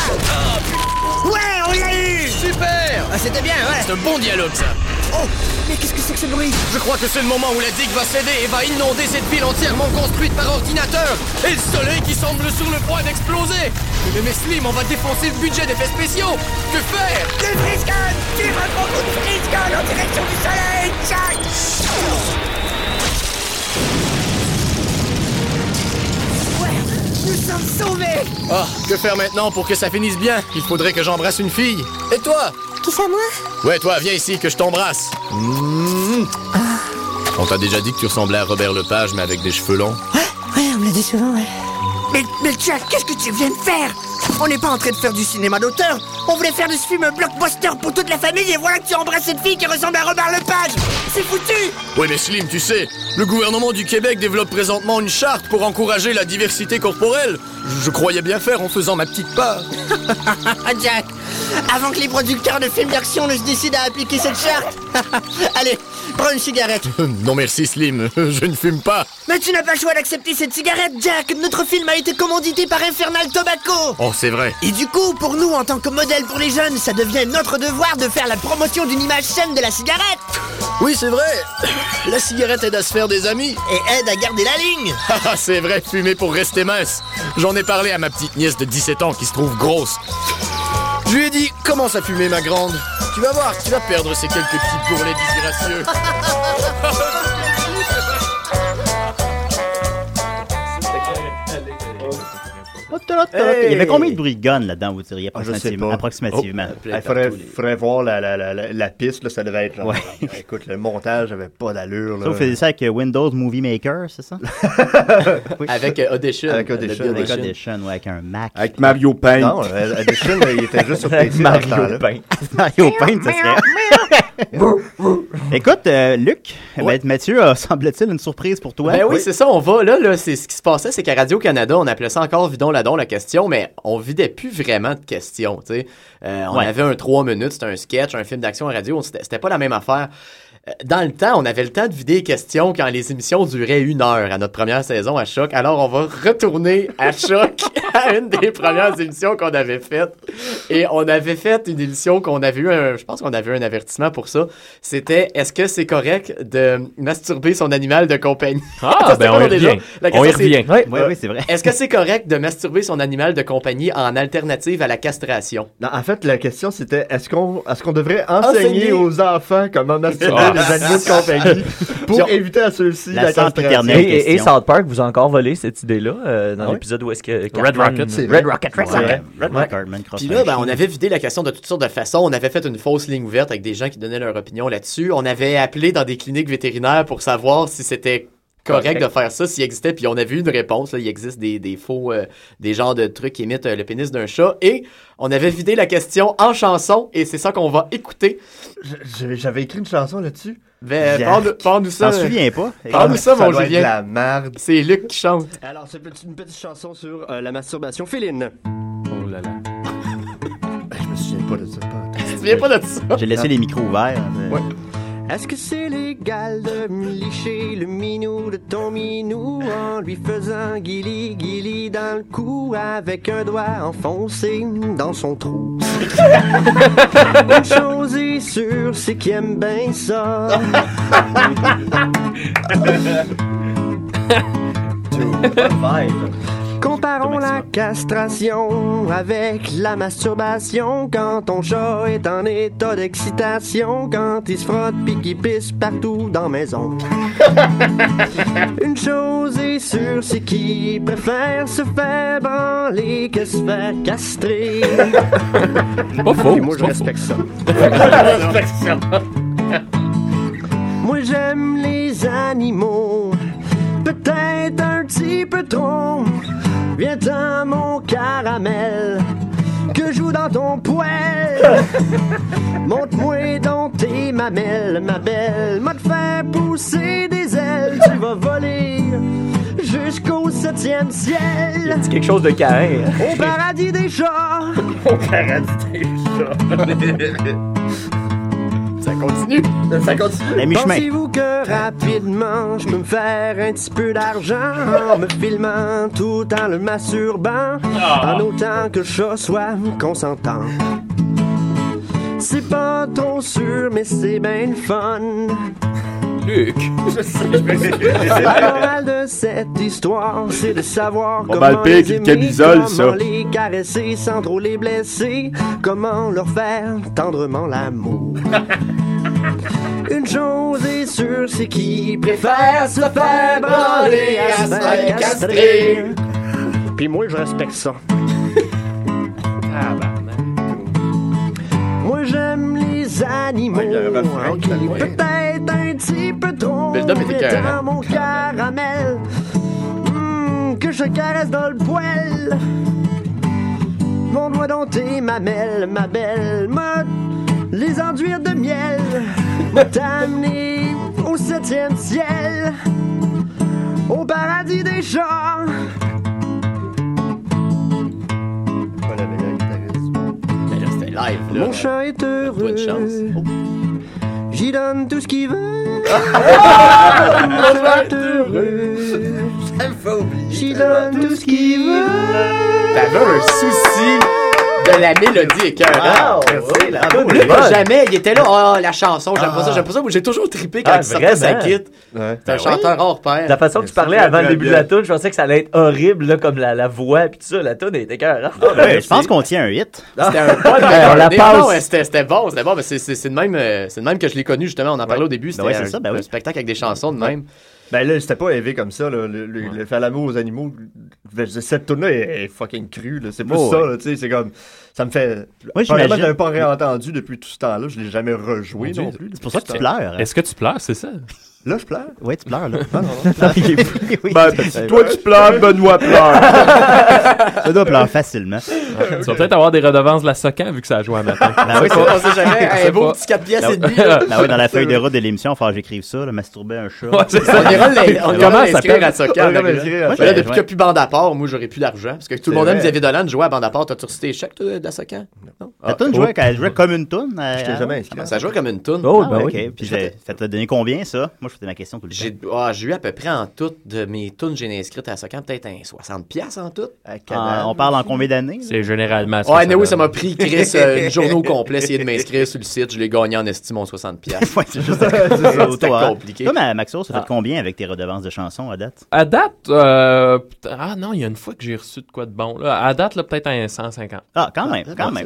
Speaker 5: Ouais, on l'a eu!
Speaker 2: Super
Speaker 5: Ah, c'était bien, ouais!
Speaker 2: C'est un bon dialogue ça
Speaker 5: Oh! Mais qu'est-ce que c'est que ce bruit?
Speaker 2: Je crois que c'est le moment où la digue va céder et va inonder cette ville entièrement construite par ordinateur Et le soleil qui semble sur le point d'exploser Mais mes slim, on va défoncer le budget d'effets spéciaux Que faire
Speaker 5: Le freeze gun! Tu un gros coup de freeze gun en direction du soleil, Jack!
Speaker 2: Nous sommes sauvés Ah, que faire maintenant pour que ça finisse bien Il faudrait que j'embrasse une fille Et
Speaker 7: Ah!
Speaker 2: toi
Speaker 36: Qui ça, moi
Speaker 2: Ouais, toi, viens ici, que je t'embrasse Mmh.
Speaker 10: Ah.
Speaker 2: On t'a déjà dit que tu ressemblais à Robert Lepage, mais avec des cheveux longs
Speaker 26: Ouais, on me l'a dit souvent, ouais.
Speaker 5: Mais, mais Jack, qu'est-ce que tu viens de faire? On n'est pas en train de faire du cinéma d'auteur! On voulait faire de ce film un blockbuster pour toute la famille et voilà que tu embrasses cette fille qui ressemble à Robert Lepage! C'est foutu!
Speaker 2: Ouais, mais Slim, tu sais, le gouvernement du Québec développe présentement une charte pour encourager la diversité corporelle Je, je croyais bien faire en faisant ma petite part
Speaker 5: Ah, Jack, avant que les producteurs de films d'action ne se décident à appliquer cette
Speaker 26: *laughs*
Speaker 5: charte, allez, prends une cigarette.
Speaker 2: *laughs* Non merci, Slim, *laughs* je ne fume pas
Speaker 5: Mais tu n'as pas le choix d'accepter cette cigarette, Jack. Notre film a été commandité par Infernal Tobacco.
Speaker 2: Oh, c'est vrai
Speaker 5: Et du coup, pour nous, en tant que modèle pour les jeunes, ça devient notre devoir de faire la promotion d'une image saine de la cigarette.
Speaker 2: Oui, c'est vrai. La cigarette aide à se faire des amis.
Speaker 5: Et aide à garder la ligne.
Speaker 2: *laughs* Ah, c'est vrai, fumer pour rester mince. J'en ai parlé à ma petite nièce de 17 ans qui se trouve grosse. Je lui ai dit, commence à fumer, ma grande. Tu vas voir, tu vas perdre ces quelques petits bourrelets disgracieux.
Speaker 6: Il y avait combien de bruits de gun là-dedans, vous diriez,
Speaker 10: Ah, je sais
Speaker 6: approximativement?
Speaker 10: pas.
Speaker 6: approximativement.
Speaker 10: Oh, Il faudrait, faudrait voir la, la, la, la- la piste, là, ça devait être. genre,
Speaker 6: Ouais.
Speaker 10: Écoute, le montage avait pas d'allure.
Speaker 6: Ça,
Speaker 10: là.
Speaker 6: vous faisiez ça avec euh, Windows Movie Maker, c'est ça? Oui.
Speaker 7: Avec, euh, Audition.
Speaker 10: Avec Audition.
Speaker 6: Avec Audition, ouais, avec un Mac.
Speaker 9: Avec Mario Paint.
Speaker 10: Non, euh, Audition, il était juste sur
Speaker 6: Avec
Speaker 10: PC.
Speaker 6: Mario
Speaker 10: dans ce temps-là.
Speaker 6: Paint. *laughs* Mario Paint, ça serait. Écoute, euh, Luc, ben, Mathieu a, *laughs* semble-t-il, une surprise pour toi.
Speaker 7: Ben oui, c'est ça, on va là, là, c'est ce qui se passait, c'est qu'à Radio-Canada, on appelait ça encore Vidon Ladon la question, mais on vidait plus vraiment de questions, tu sais. Euh, on
Speaker 6: Ouais.
Speaker 7: avait un 3 minutes, c'était un sketch, un film d'action à radio, c'était c'était pas la même affaire. euh, dans le temps, on avait le temps de vider les questions quand les émissions duraient une heure à notre première saison à Choc. Alors, on va retourner à Choc *laughs* à une des premières émissions qu'on avait faites. Et on avait fait une émission qu'on avait eu, un- je pense qu'on avait eu un avertissement pour ça. C'était est-ce que c'est correct de masturber son animal de compagnie
Speaker 8: Ah,
Speaker 7: *laughs* Ça, c'était
Speaker 8: ben, on
Speaker 7: quoi,
Speaker 8: y
Speaker 7: déjà?
Speaker 8: revient.
Speaker 7: La
Speaker 8: On y
Speaker 7: question, c'est- Euh,
Speaker 8: revient. Oui, oui, oui, c'est vrai.
Speaker 7: Est-ce que c'est correct de masturber son animal de compagnie en alternative à la castration
Speaker 10: Non, en fait, la question c'était est-ce qu'on est-ce qu'on devrait enseigner,
Speaker 7: Enseigner.
Speaker 10: aux enfants comment masturber
Speaker 7: Ah.
Speaker 10: les animaux de compagnie pour
Speaker 7: Puis on-
Speaker 10: éviter à ceux-ci la, castration?
Speaker 11: et, et- et South Park vous a encore volé cette idée-là euh, dans
Speaker 7: Ah oui?
Speaker 11: l'épisode où est-ce que
Speaker 7: Red
Speaker 11: Cartman-
Speaker 7: Rocket. C'est
Speaker 11: Red
Speaker 7: vrai.
Speaker 11: Rocket, Red
Speaker 7: Ouais.
Speaker 11: Rocket.
Speaker 6: Red
Speaker 7: Ouais.
Speaker 6: Rocket, Man Cross
Speaker 7: Puis là, ben,
Speaker 6: Country.
Speaker 7: on avait vidé la question de toutes sortes de façons. On avait fait une fausse ligne ouverte avec des gens qui donnaient leur opinion là-dessus. On avait appelé dans des cliniques vétérinaires pour savoir si c'était correct
Speaker 11: Correct.
Speaker 7: de faire ça, s'il existait. Puis on a vu une réponse. Là. Il existe des, des faux, euh, des genres de trucs qui imitent euh, le pénis d'un chat. Et on avait vidé la question en chanson. Et c'est ça qu'on va écouter.
Speaker 10: J'avais écrit une chanson là-dessus.
Speaker 7: Ben,
Speaker 10: Yark.
Speaker 7: parle-nous- parle-nous ça.
Speaker 10: T'en souviens pas?
Speaker 7: Parle-nous ça,
Speaker 10: Ça
Speaker 7: mon
Speaker 10: doit être
Speaker 7: Julien.
Speaker 10: de la merde.
Speaker 7: C'est Luc qui chante.
Speaker 26: Alors, c'est une petite chanson sur euh, la masturbation féline.
Speaker 8: Oh là là.
Speaker 10: *laughs* Je me souviens pas de ça.
Speaker 26: Tu te souviens pas de ça?
Speaker 6: J'ai laissé les micros ouverts.
Speaker 26: Ouais. Est-ce que c'est légal de me licher le minou de ton minou en lui faisant guili guili dans le cou avec un doigt enfoncé dans son trou? Une chose est sûre, c'est qu'il aime bien ça. Comparons la castration avec la masturbation quand ton chat est en état d'excitation, quand il se frotte puis qu'il pisse partout dans la maison. Une chose est sûre, c'est qu'il préfère se faire branler que se faire castrer. *laughs*
Speaker 8: Pas faux,
Speaker 26: Et moi,
Speaker 8: c'est
Speaker 26: je
Speaker 8: pas
Speaker 26: respecte ça.
Speaker 8: Je respecte
Speaker 26: Moi j'aime les animaux, peut-être un petit peu trop. Viens dans mon caramel, que je joue dans ton poêle. Monte-moi dans tes mamelles, ma belle. M'a te faire pousser des ailes, tu vas voler jusqu'au septième ciel.
Speaker 11: C'est quelque chose de
Speaker 7: *laughs*
Speaker 11: carré.
Speaker 7: Oh,
Speaker 11: hein.
Speaker 26: Au paradis des chats. Au paradis des chats. Ça continue. Ça continue.
Speaker 6: À mi-chemin.
Speaker 26: Pensez-vous que rapidement je peux me faire un petit peu d'argent en me filmant tout en le masturbant, en autant que le chat soit consentant. C'est pas trop sûr, mais c'est bien le fun.
Speaker 8: Luc.
Speaker 26: La morale de cette histoire, c'est de savoir
Speaker 9: Pas
Speaker 26: comment
Speaker 9: mal ben, pire
Speaker 26: les
Speaker 9: qu'une camisole,
Speaker 26: aimer, comment
Speaker 9: ça.
Speaker 26: les caresser sans trop les blesser, comment leur faire tendrement
Speaker 9: *laughs*
Speaker 26: l'amour. Une chose est sûre, c'est qu'ils préfèrent se faire branler à se faire castrer. Puis moi, je
Speaker 6: *laughs*
Speaker 26: respecte ça.
Speaker 6: Ah, ben,
Speaker 26: Moi, j'aime les animaux. ok, Peut-être un petit peu trop.
Speaker 7: Build-up était
Speaker 26: mais
Speaker 7: écœurant.
Speaker 26: dans mon caramel. Hmm, que je caresse dans le poêle. Mon doigt dans tes mamelles, ma belle. Me les enduire de miel. Me t'amener au septième ciel. Au paradis des chats.
Speaker 7: C'était live, là.
Speaker 26: Mon chat est heureux.
Speaker 7: Bonne chance.
Speaker 26: J'y donne tout ce qu'il veut.
Speaker 7: Mon
Speaker 26: chat est heureux. J'y donne tout ce qu'il veut.
Speaker 7: T'avais un souci de la mélodie écœurante.
Speaker 26: Wow,
Speaker 7: Merci,
Speaker 6: Ah
Speaker 7: la
Speaker 26: bravo,
Speaker 7: Ah, Luc,
Speaker 26: bonne.
Speaker 7: jamais, il était là. Oh, la chanson, j'aime pas ça, j'aime pas ça. Moi, j'ai toujours trippé quand
Speaker 11: Ah,
Speaker 7: il sortait sa
Speaker 11: vraiment?
Speaker 7: guithe. C'est un
Speaker 11: Ben oui.
Speaker 7: chanteur hors pair.
Speaker 11: De la façon que tu parlais avant le début de la toune, je pensais que ça allait être horrible, là, comme la, la voix, puis tout ça. La toune était écœurante.
Speaker 6: Ouais, Euh, je pense qu'on tient un hit. Euh, *laughs*
Speaker 7: C'était un bon
Speaker 11: Ben, on la
Speaker 7: Mais
Speaker 11: passe.
Speaker 7: non, *laughs* ouais, C'était c'était bon, c'était bon. mais C'est c'est- c'est de, même, euh, c'est de même que je l'ai connu, justement. On en parlait au début. C'était
Speaker 10: ouais, c'est
Speaker 7: un,
Speaker 10: ça, ben
Speaker 7: un
Speaker 10: oui.
Speaker 7: spectacle avec des chansons de
Speaker 10: *laughs*
Speaker 7: même.
Speaker 10: Ben là, c'était pas élevé comme ça, là. Le, le- le faire l'amour aux animaux. ben, je- Cette tourne là est, est fucking crue, là. C'est plus
Speaker 6: Oh,
Speaker 10: ça,
Speaker 6: ouais.
Speaker 10: là, tu sais. C'est comme. Ça me fait.
Speaker 6: Moi,
Speaker 10: Premièrement,
Speaker 6: j'imagine-
Speaker 10: je l'avais pas réentendu depuis tout ce temps-là. Je l'ai jamais rejoué
Speaker 6: Mon Dieu,
Speaker 10: non plus.
Speaker 6: c'est pour ça que tu
Speaker 10: Putain.
Speaker 6: pleures. hein.
Speaker 8: Est-ce que tu pleures, Ah, c'est ça?
Speaker 10: Là, je pleure.
Speaker 6: Ouais, tu pleures, là.
Speaker 10: *laughs*
Speaker 9: Ben, toi, tu pleures, Benoît pleure.
Speaker 7: Ah,
Speaker 6: Ça doit pleurer facilement.
Speaker 8: Tu vas peut-être avoir des redevances de la Socan vu que ça a joué un matin.
Speaker 6: Ben oui,
Speaker 7: on sait jamais. Un beau petit quatre pièces et demi, là.
Speaker 6: Ben oui, dans la feuille de route de l'émission, il faut que j'écrive ça, là, masturber un chat.
Speaker 7: On ira l'in- on ira l'inscrire à
Speaker 6: On
Speaker 7: Socan.
Speaker 6: ira l'inscrire
Speaker 7: Marie-Jeanne.
Speaker 6: à
Speaker 7: Moi,
Speaker 6: Socan.
Speaker 7: là, Depuis qu'il n'y a plus bande à part, moi, j'aurais plus d'argent. Parce que tout le
Speaker 6: C'est
Speaker 7: monde aime
Speaker 6: vrai.
Speaker 7: Xavier Dolan de jouer à bande à part. T'as-tu reçu tes chèques, toi, de la Oh. Socan? Non.
Speaker 6: La toune jouait, quand elle jouait comme une toune. euh,
Speaker 7: Ah, Je t'ai jamais inscrit.
Speaker 6: avant?
Speaker 7: Ah, Ça jouait comme une toune.
Speaker 6: Oh,
Speaker 7: Ah,
Speaker 6: ben
Speaker 7: ouais,
Speaker 6: oui.
Speaker 7: ok.
Speaker 6: Puis j'ai- ça t'a donné combien, ça? Moi, je faisais ma question tout le temps.
Speaker 7: J'ai ah, j'ai eu à peu près en tout de mes tunes j'ai inscrites à Socan, peut-être un 60 pièces en tout.
Speaker 6: Ah, on parle en combien d'années?
Speaker 8: C'est
Speaker 6: *laughs*
Speaker 8: généralement
Speaker 7: Ouais, anyway, ça m'a pris, Chris, euh, une journée au complet, essayer de m'inscrire sur le site. Je l'ai gagné en estime en 60 pièces.
Speaker 6: *laughs* ouais, c'est juste
Speaker 7: *laughs*
Speaker 6: hein.
Speaker 7: C'était compliqué.
Speaker 6: Toi, ma- Maxo, ça fait
Speaker 7: Ah.
Speaker 6: combien avec tes redevances de chansons à date?
Speaker 8: À date, euh, putain, ah non, il y a une fois que j'ai reçu de quoi de bon. Là. À date, là, peut-être un 150.
Speaker 6: Ah, quand
Speaker 7: Ben,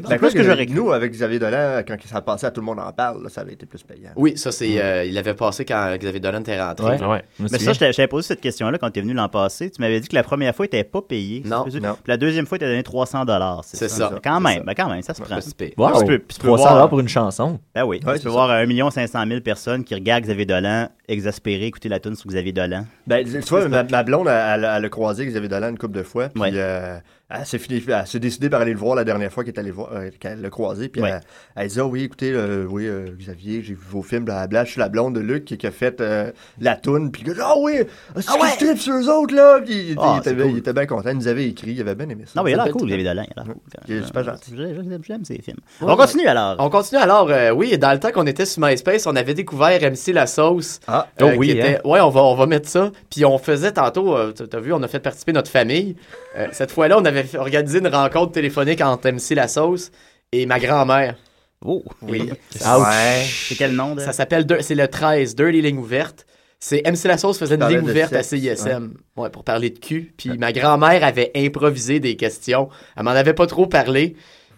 Speaker 10: C'est plus que j'aurais nous avec Xavier Dolan, quand ça passait à tout le monde en parle, là, ça avait été plus payant.
Speaker 7: Oui, ça, c'est. euh, il avait passé quand Xavier Dolan était rentré.
Speaker 6: Mais ça, je t'avais- j'avais posé cette question-là quand tu es venu l'an passé. Tu m'avais dit que la première fois, tu pas payé. Non, Puis la deuxième fois, tu as donné 300
Speaker 7: C'est ça.
Speaker 6: Quand même, ben, quand même, ça se prend.
Speaker 7: pire.
Speaker 6: Puis
Speaker 11: Wow.
Speaker 6: tu peux- puis tu peux
Speaker 11: 300
Speaker 6: voir-
Speaker 11: dollars pour une chanson.
Speaker 6: Ben oui, tu peux voir 1 500 000 personnes qui regardent Xavier Dolan exaspérées écouter la tune sur Xavier Dolan.
Speaker 10: Ben, tu vois, ma, ma blonde, elle, elle- elle a croisé Xavier Dolan une couple de fois. Puis euh, elle s'est fini- elle s'est décidée par aller le voir la dernière fois qu'elle est allée le voir, euh, qu'elle l'a croisé. Puis
Speaker 6: Ouais.
Speaker 10: elle, elle dit Ah oui, écoutez, euh, oui, euh, Xavier, j'ai vu vos films, blablabla. Je suis la blonde de Luc qui, qui a fait euh, la toune. Puis Ah oui, ah, c'est que je tripe sur eux autres, là. Puis il, était-
Speaker 6: Ah,
Speaker 10: il
Speaker 6: c'est
Speaker 10: était,
Speaker 6: cool.
Speaker 10: il était bien content. Il nous avait écrit, il avait bien aimé ça.
Speaker 6: Non, mais il a l'air cool,
Speaker 10: Xavier
Speaker 6: Xavier Dolan. Il a l'air cool. quand même.
Speaker 10: C'est pas gentil.
Speaker 6: J'aime j'aime ces films.
Speaker 7: Ouais,
Speaker 6: On continue alors.
Speaker 7: On continue alors. euh, oui, dans le temps qu'on était sur MySpace, on avait découvert MC La Sauce. Ah,
Speaker 6: euh,
Speaker 11: oh oui,
Speaker 6: hein.
Speaker 7: Ouais, on va, on va mettre ça. Puis on faisait tantôt, euh, t'as- t'as vu, on a fait participer notre famille. Euh, cette fois-là, on avait fait- organisé une rencontre téléphonique entre MC La Sauce et ma grand-mère.
Speaker 6: Oh,
Speaker 7: oui.
Speaker 6: *laughs* Ouch. Ouais. C'est quel nom de-
Speaker 7: Ça s'appelle, Dir- c'est le 13, Dirty Ligne Ouverte. C'est MC La Sauce faisait une
Speaker 6: Parlait
Speaker 7: ligne
Speaker 6: de
Speaker 7: ouverte à
Speaker 6: sexe,
Speaker 7: CISM. Ouais. pour parler de cul. Puis ma grand-mère avait improvisé des questions. Elle m'en avait pas trop parlé.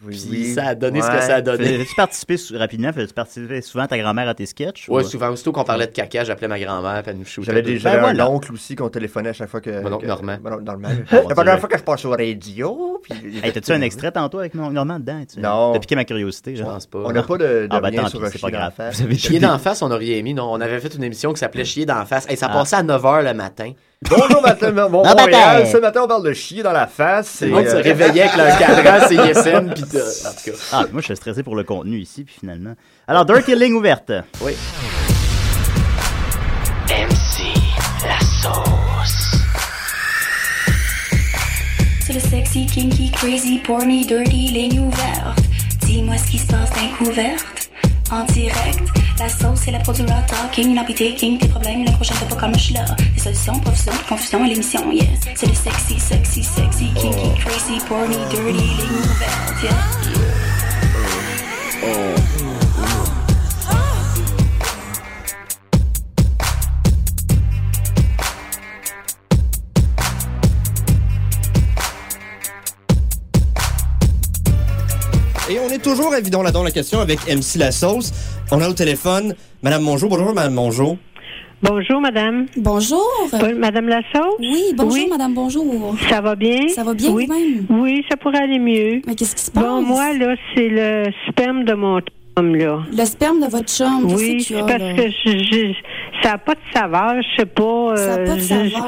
Speaker 7: Puis ça a donné ce que ça a donné.
Speaker 6: tu participé sou- rapidement? Fais-tu participer souvent ta grand-mère à tes sketchs?
Speaker 7: Ouais,
Speaker 6: ou-
Speaker 7: souvent, aussitôt qu'on parlait de caca, j'appelais ma grand-mère, puis elle nous shootait.
Speaker 10: J'avais
Speaker 7: deux.
Speaker 10: déjà
Speaker 7: Ben
Speaker 10: un
Speaker 7: voilà.
Speaker 10: oncle aussi qu'on téléphonait à chaque fois que.
Speaker 7: Mon oncle
Speaker 10: que-
Speaker 7: Normand.
Speaker 10: Mon
Speaker 6: *laughs*
Speaker 10: oncle Normand.
Speaker 6: On
Speaker 10: La
Speaker 6: dirait.
Speaker 10: première fois que je passe au radio. Puis...
Speaker 7: *laughs*
Speaker 6: Hey, T'as-tu un extrait tantôt avec Nor- Normand dedans? Tu...
Speaker 10: Non.
Speaker 6: T'as piqué ma curiosité, genre.
Speaker 7: Je pense pas. ben,
Speaker 10: On n'a pas de, de
Speaker 6: Ah, bah,
Speaker 10: lien
Speaker 6: tant
Speaker 10: sur
Speaker 6: pis,
Speaker 10: un
Speaker 6: c'est pas
Speaker 10: chien
Speaker 6: grave.
Speaker 10: d'enfant.
Speaker 6: Vous avez
Speaker 7: Chier d'en face, on n'a rien mis. Non, on avait fait une émission qui s'appelait Chier d'en face. Hey, ça
Speaker 10: Ah.
Speaker 7: passait à 9h le matin.
Speaker 10: Bonjour, matin, mon
Speaker 7: Bon matin.
Speaker 10: Montréal. Ce matin, on parle de chier dans la face. euh,
Speaker 7: Tout le monde
Speaker 6: euh, *laughs*
Speaker 7: se réveillait avec leur cadran, c'est ISM, puis de- en tout cas.
Speaker 6: Ah, mais moi, je suis stressé pour le contenu ici, puis finalement. Alors, Dirty Ligne ouverte.
Speaker 7: Oui.
Speaker 33: MC La Sauce.
Speaker 3: C'est le sexy, kinky, crazy, porny, dirty, les nuits ouvertes. Dis-moi ce qui se passe d'incouverte. En direct, la sauce c'est la produira talking, not be taking tes problèmes. Le prochain c'est pas comme je suis là. Des solutions, profession, de confusion et l'émission, yes. C'est le sexy, sexy, sexy, kinky, crazy, porny, dirty, les nuits ouvertes, yes.
Speaker 37: Et on est toujours évident là dans la question avec MC La Sauce. On a au téléphone Madame Mongeau. Bonjour Madame Mongeau.
Speaker 35: Bonjour, madame. Euh,
Speaker 3: Bonjour.
Speaker 35: madame Lassau?
Speaker 3: Oui, bonjour, madame, bonjour.
Speaker 35: Ça va bien?
Speaker 3: Ça va bien
Speaker 35: oui.
Speaker 3: vous-même?
Speaker 35: Oui, ça pourrait aller mieux.
Speaker 3: Mais qu'est-ce qui se
Speaker 35: Bon,
Speaker 3: passe?
Speaker 35: moi, là, c'est le sperme de mon homme, là.
Speaker 3: Le sperme de votre chum, qu'est-ce
Speaker 35: Oui,
Speaker 3: qu'il y a,
Speaker 35: parce
Speaker 3: là?
Speaker 35: que je- je- ça n'a pas de saveur, je sais pas.
Speaker 3: Ça a
Speaker 35: euh,
Speaker 3: pas de
Speaker 35: je-
Speaker 3: saveur.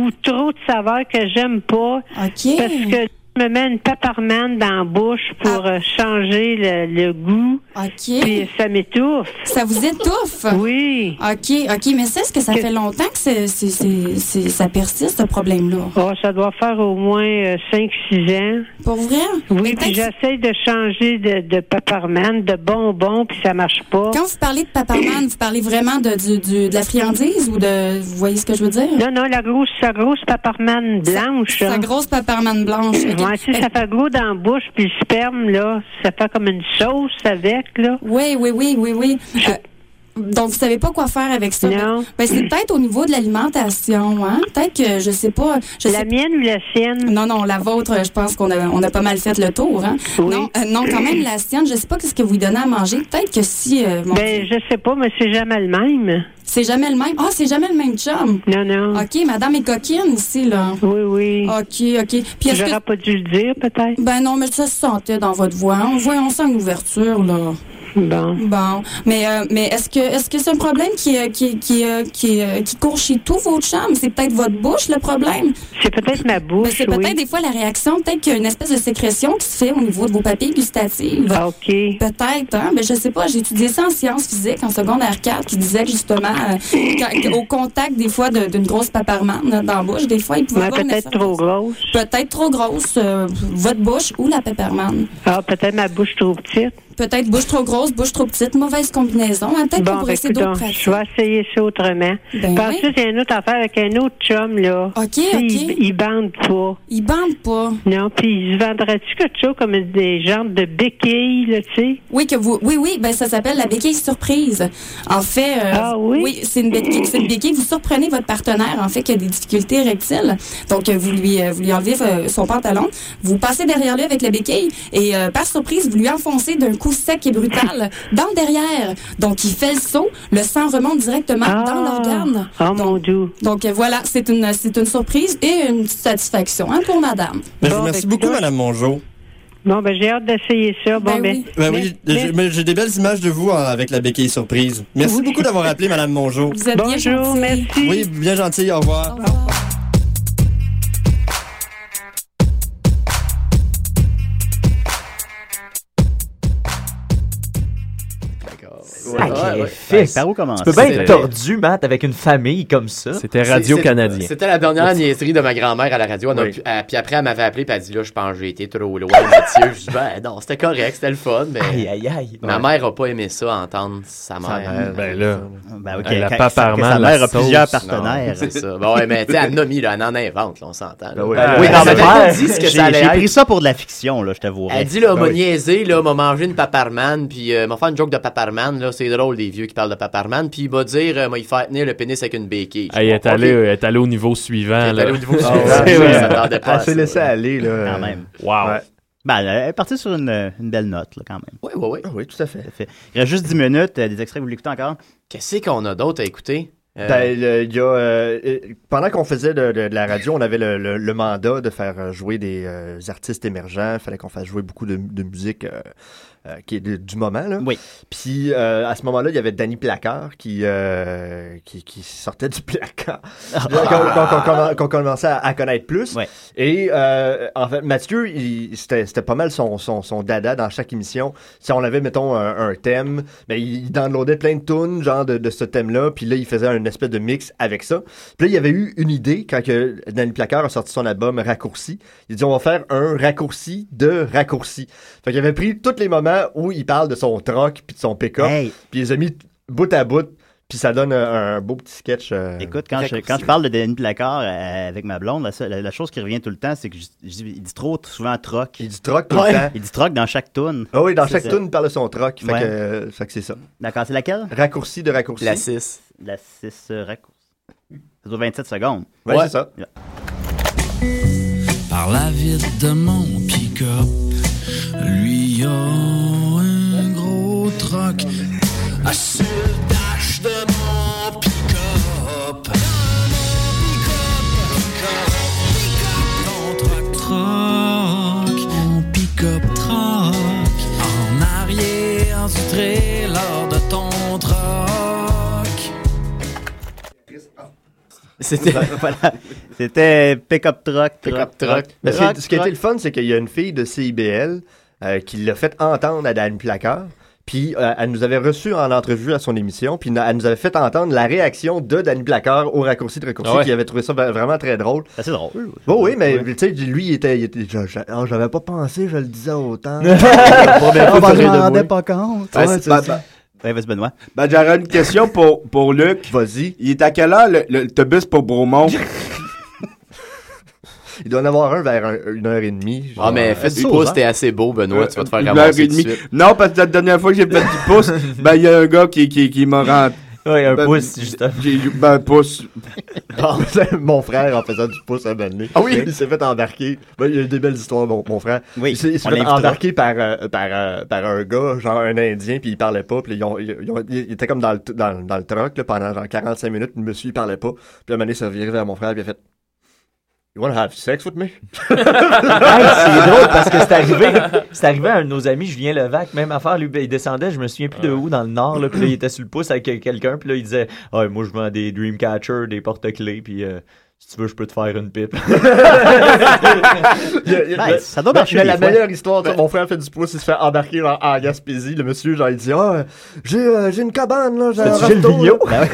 Speaker 35: Ou trop de saveur que j'aime pas. Parce que je me mets une peppermint dans la bouche pour euh, changer le, le goût.
Speaker 3: Ah. OK.
Speaker 35: Puis ça m'étouffe.
Speaker 3: Ça vous étouffe?
Speaker 35: Oui.
Speaker 3: OK, OK, mais c'est ce que ça fait longtemps que c'est, c'est- c'est- c'est- ça persiste, ce problème-là.
Speaker 35: Oh, ça doit faire au moins 5-6 ans.
Speaker 3: Pour vrai?
Speaker 35: Oui, puis j'essaie de changer de, de peppermint, de bonbon, puis ça marche pas.
Speaker 3: Quand vous parlez de paparman, vous parlez vraiment de, du- du- de la friandise ou de. Vous voyez ce que je veux dire?
Speaker 35: Non, non, la grosse, sa grosse paparmane blanche.
Speaker 3: Sa grosse paparmane blanche. ok.
Speaker 35: Ouais, tu sais, ça fait gros dans la bouche, puis le sperme, là, ça fait comme une sauce avec, là.
Speaker 3: Oui, oui, oui, oui, oui. Euh, donc, vous savez pas quoi faire avec ça?
Speaker 35: Non.
Speaker 3: Ben, c'est peut-être au niveau de l'alimentation, hein? Peut-être que, je sais pas... la
Speaker 35: mienne ou la sienne?
Speaker 3: Non, non, la vôtre, je pense qu'on a, on a pas mal fait le tour, hein? Non, euh, non, quand même, la sienne, je sais pas ce que vous lui donnez à manger. Peut-être que si... euh, mon
Speaker 35: Ben, je sais pas, mais c'est jamais le même.
Speaker 3: C'est jamais le même. Ah, c'est jamais le même chum.
Speaker 35: Non, non.
Speaker 3: OK, madame est coquine aussi, là.
Speaker 35: Oui, oui.
Speaker 3: OK, OK. Puis est-ce que-
Speaker 35: J'aurais pas dû le dire, peut-être.
Speaker 3: Ben non, mais ça se sentait dans votre voix. On voit, on sent une ouverture, là.
Speaker 35: Bon.
Speaker 3: Bon, mais euh, mais est-ce que est-ce que c'est un problème qui euh, qui qui euh, qui, euh, qui court chez tous vos chums C'est peut-être votre bouche le problème.
Speaker 35: C'est peut-être ma bouche.
Speaker 3: Mais c'est peut-être des fois la réaction, peut-être qu'il y a une espèce de sécrétion qui se fait au niveau de vos papilles gustatives.
Speaker 35: Ah, OK.
Speaker 3: Peut-être, hein? Mais je sais pas, j'ai étudié ça en sciences physiques en secondaire 4 qui disait justement euh, quand- au contact des fois de- d'une grosse paparmane là, dans la bouche, des fois il pouvait
Speaker 35: Ouais,
Speaker 3: avoir une
Speaker 35: peut-être trop grosse.
Speaker 3: Peut-être trop grosse, euh, votre bouche ou la paparmane.
Speaker 35: Ah, peut-être ma bouche trop petite.
Speaker 3: Peut-être bouche trop grosse, bouche trop petite, mauvaise combinaison. hein? Peut-être qu'on
Speaker 35: Bon,
Speaker 3: pourrait
Speaker 35: ben,
Speaker 3: essayer d'autres
Speaker 35: coudonc,
Speaker 3: pratiques.
Speaker 35: je vais essayer ça autrement.
Speaker 3: Ben
Speaker 35: Parce
Speaker 3: oui.
Speaker 35: que j'ai une autre affaire avec un autre chum, là. OK, Il, il bande pas.
Speaker 3: Il bande pas.
Speaker 35: Non, puis il se vendrait-tu quelque chose comme des genres de béquilles, là, tu sais?
Speaker 3: Oui, que vous, oui, oui, ben ça s'appelle la béquille surprise. En fait, euh,
Speaker 35: Ah
Speaker 3: oui, c'est une béquille, c'est une béquille. Vous surprenez votre partenaire en fait qui a des difficultés rectiles. Donc euh, vous lui, euh, vous lui enlevez euh, son pantalon, vous passez derrière lui avec la béquille et euh, par surprise vous lui enfoncez d'un coup sec et brutal dans le derrière. Donc il fait le saut, le sang remonte directement hein,
Speaker 35: Ah!
Speaker 3: dans l'organe.
Speaker 35: Oh mon Dieu.
Speaker 3: Donc euh, voilà, c'est une, c'est une surprise et une petite satisfaction hein, pour Madame.
Speaker 33: Ben, je vous remercie beaucoup, Madame Mongeau.
Speaker 35: Bon, ben, j'ai hâte d'essayer ça. Bon, ben.
Speaker 33: Ben oui,
Speaker 35: mais-
Speaker 33: j'ai- mais j'ai des belles images de vous euh, avec la béquille surprise. Merci beaucoup d'avoir appelé, Madame Mongeau.
Speaker 3: Vous êtes bien
Speaker 35: Bonjour, merci.
Speaker 33: Oui, bien gentil, au revoir.
Speaker 11: Sacrifice.
Speaker 6: Ouais, ouais. ben, Par où commencer?
Speaker 11: Tu peux bien être
Speaker 6: C'est-
Speaker 11: tordu, Matt, avec une famille comme ça. C'était
Speaker 7: C'est- c'est- C'était la dernière niaiserie de ma grand-mère à la radio. On a
Speaker 11: Oui.
Speaker 7: pu- ah, puis après, elle m'avait appelé et elle a dit Là, je pense que j'ai été trop loin, Mathieu. Je dis Ben non, c'était correct, c'était le fun. Mais
Speaker 11: Aïe, aïe, aïe.
Speaker 7: Ma
Speaker 11: Ouais.
Speaker 7: mère n'a pas aimé ça, entendre sa mère.
Speaker 6: mère, ben
Speaker 7: là.
Speaker 6: Ben, ok, Elle a quand- pas apparemment que sa la mère a sauce. plusieurs partenaires.
Speaker 7: C'est ça. Ben ouais, mais tu sais, elle en a mis, là, elle en invente, là, on s'entend. là.
Speaker 6: Ben oui,
Speaker 7: Ben,
Speaker 6: oui,
Speaker 7: elle
Speaker 6: non, mais
Speaker 7: avait pas dit ce que
Speaker 6: j'ai-
Speaker 7: ça allait
Speaker 6: J'ai
Speaker 7: être.
Speaker 6: pris ça pour Ben de la fiction, là, je t'avoue.
Speaker 7: Elle dit, là, m'a niaisé, là, m'a mangé une paparman, puis euh, m'a fait une joke de paparman, là, c'est drôle, les vieux qui parlent de paparman, puis il m'a dire, euh, m'a y faire tenir le pénis avec une béquille.
Speaker 8: Elle est,
Speaker 7: Ok.
Speaker 8: allée, euh, elle est allée au niveau suivant.
Speaker 7: Elle
Speaker 8: là.
Speaker 7: est allée au niveau
Speaker 8: Ah,
Speaker 7: suivant.
Speaker 8: ouais.
Speaker 7: C'est vrai.
Speaker 8: Ouais.
Speaker 7: Ça tardait pas à
Speaker 6: Elle s'est
Speaker 7: ça,
Speaker 6: laissée aller,
Speaker 7: là.
Speaker 6: Quand même.
Speaker 8: Wow.
Speaker 6: Ben, elle est partie sur une, une belle note, là, quand même.
Speaker 7: Oui, oui, oui.
Speaker 6: Ah Oui, tout à fait. Il reste juste 10 minutes, euh, des extraits, vous l'écoutez encore?
Speaker 7: Qu'est-ce qu'on a d'autre à écouter?
Speaker 10: Ben, le- il y a, euh, euh, pendant qu'on faisait de, de- de la radio, on avait le, le- le mandat de faire euh, jouer des euh, artistes émergents. Il fallait qu'on fasse jouer beaucoup de, de musique euh, euh, qui est de- du moment. Là.
Speaker 6: Oui.
Speaker 10: Puis euh, à ce moment-là, il y avait Danny Placard qui, euh, qui, qui sortait du placard. Qu'on qu'on- qu'on commen- qu'on commençait à, à connaître plus. Et euh, en fait, Mathieu, il- c'était c'était pas mal son, son, son dada dans chaque émission. Si on avait, mettons, un, un thème, mais il, il downloadait plein de tunes, genre de, de ce thème-là, puis là, il faisait un espèce de mix avec ça. Puis là, il y avait eu une idée quand que Danny Placard a sorti son album Raccourci. Il dit, on va faire un raccourci de raccourci. Fait qu'il avait pris tous les moments où il parle de son troc, puis de son pick-up, puis il les a mis bout à bout, puis ça donne un, un beau petit sketch. euh,
Speaker 6: Écoute, quand je,
Speaker 10: raccourci.
Speaker 6: quand je parle de Denis Placard euh, avec ma blonde, la, seule- la- la chose qui revient tout le temps, c'est que je- je dis- il dit trop souvent troc. Il
Speaker 10: dit troc tout le temps.
Speaker 6: Il dit troc dans chaque tune.
Speaker 10: Ah oui, dans
Speaker 6: C'est
Speaker 10: chaque
Speaker 6: ça.
Speaker 10: tune, il parle de son troc. Fait
Speaker 6: Ouais.
Speaker 10: que, euh, fait que c'est ça.
Speaker 6: D'accord, c'est laquelle?
Speaker 10: Raccourci de raccourci.
Speaker 7: La 6.
Speaker 6: La 6 euh, raccourci. Ça doit 27 secondes.
Speaker 10: Ouais, Ouais. c'est ça.
Speaker 6: Yeah.
Speaker 15: par
Speaker 6: *laughs*
Speaker 15: la vitre de mon pick-up. Lui a un gros troc à sur le dash de mon pick-up. Dans mon pick-up, pick-up, pick-up. Mon troc, troc, mon pick-up, troc. En arrière du trailer de ton troc.
Speaker 6: C'était. *laughs* voilà. C'était pick-up truck.
Speaker 10: Pick-up truck. Mais c'est- ce qui a été le fun, c'est qu'il y a une fille de CIBL euh, qui l'a fait entendre à Dan Placard. Puis euh, elle nous avait reçu en entrevue à son émission, puis na- elle nous avait fait entendre la réaction de Danny Placard au raccourci de raccourci,
Speaker 6: Ah ouais.
Speaker 10: qui avait trouvé ça va- vraiment très drôle.
Speaker 6: C'est drôle.
Speaker 10: Bon, oui, mais tu sais, lui, il était. il était- je- je- oh, J'avais pas pensé, je le
Speaker 6: *laughs*
Speaker 10: disais autant. Ah, ben,
Speaker 6: Ah, ben,
Speaker 10: je m'en rendais
Speaker 6: pas compte.
Speaker 10: Ouais, c'est ça.
Speaker 6: Ouais, vas-y, Benoît.
Speaker 9: Ben, j'aurais une question pour, pour Luc.
Speaker 10: Vas-y.
Speaker 9: Il est à quelle heure le- le- l'autobus pour Bromont?
Speaker 10: *laughs* Il doit en avoir un vers un- une heure et demie. euh,
Speaker 7: Ah, mais fais du
Speaker 6: hein?
Speaker 7: pouce, t'es assez beau, Benoît, tu vas te faire
Speaker 9: une
Speaker 7: ramasser
Speaker 9: heure et
Speaker 7: tout de
Speaker 9: demie.
Speaker 7: suite.
Speaker 9: Non, parce que la dernière fois que j'ai fait du
Speaker 10: *laughs*
Speaker 9: pouce, ben, il y a un gars qui, qui, qui m'a rendu.
Speaker 11: Oui, un
Speaker 9: pouce, justement. Ben,
Speaker 10: *laughs*
Speaker 9: un pouce.
Speaker 10: mon Euh, frère en faisant du pouce à un moment donné.
Speaker 9: Ah oui?
Speaker 10: Il s'est fait embarquer. Ben, il y a eu des belles histoires, mon, mon frère.
Speaker 6: Oui,
Speaker 10: il s'est il s'est
Speaker 6: on
Speaker 10: fait
Speaker 6: l'invitera.
Speaker 10: embarquer par, euh, par, euh, par un gars, genre un Indien, puis il parlait pas. Puis ils ont- ils ont- il était comme dans le, dans, dans le truck là, pendant genre 45 minutes. Le monsieur, il parlait pas. Puis à un moment donné, ça viré vers mon frère, puis il a fait You wanna have sex with me?
Speaker 11: Hey,
Speaker 10: *laughs*
Speaker 11: c'est drôle parce que c'est arrivé, c'est arrivé à un de nos amis, Julien Levac, même affaire, lui, ben, il descendait, je me souviens plus de où, dans le nord, là, puis là, il était sur le pouce avec quel- quelqu'un, puis là, il disait Ah, Moi, je vends des Dreamcatcher, des porte-clés, puis euh, si tu veux, je peux te faire une pipe.
Speaker 10: *laughs* Il y a- il y a-
Speaker 11: Nice, ça doit
Speaker 10: mais-
Speaker 11: marcher
Speaker 10: mais
Speaker 11: des
Speaker 10: la
Speaker 11: fois. Ben,
Speaker 10: meilleure histoire, t'sais, mon frère fait du pouce, il se fait embarquer en, en Gaspésie. Le monsieur, genre, il dit Ah, euh, j'ai euh, j'ai une cabane, là. J'ai un
Speaker 9: C'est-tu Gilles
Speaker 10: resto,
Speaker 9: Vigneault?
Speaker 10: là.
Speaker 9: Ben oui.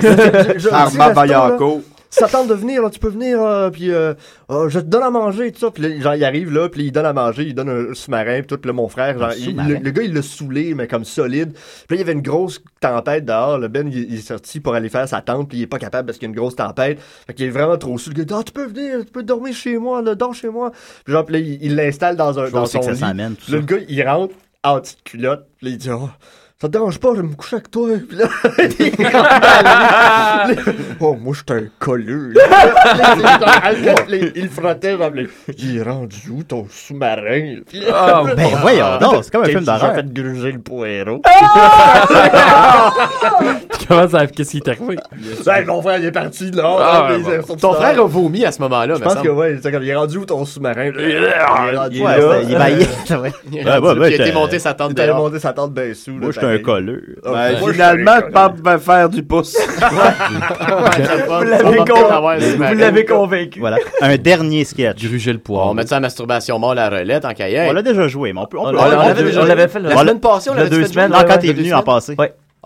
Speaker 10: J'ai- j'ai- j'ai un
Speaker 9: Armand
Speaker 10: petit resto, là.
Speaker 9: Vaillancourt.
Speaker 10: Si ça tente de venir, là, tu peux venir, euh, puis euh, euh, je te donne à manger, tout ça. Puis là, genre, il arrive là, puis il donne à manger, il donne un sous-marin, puis tout. Puis là, mon frère, genre,
Speaker 9: Un
Speaker 10: il-
Speaker 9: sous-marin?
Speaker 10: le, le gars, il l'a saoulé, mais comme solide. Puis là, il y avait une grosse tempête dehors. Le Ben, il, il est sorti pour aller faire sa tente, puis il est pas capable parce qu'il y a une grosse tempête. Fait qu'il est vraiment trop saoul. Le gars, dit, ah, tu peux venir, tu peux dormir chez moi, là, dors chez moi. Puis genre, puis là, il- il l'installe dans un
Speaker 6: Je
Speaker 10: dans
Speaker 6: sais
Speaker 10: son
Speaker 6: que ça
Speaker 10: lit.
Speaker 6: s'emmène, tout
Speaker 10: Puis là,
Speaker 6: ça.
Speaker 10: le gars, il rentre en petite culotte, puis là, il dit, Oh, ça te dérange pas, je vais me coucher avec toi. Puis là, il rentre dans le lit. Puis là, *laughs* Oh, moi, je suis un collu. il, il frottait dans le. Il est rendu où ton sous-marin?
Speaker 6: Ah, Ah! ben voyons donc, c'est comme un film d'horreur.
Speaker 10: J'ai fait gruger le poireau.
Speaker 6: *laughs*
Speaker 8: Comment ça, qu'est-ce qui t'est arrivé?
Speaker 10: *laughs* Hey, mon frère, il est parti là.
Speaker 8: Ah,
Speaker 10: Hein,
Speaker 8: bon.
Speaker 10: ils sont
Speaker 8: Ton
Speaker 10: tous
Speaker 8: frère
Speaker 10: là.
Speaker 8: a vomi à ce moment-là,
Speaker 10: Je
Speaker 8: me
Speaker 10: pense
Speaker 8: semble.
Speaker 10: que, ouais, c'est comme, il est rendu où ton sous-marin? Il est rendu
Speaker 6: Il est
Speaker 10: là.
Speaker 6: là, il est
Speaker 10: *laughs*
Speaker 6: baillé. Ouais.
Speaker 10: Il est
Speaker 6: Ouais,
Speaker 10: rendu-
Speaker 6: ouais, ouais,
Speaker 10: puis il a été
Speaker 6: t'as-
Speaker 10: monter sa tente
Speaker 6: il est allé
Speaker 10: dehors.
Speaker 6: monter
Speaker 10: sa tente bien sous.
Speaker 6: Moi, j'étais un colleux.
Speaker 10: Ah,
Speaker 9: Ben,
Speaker 10: moi, je
Speaker 9: finalement,
Speaker 10: suis
Speaker 9: Pape va faire
Speaker 10: *laughs*
Speaker 9: du pouce.
Speaker 7: Vous
Speaker 9: l'avez con-
Speaker 7: vous l'avez
Speaker 11: convaincu.
Speaker 6: Voilà. Un dernier sketch.
Speaker 8: Gruger le poids.
Speaker 7: On met ça à masturbation mort la relette en cahier.
Speaker 6: On l'a déjà joué, mais on peut.
Speaker 7: On
Speaker 6: peut-
Speaker 7: l'avait-
Speaker 6: on l'avait
Speaker 7: on
Speaker 6: déjà-
Speaker 7: l'avait fait, là.
Speaker 6: La
Speaker 7: La
Speaker 6: semaine
Speaker 7: semaine passée, on
Speaker 6: la
Speaker 7: l'avait
Speaker 6: deux
Speaker 7: fait
Speaker 6: semaines.
Speaker 7: jouer,
Speaker 6: Non, quand
Speaker 7: ouais,
Speaker 6: t'es
Speaker 7: ouais,
Speaker 6: venu
Speaker 7: deux
Speaker 6: en
Speaker 7: semaines.
Speaker 6: passé.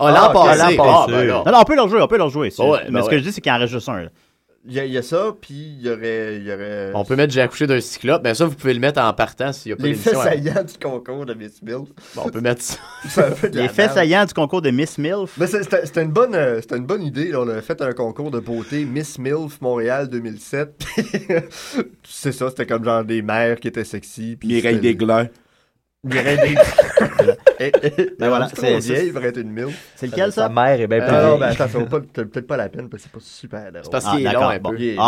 Speaker 7: Ah, l'an passé. Ah, ben
Speaker 6: non,
Speaker 7: non.
Speaker 6: non, on peut le rejouer, on peut le rejouer. c'est-
Speaker 7: Ouais, ben
Speaker 6: Mais ce que
Speaker 7: ouais.
Speaker 6: je dis, c'est qu'il en reste juste un. là.
Speaker 10: Il y, a- il y a ça, puis il y aurait. il y aurait-
Speaker 7: On peut mettre J'ai accouché d'un cyclope, mais ça, vous pouvez le mettre en partant s'il n'y a pas
Speaker 10: Les faits
Speaker 7: d'émission. hein.
Speaker 10: saillants du concours de Miss Mills.
Speaker 7: Bon, on peut mettre ça.
Speaker 6: Les faits saillants du concours de Miss Milf.
Speaker 10: Mais c'est- c'était c'était une bonne, euh, c'était une bonne idée. là. On a fait un concours de beauté Miss Milf Montréal 2007. puis c'est ça, c'était comme genre des mères qui étaient sexy. Puis
Speaker 9: Mireille
Speaker 10: c'était-
Speaker 9: Desglins.
Speaker 10: Mireille Eh, Desglins. *laughs* Et- et-
Speaker 6: Ben voilà,
Speaker 10: c'est trop
Speaker 6: c'est-
Speaker 10: vieille pour être une milf.
Speaker 6: C'est lequel, ça? Sa
Speaker 11: mère est bien
Speaker 10: Ah
Speaker 11: plus
Speaker 10: non,
Speaker 11: vieille.
Speaker 10: mais attends, ça vaut pas- c'est peut-être pas la peine parce que c'est pas super
Speaker 7: Ah,
Speaker 10: drôle.
Speaker 7: C'est
Speaker 6: Ah,
Speaker 7: parce qu'il est long un peu.
Speaker 10: Il est long.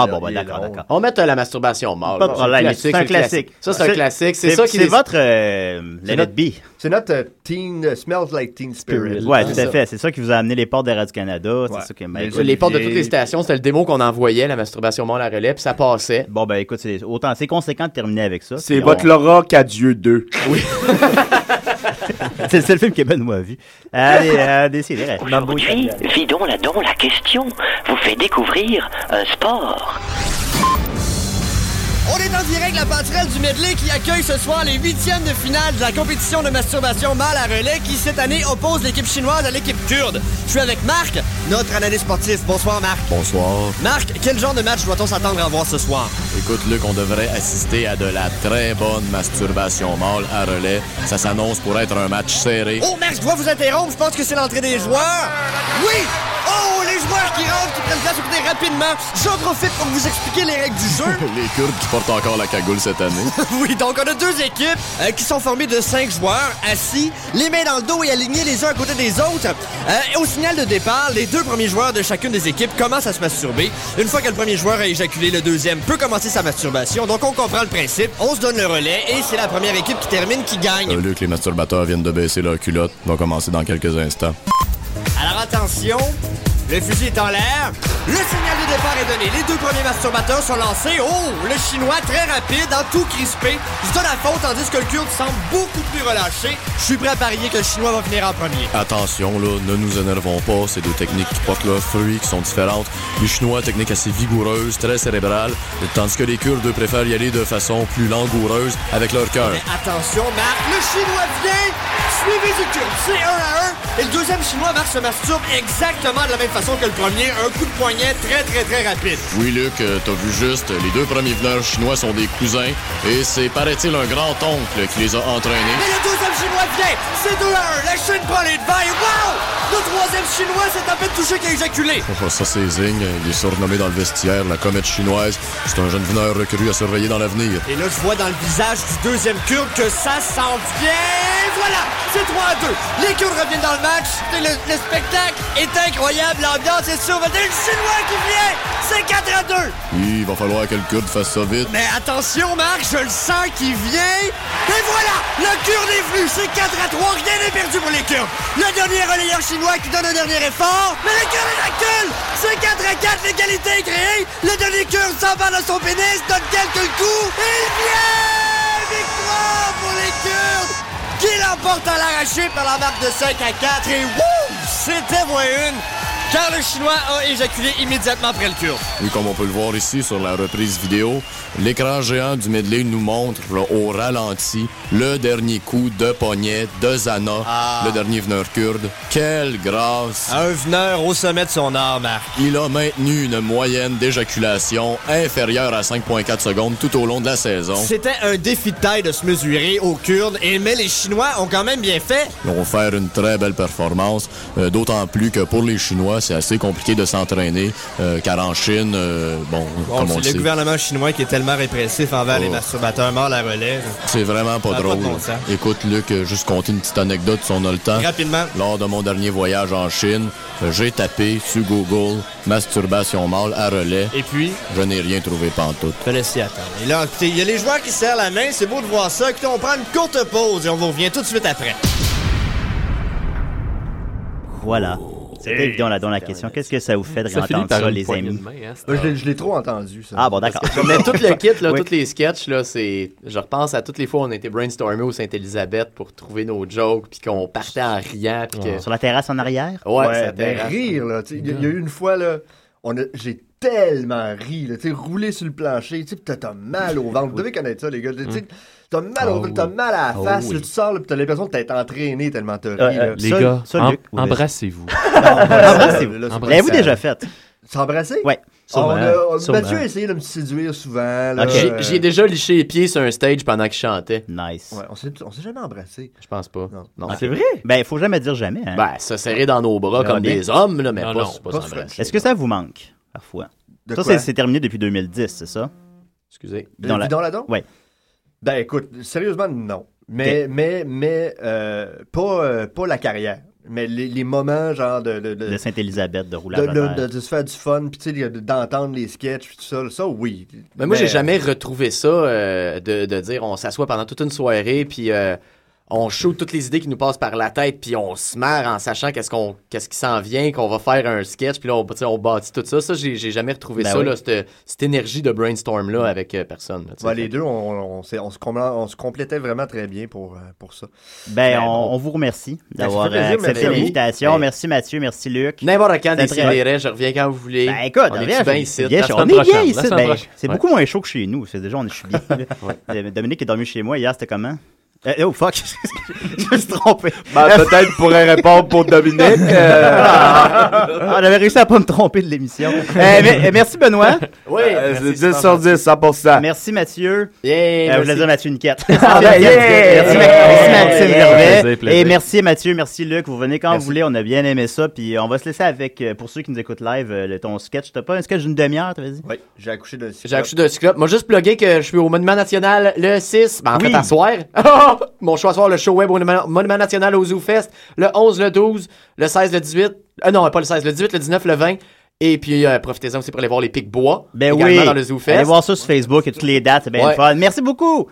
Speaker 7: On met euh, la masturbation mort.
Speaker 6: ben, Pas
Speaker 7: là.
Speaker 6: de problème, mais c'est un classique.
Speaker 7: Ça, c'est un classique. C'est ça qui
Speaker 6: C'est votre euh,
Speaker 10: C'est
Speaker 6: Let It
Speaker 10: notre-
Speaker 6: Be.
Speaker 10: C'est notre euh, teen, euh, Smells Like Teen Spirit.
Speaker 6: Ouais,
Speaker 10: C'est
Speaker 6: tout à
Speaker 10: ça.
Speaker 6: fait. C'est ça qui vous a amené les portes des Radio-Canada. C'est ça qui m'a
Speaker 7: Les, les portes de toutes les stations, c'était le démo qu'on envoyait, la masturbation mort la relais, puis ça passait.
Speaker 6: Bon, ben écoute, c'est autant c'est conséquent de terminer avec ça.
Speaker 9: C'est
Speaker 6: Puis
Speaker 9: votre
Speaker 6: on-
Speaker 9: Laura qu'à Dieu 2.
Speaker 6: Oui. *laughs* C'est le seul film que Ben m'a vu. Allez, euh, décidez.
Speaker 14: Aujourd'hui, vidons la don la question vous fait découvrir un sport.
Speaker 2: On est en direct de la passerelle du Medley qui accueille ce soir les huitièmes de finale de la compétition de masturbation mâle à relais qui, cette année, oppose l'équipe chinoise à l'équipe kurde. Je suis avec Marc, notre analyste sportif. Bonsoir, Marc.
Speaker 18: Bonsoir.
Speaker 2: Marc, quel genre de match doit-on s'attendre à voir ce soir?
Speaker 18: Écoute, Luc, on devrait assister à de la très bonne masturbation mâle à relais. Ça s'annonce pour être un match serré.
Speaker 2: Oh, Marc, je dois vous interrompre. Je pense que c'est l'entrée des joueurs. Oui! Oh, les joueurs qui rentrent, qui prennent place. Écoutez, rapidement, j'en profite pour vous expliquer les règles du jeu.
Speaker 18: Les Kurdes qui portent encore la cagoule cette
Speaker 2: *laughs*
Speaker 18: année.
Speaker 2: oui, donc on a deux équipes euh, qui sont formées de cinq joueurs assis, les mains dans le dos et alignés les uns à côté des autres. Euh, et au signal de départ, les deux premiers joueurs de chacune des équipes commencent à se masturber. Une fois que le premier joueur a éjaculé, le deuxième peut commencer sa masturbation. Donc on comprend le principe, on se donne le relais et c'est la première équipe qui termine qui gagne.
Speaker 18: Euh, Luc, les masturbateurs viennent de baisser leur culotte. Va commencer dans quelques instants.
Speaker 2: Alors attention, le fusil est en l'air, le signal de départ est donné, les deux premiers masturbateurs sont lancés. Oh, le chinois très rapide, en tout crispé, se donne la faute tandis que le kurde semble beaucoup plus relâché. Je suis prêt à parier que le chinois va venir en premier.
Speaker 18: Attention, là, ne nous énervons pas. C'est deux techniques qui portent leurs fruits, qui sont différentes. Les Chinois, technique assez vigoureuse, très cérébrale, tandis que les Kurdes eux, préfèrent y aller de façon plus langoureuse avec leur cœur.
Speaker 2: Mais attention, Marc, le chinois vient, suivi du kurde, c'est un à un. Et le deuxième chinois, Marc, se masturbe exactement de la même façon que le premier, un coup de poignet très très très rapide.
Speaker 18: Oui, Luc, euh, t'as vu juste, les deux premiers veneurs chinois sont des cousins, et c'est, paraît-il, un grand-oncle qui les a entraînés.
Speaker 2: Mais le deuxième chinois vient, c'est 2 à 1, la Chine prend les devants et wow! Le troisième chinois s'est à peine touché qu'à éjaculer.
Speaker 18: Oh, ça, c'est Zing. Il est surnommé dans le vestiaire la comète chinoise. C'est un jeune veneur recru à surveiller dans l'avenir.
Speaker 2: Et là, je vois dans le visage du deuxième Kurde que ça s'en vient. Voilà, c'est 3 à 2. Les Kurdes reviennent dans le match. Et le, le spectacle est incroyable. L'ambiance est sourde. Et le Chinois qui vient, c'est 4 à 2.
Speaker 18: Oui, il va falloir que le Kurde fasse ça vite.
Speaker 2: Mais attention, Marc, je le sens qui vient. Et voilà, Le Kurde est venu, c'est 4 à 3, rien n'est perdu pour les Kurdes. Le dernier relayeur chinois qui donne un dernier effort, mais les Kurdes acculent. C'est 4 à 4, l'égalité est créée. Le dernier Kurde s'en va dans son pénis, donne quelques coups, et il vient Victoire pour les Kurdes qui l'emporte à l'arraché par la marque de 5 à 4 et wouh! C'était moins une, car le Chinois a éjaculé immédiatement après le Kurde.
Speaker 18: Oui, comme on peut le voir ici sur la reprise vidéo, l'écran géant du medley nous montre là, au ralenti le dernier coup de poignet de Zana,
Speaker 2: Ah.
Speaker 18: le dernier veneur kurde. Quelle grâce!
Speaker 2: Un veneur au sommet de son arme.
Speaker 18: Il a maintenu une moyenne d'éjaculation inférieure à 5,4 secondes tout au long de la saison.
Speaker 2: C'était un défi de taille de se mesurer aux Kurdes, et mais les Chinois ont quand même bien fait.
Speaker 18: Ils vont faire une très belle performance, euh, d'autant plus que pour les Chinois, c'est assez compliqué de s'entraîner, euh, car en Chine, euh, bon,
Speaker 2: Bon,
Speaker 18: comme on le
Speaker 2: c'est
Speaker 18: sait, Oh.
Speaker 2: le gouvernement chinois qui est tellement répressif envers les masturbateurs morts la relève.
Speaker 18: c'est vraiment
Speaker 2: Ça a
Speaker 18: pas
Speaker 2: pas de
Speaker 18: drôle.
Speaker 2: bon sens.
Speaker 18: Écoute, Luc, euh, juste compter une petite anecdote si on a le temps.
Speaker 2: Rapidement.
Speaker 18: Lors de mon dernier voyage en Chine, euh, j'ai tapé sur Google masturbation mâle à relais.
Speaker 2: Et puis?
Speaker 18: Je n'ai rien trouvé pantoute.
Speaker 2: Fallait s'y attendre. Et là, écoutez, il y a les joueurs qui se serrent la main, c'est beau de voir ça. Écoutez, on prend une courte pause et on vous revient tout de suite après.
Speaker 6: Voilà.
Speaker 10: Oh.
Speaker 6: C'était évident là dans la question. Qu'est-ce que ça vous fait de
Speaker 10: Ça finit
Speaker 6: réentendre
Speaker 10: par
Speaker 6: ça,
Speaker 10: une
Speaker 6: les
Speaker 10: poignée
Speaker 6: amis?
Speaker 10: de main, hein, c'est- Moi, je l'ai- je l'ai trop entendu, ça.
Speaker 6: Ah bon, d'accord.
Speaker 10: Parce que-
Speaker 7: Mais tout le kit, là,
Speaker 6: *laughs* Oui.
Speaker 7: tous les sketchs, là, c'est. Je repense à toutes les fois où on était brainstormés au Sainte-Elisabeth pour trouver nos jokes, puis qu'on partait en riant, puis que.
Speaker 6: Sur la terrasse en arrière?
Speaker 7: Ouais, hein.
Speaker 10: Ouais,
Speaker 7: c'est la
Speaker 10: ben,
Speaker 7: terrasse.
Speaker 10: rire, là. tu sais, Il y, a il y a eu une fois, là, on a- j'ai tellement ri, là. Tu sais, roulé sur le plancher, tu sais, puis t'as- t'as mal au ventre. Vous devez connaître ça, les gars. Tu sais, T'as mal au ventre, t'as mal à la
Speaker 8: Oh Hum.
Speaker 10: face,
Speaker 8: Ah oui.
Speaker 10: là, tu sors, là, puis t'as l'impression de t'être entraîné tellement t'as ri,
Speaker 6: Ah,
Speaker 8: Euh,
Speaker 10: là.
Speaker 8: euh, les gars, em- *laughs* embrassez-vous.
Speaker 10: *laughs* Embrassez-vous.
Speaker 8: Embrassez-vous.
Speaker 10: L'avez-vous
Speaker 6: Ben, déjà faite?
Speaker 10: S'embrasser? Ah,
Speaker 6: Ouais.
Speaker 10: On
Speaker 7: Sûrement,
Speaker 10: a- on-
Speaker 7: sûrement.
Speaker 10: Mathieu a essayé de me séduire souvent. là,
Speaker 7: J'ai-
Speaker 10: euh,
Speaker 7: J'ai déjà liché les pieds sur un stage pendant qu'il chantait.
Speaker 6: Nice.
Speaker 10: ouais, on s'est on s'est jamais embrassé.
Speaker 7: Je pense pas. Non,
Speaker 6: Ah, c'est vrai? Ben, il faut jamais dire jamais. Hein?
Speaker 7: Ben, se serrer dans nos bras comme des hommes, là, mais pas, pas s'embrasser.
Speaker 6: Est-ce que ça vous manque, parfois?
Speaker 10: De
Speaker 6: ça,
Speaker 10: quoi?
Speaker 6: c'est- c'est terminé depuis 2010, c'est ça?
Speaker 7: Excusez.
Speaker 10: Dans la... Dans la don?
Speaker 6: Oui.
Speaker 10: Ben écoute, sérieusement, non. Mais, mais, mais, euh, pas, euh, pas la carrière. Mais les, les moments, genre, de. de, de-
Speaker 6: De Sainte-Élisabeth, de
Speaker 10: de-
Speaker 6: Roulard.
Speaker 10: de- de- de se faire du fun, puis tu sais, de- d'entendre les sketchs, puis tout ça, ça, oui.
Speaker 7: Mais moi, j'ai jamais retrouvé ça, euh, de, de dire on s'assoit pendant toute une soirée, puis euh, on shoot toutes les idées qui nous passent par la tête, puis on se marre en sachant qu'est-ce qu'on qu'est-ce qui s'en vient, qu'on va faire un sketch, puis là, on, tu sais, on bâtit tout ça. Ça, j'ai j'ai jamais retrouvé
Speaker 10: Ben
Speaker 7: ça,
Speaker 10: oui.
Speaker 7: là, cette, cette énergie de brainstorm-là avec euh, personne. là, tu sais.
Speaker 10: Ouais, ben, les deux, on, on, s'est- on se, complé- on se complétait vraiment très bien pour, euh, pour ça.
Speaker 6: Ben,
Speaker 10: Mais
Speaker 6: on,
Speaker 10: bon.
Speaker 6: on vous remercie
Speaker 10: Ben, ça fait
Speaker 6: d'avoir
Speaker 10: plaisir,
Speaker 6: euh,
Speaker 10: merci à
Speaker 6: accepté
Speaker 10: vous.
Speaker 6: l'invitation.
Speaker 10: Ben,
Speaker 6: Merci Mathieu, merci Luc.
Speaker 7: N'importe quand,
Speaker 6: C'était
Speaker 7: des
Speaker 6: très-
Speaker 7: je reviens quand vous voulez.
Speaker 6: Ben écoute,
Speaker 7: on est
Speaker 6: regarde,
Speaker 7: bien
Speaker 6: je-
Speaker 7: ici.
Speaker 6: bien,
Speaker 7: La
Speaker 6: je-
Speaker 7: semaine
Speaker 6: on est
Speaker 7: prochaine,
Speaker 6: bien
Speaker 7: la
Speaker 6: ici.
Speaker 7: semaine
Speaker 6: ben,
Speaker 7: prochaine.
Speaker 6: c'est
Speaker 7: Ouais.
Speaker 6: beaucoup moins chaud que chez nous. C'est déjà, on est je suis
Speaker 7: *laughs*
Speaker 6: bien. Euh, Dominique est dormi chez moi hier, c'était comment? Euh, oh fuck, *laughs* je me suis trompé.
Speaker 9: Ben, peut-être pourrait répondre pour Dominique. euh.
Speaker 6: *laughs*
Speaker 10: *laughs*
Speaker 6: Ah, on avait réussi à pas me tromper de l'émission. Euh, mais- euh, merci Benoît.
Speaker 9: Oui. Euh, c'est 10 sur 10, 100%.
Speaker 6: Merci Mathieu.
Speaker 7: Yeah,
Speaker 6: Euh, je
Speaker 9: merci.
Speaker 6: voulais dire Mathieu
Speaker 7: *laughs*
Speaker 6: Niquette.
Speaker 9: Ah, ben, yeah.
Speaker 6: Merci, Ma-
Speaker 9: Yeah.
Speaker 6: merci Maxime
Speaker 9: Yeah.
Speaker 6: Gervais.
Speaker 9: Plaisir, plaisir.
Speaker 6: Et merci Mathieu, merci Luc. Vous venez quand
Speaker 9: Merci.
Speaker 6: vous voulez, on a bien aimé ça. Puis on va se laisser avec, euh, pour ceux qui nous écoutent live, euh, le- ton sketch. T'as pas un sketch d'une demi-heure, t'avais dit?
Speaker 10: Oui, j'ai accouché d'un
Speaker 7: J'ai accouché d'un cyclope. Moi, juste plugué que je suis au Monument National le 6. Ben, en
Speaker 6: Oui.
Speaker 7: fait, à soir. *laughs* Mon choix à soir, le show web au Monument Monument National au Zoo Fest. Le 11, le 12, le 16, le 18. Euh, non, pas le 16, le 18, le 19, le 20. Et puis, euh, profitez-en aussi pour aller voir les Pics Bois.
Speaker 6: Ben
Speaker 7: également
Speaker 6: oui.
Speaker 7: dans le Zoo Fest.
Speaker 6: Allez voir ça sur Facebook et toutes les dates, c'est bien
Speaker 7: Ouais.
Speaker 6: le fun. Merci beaucoup.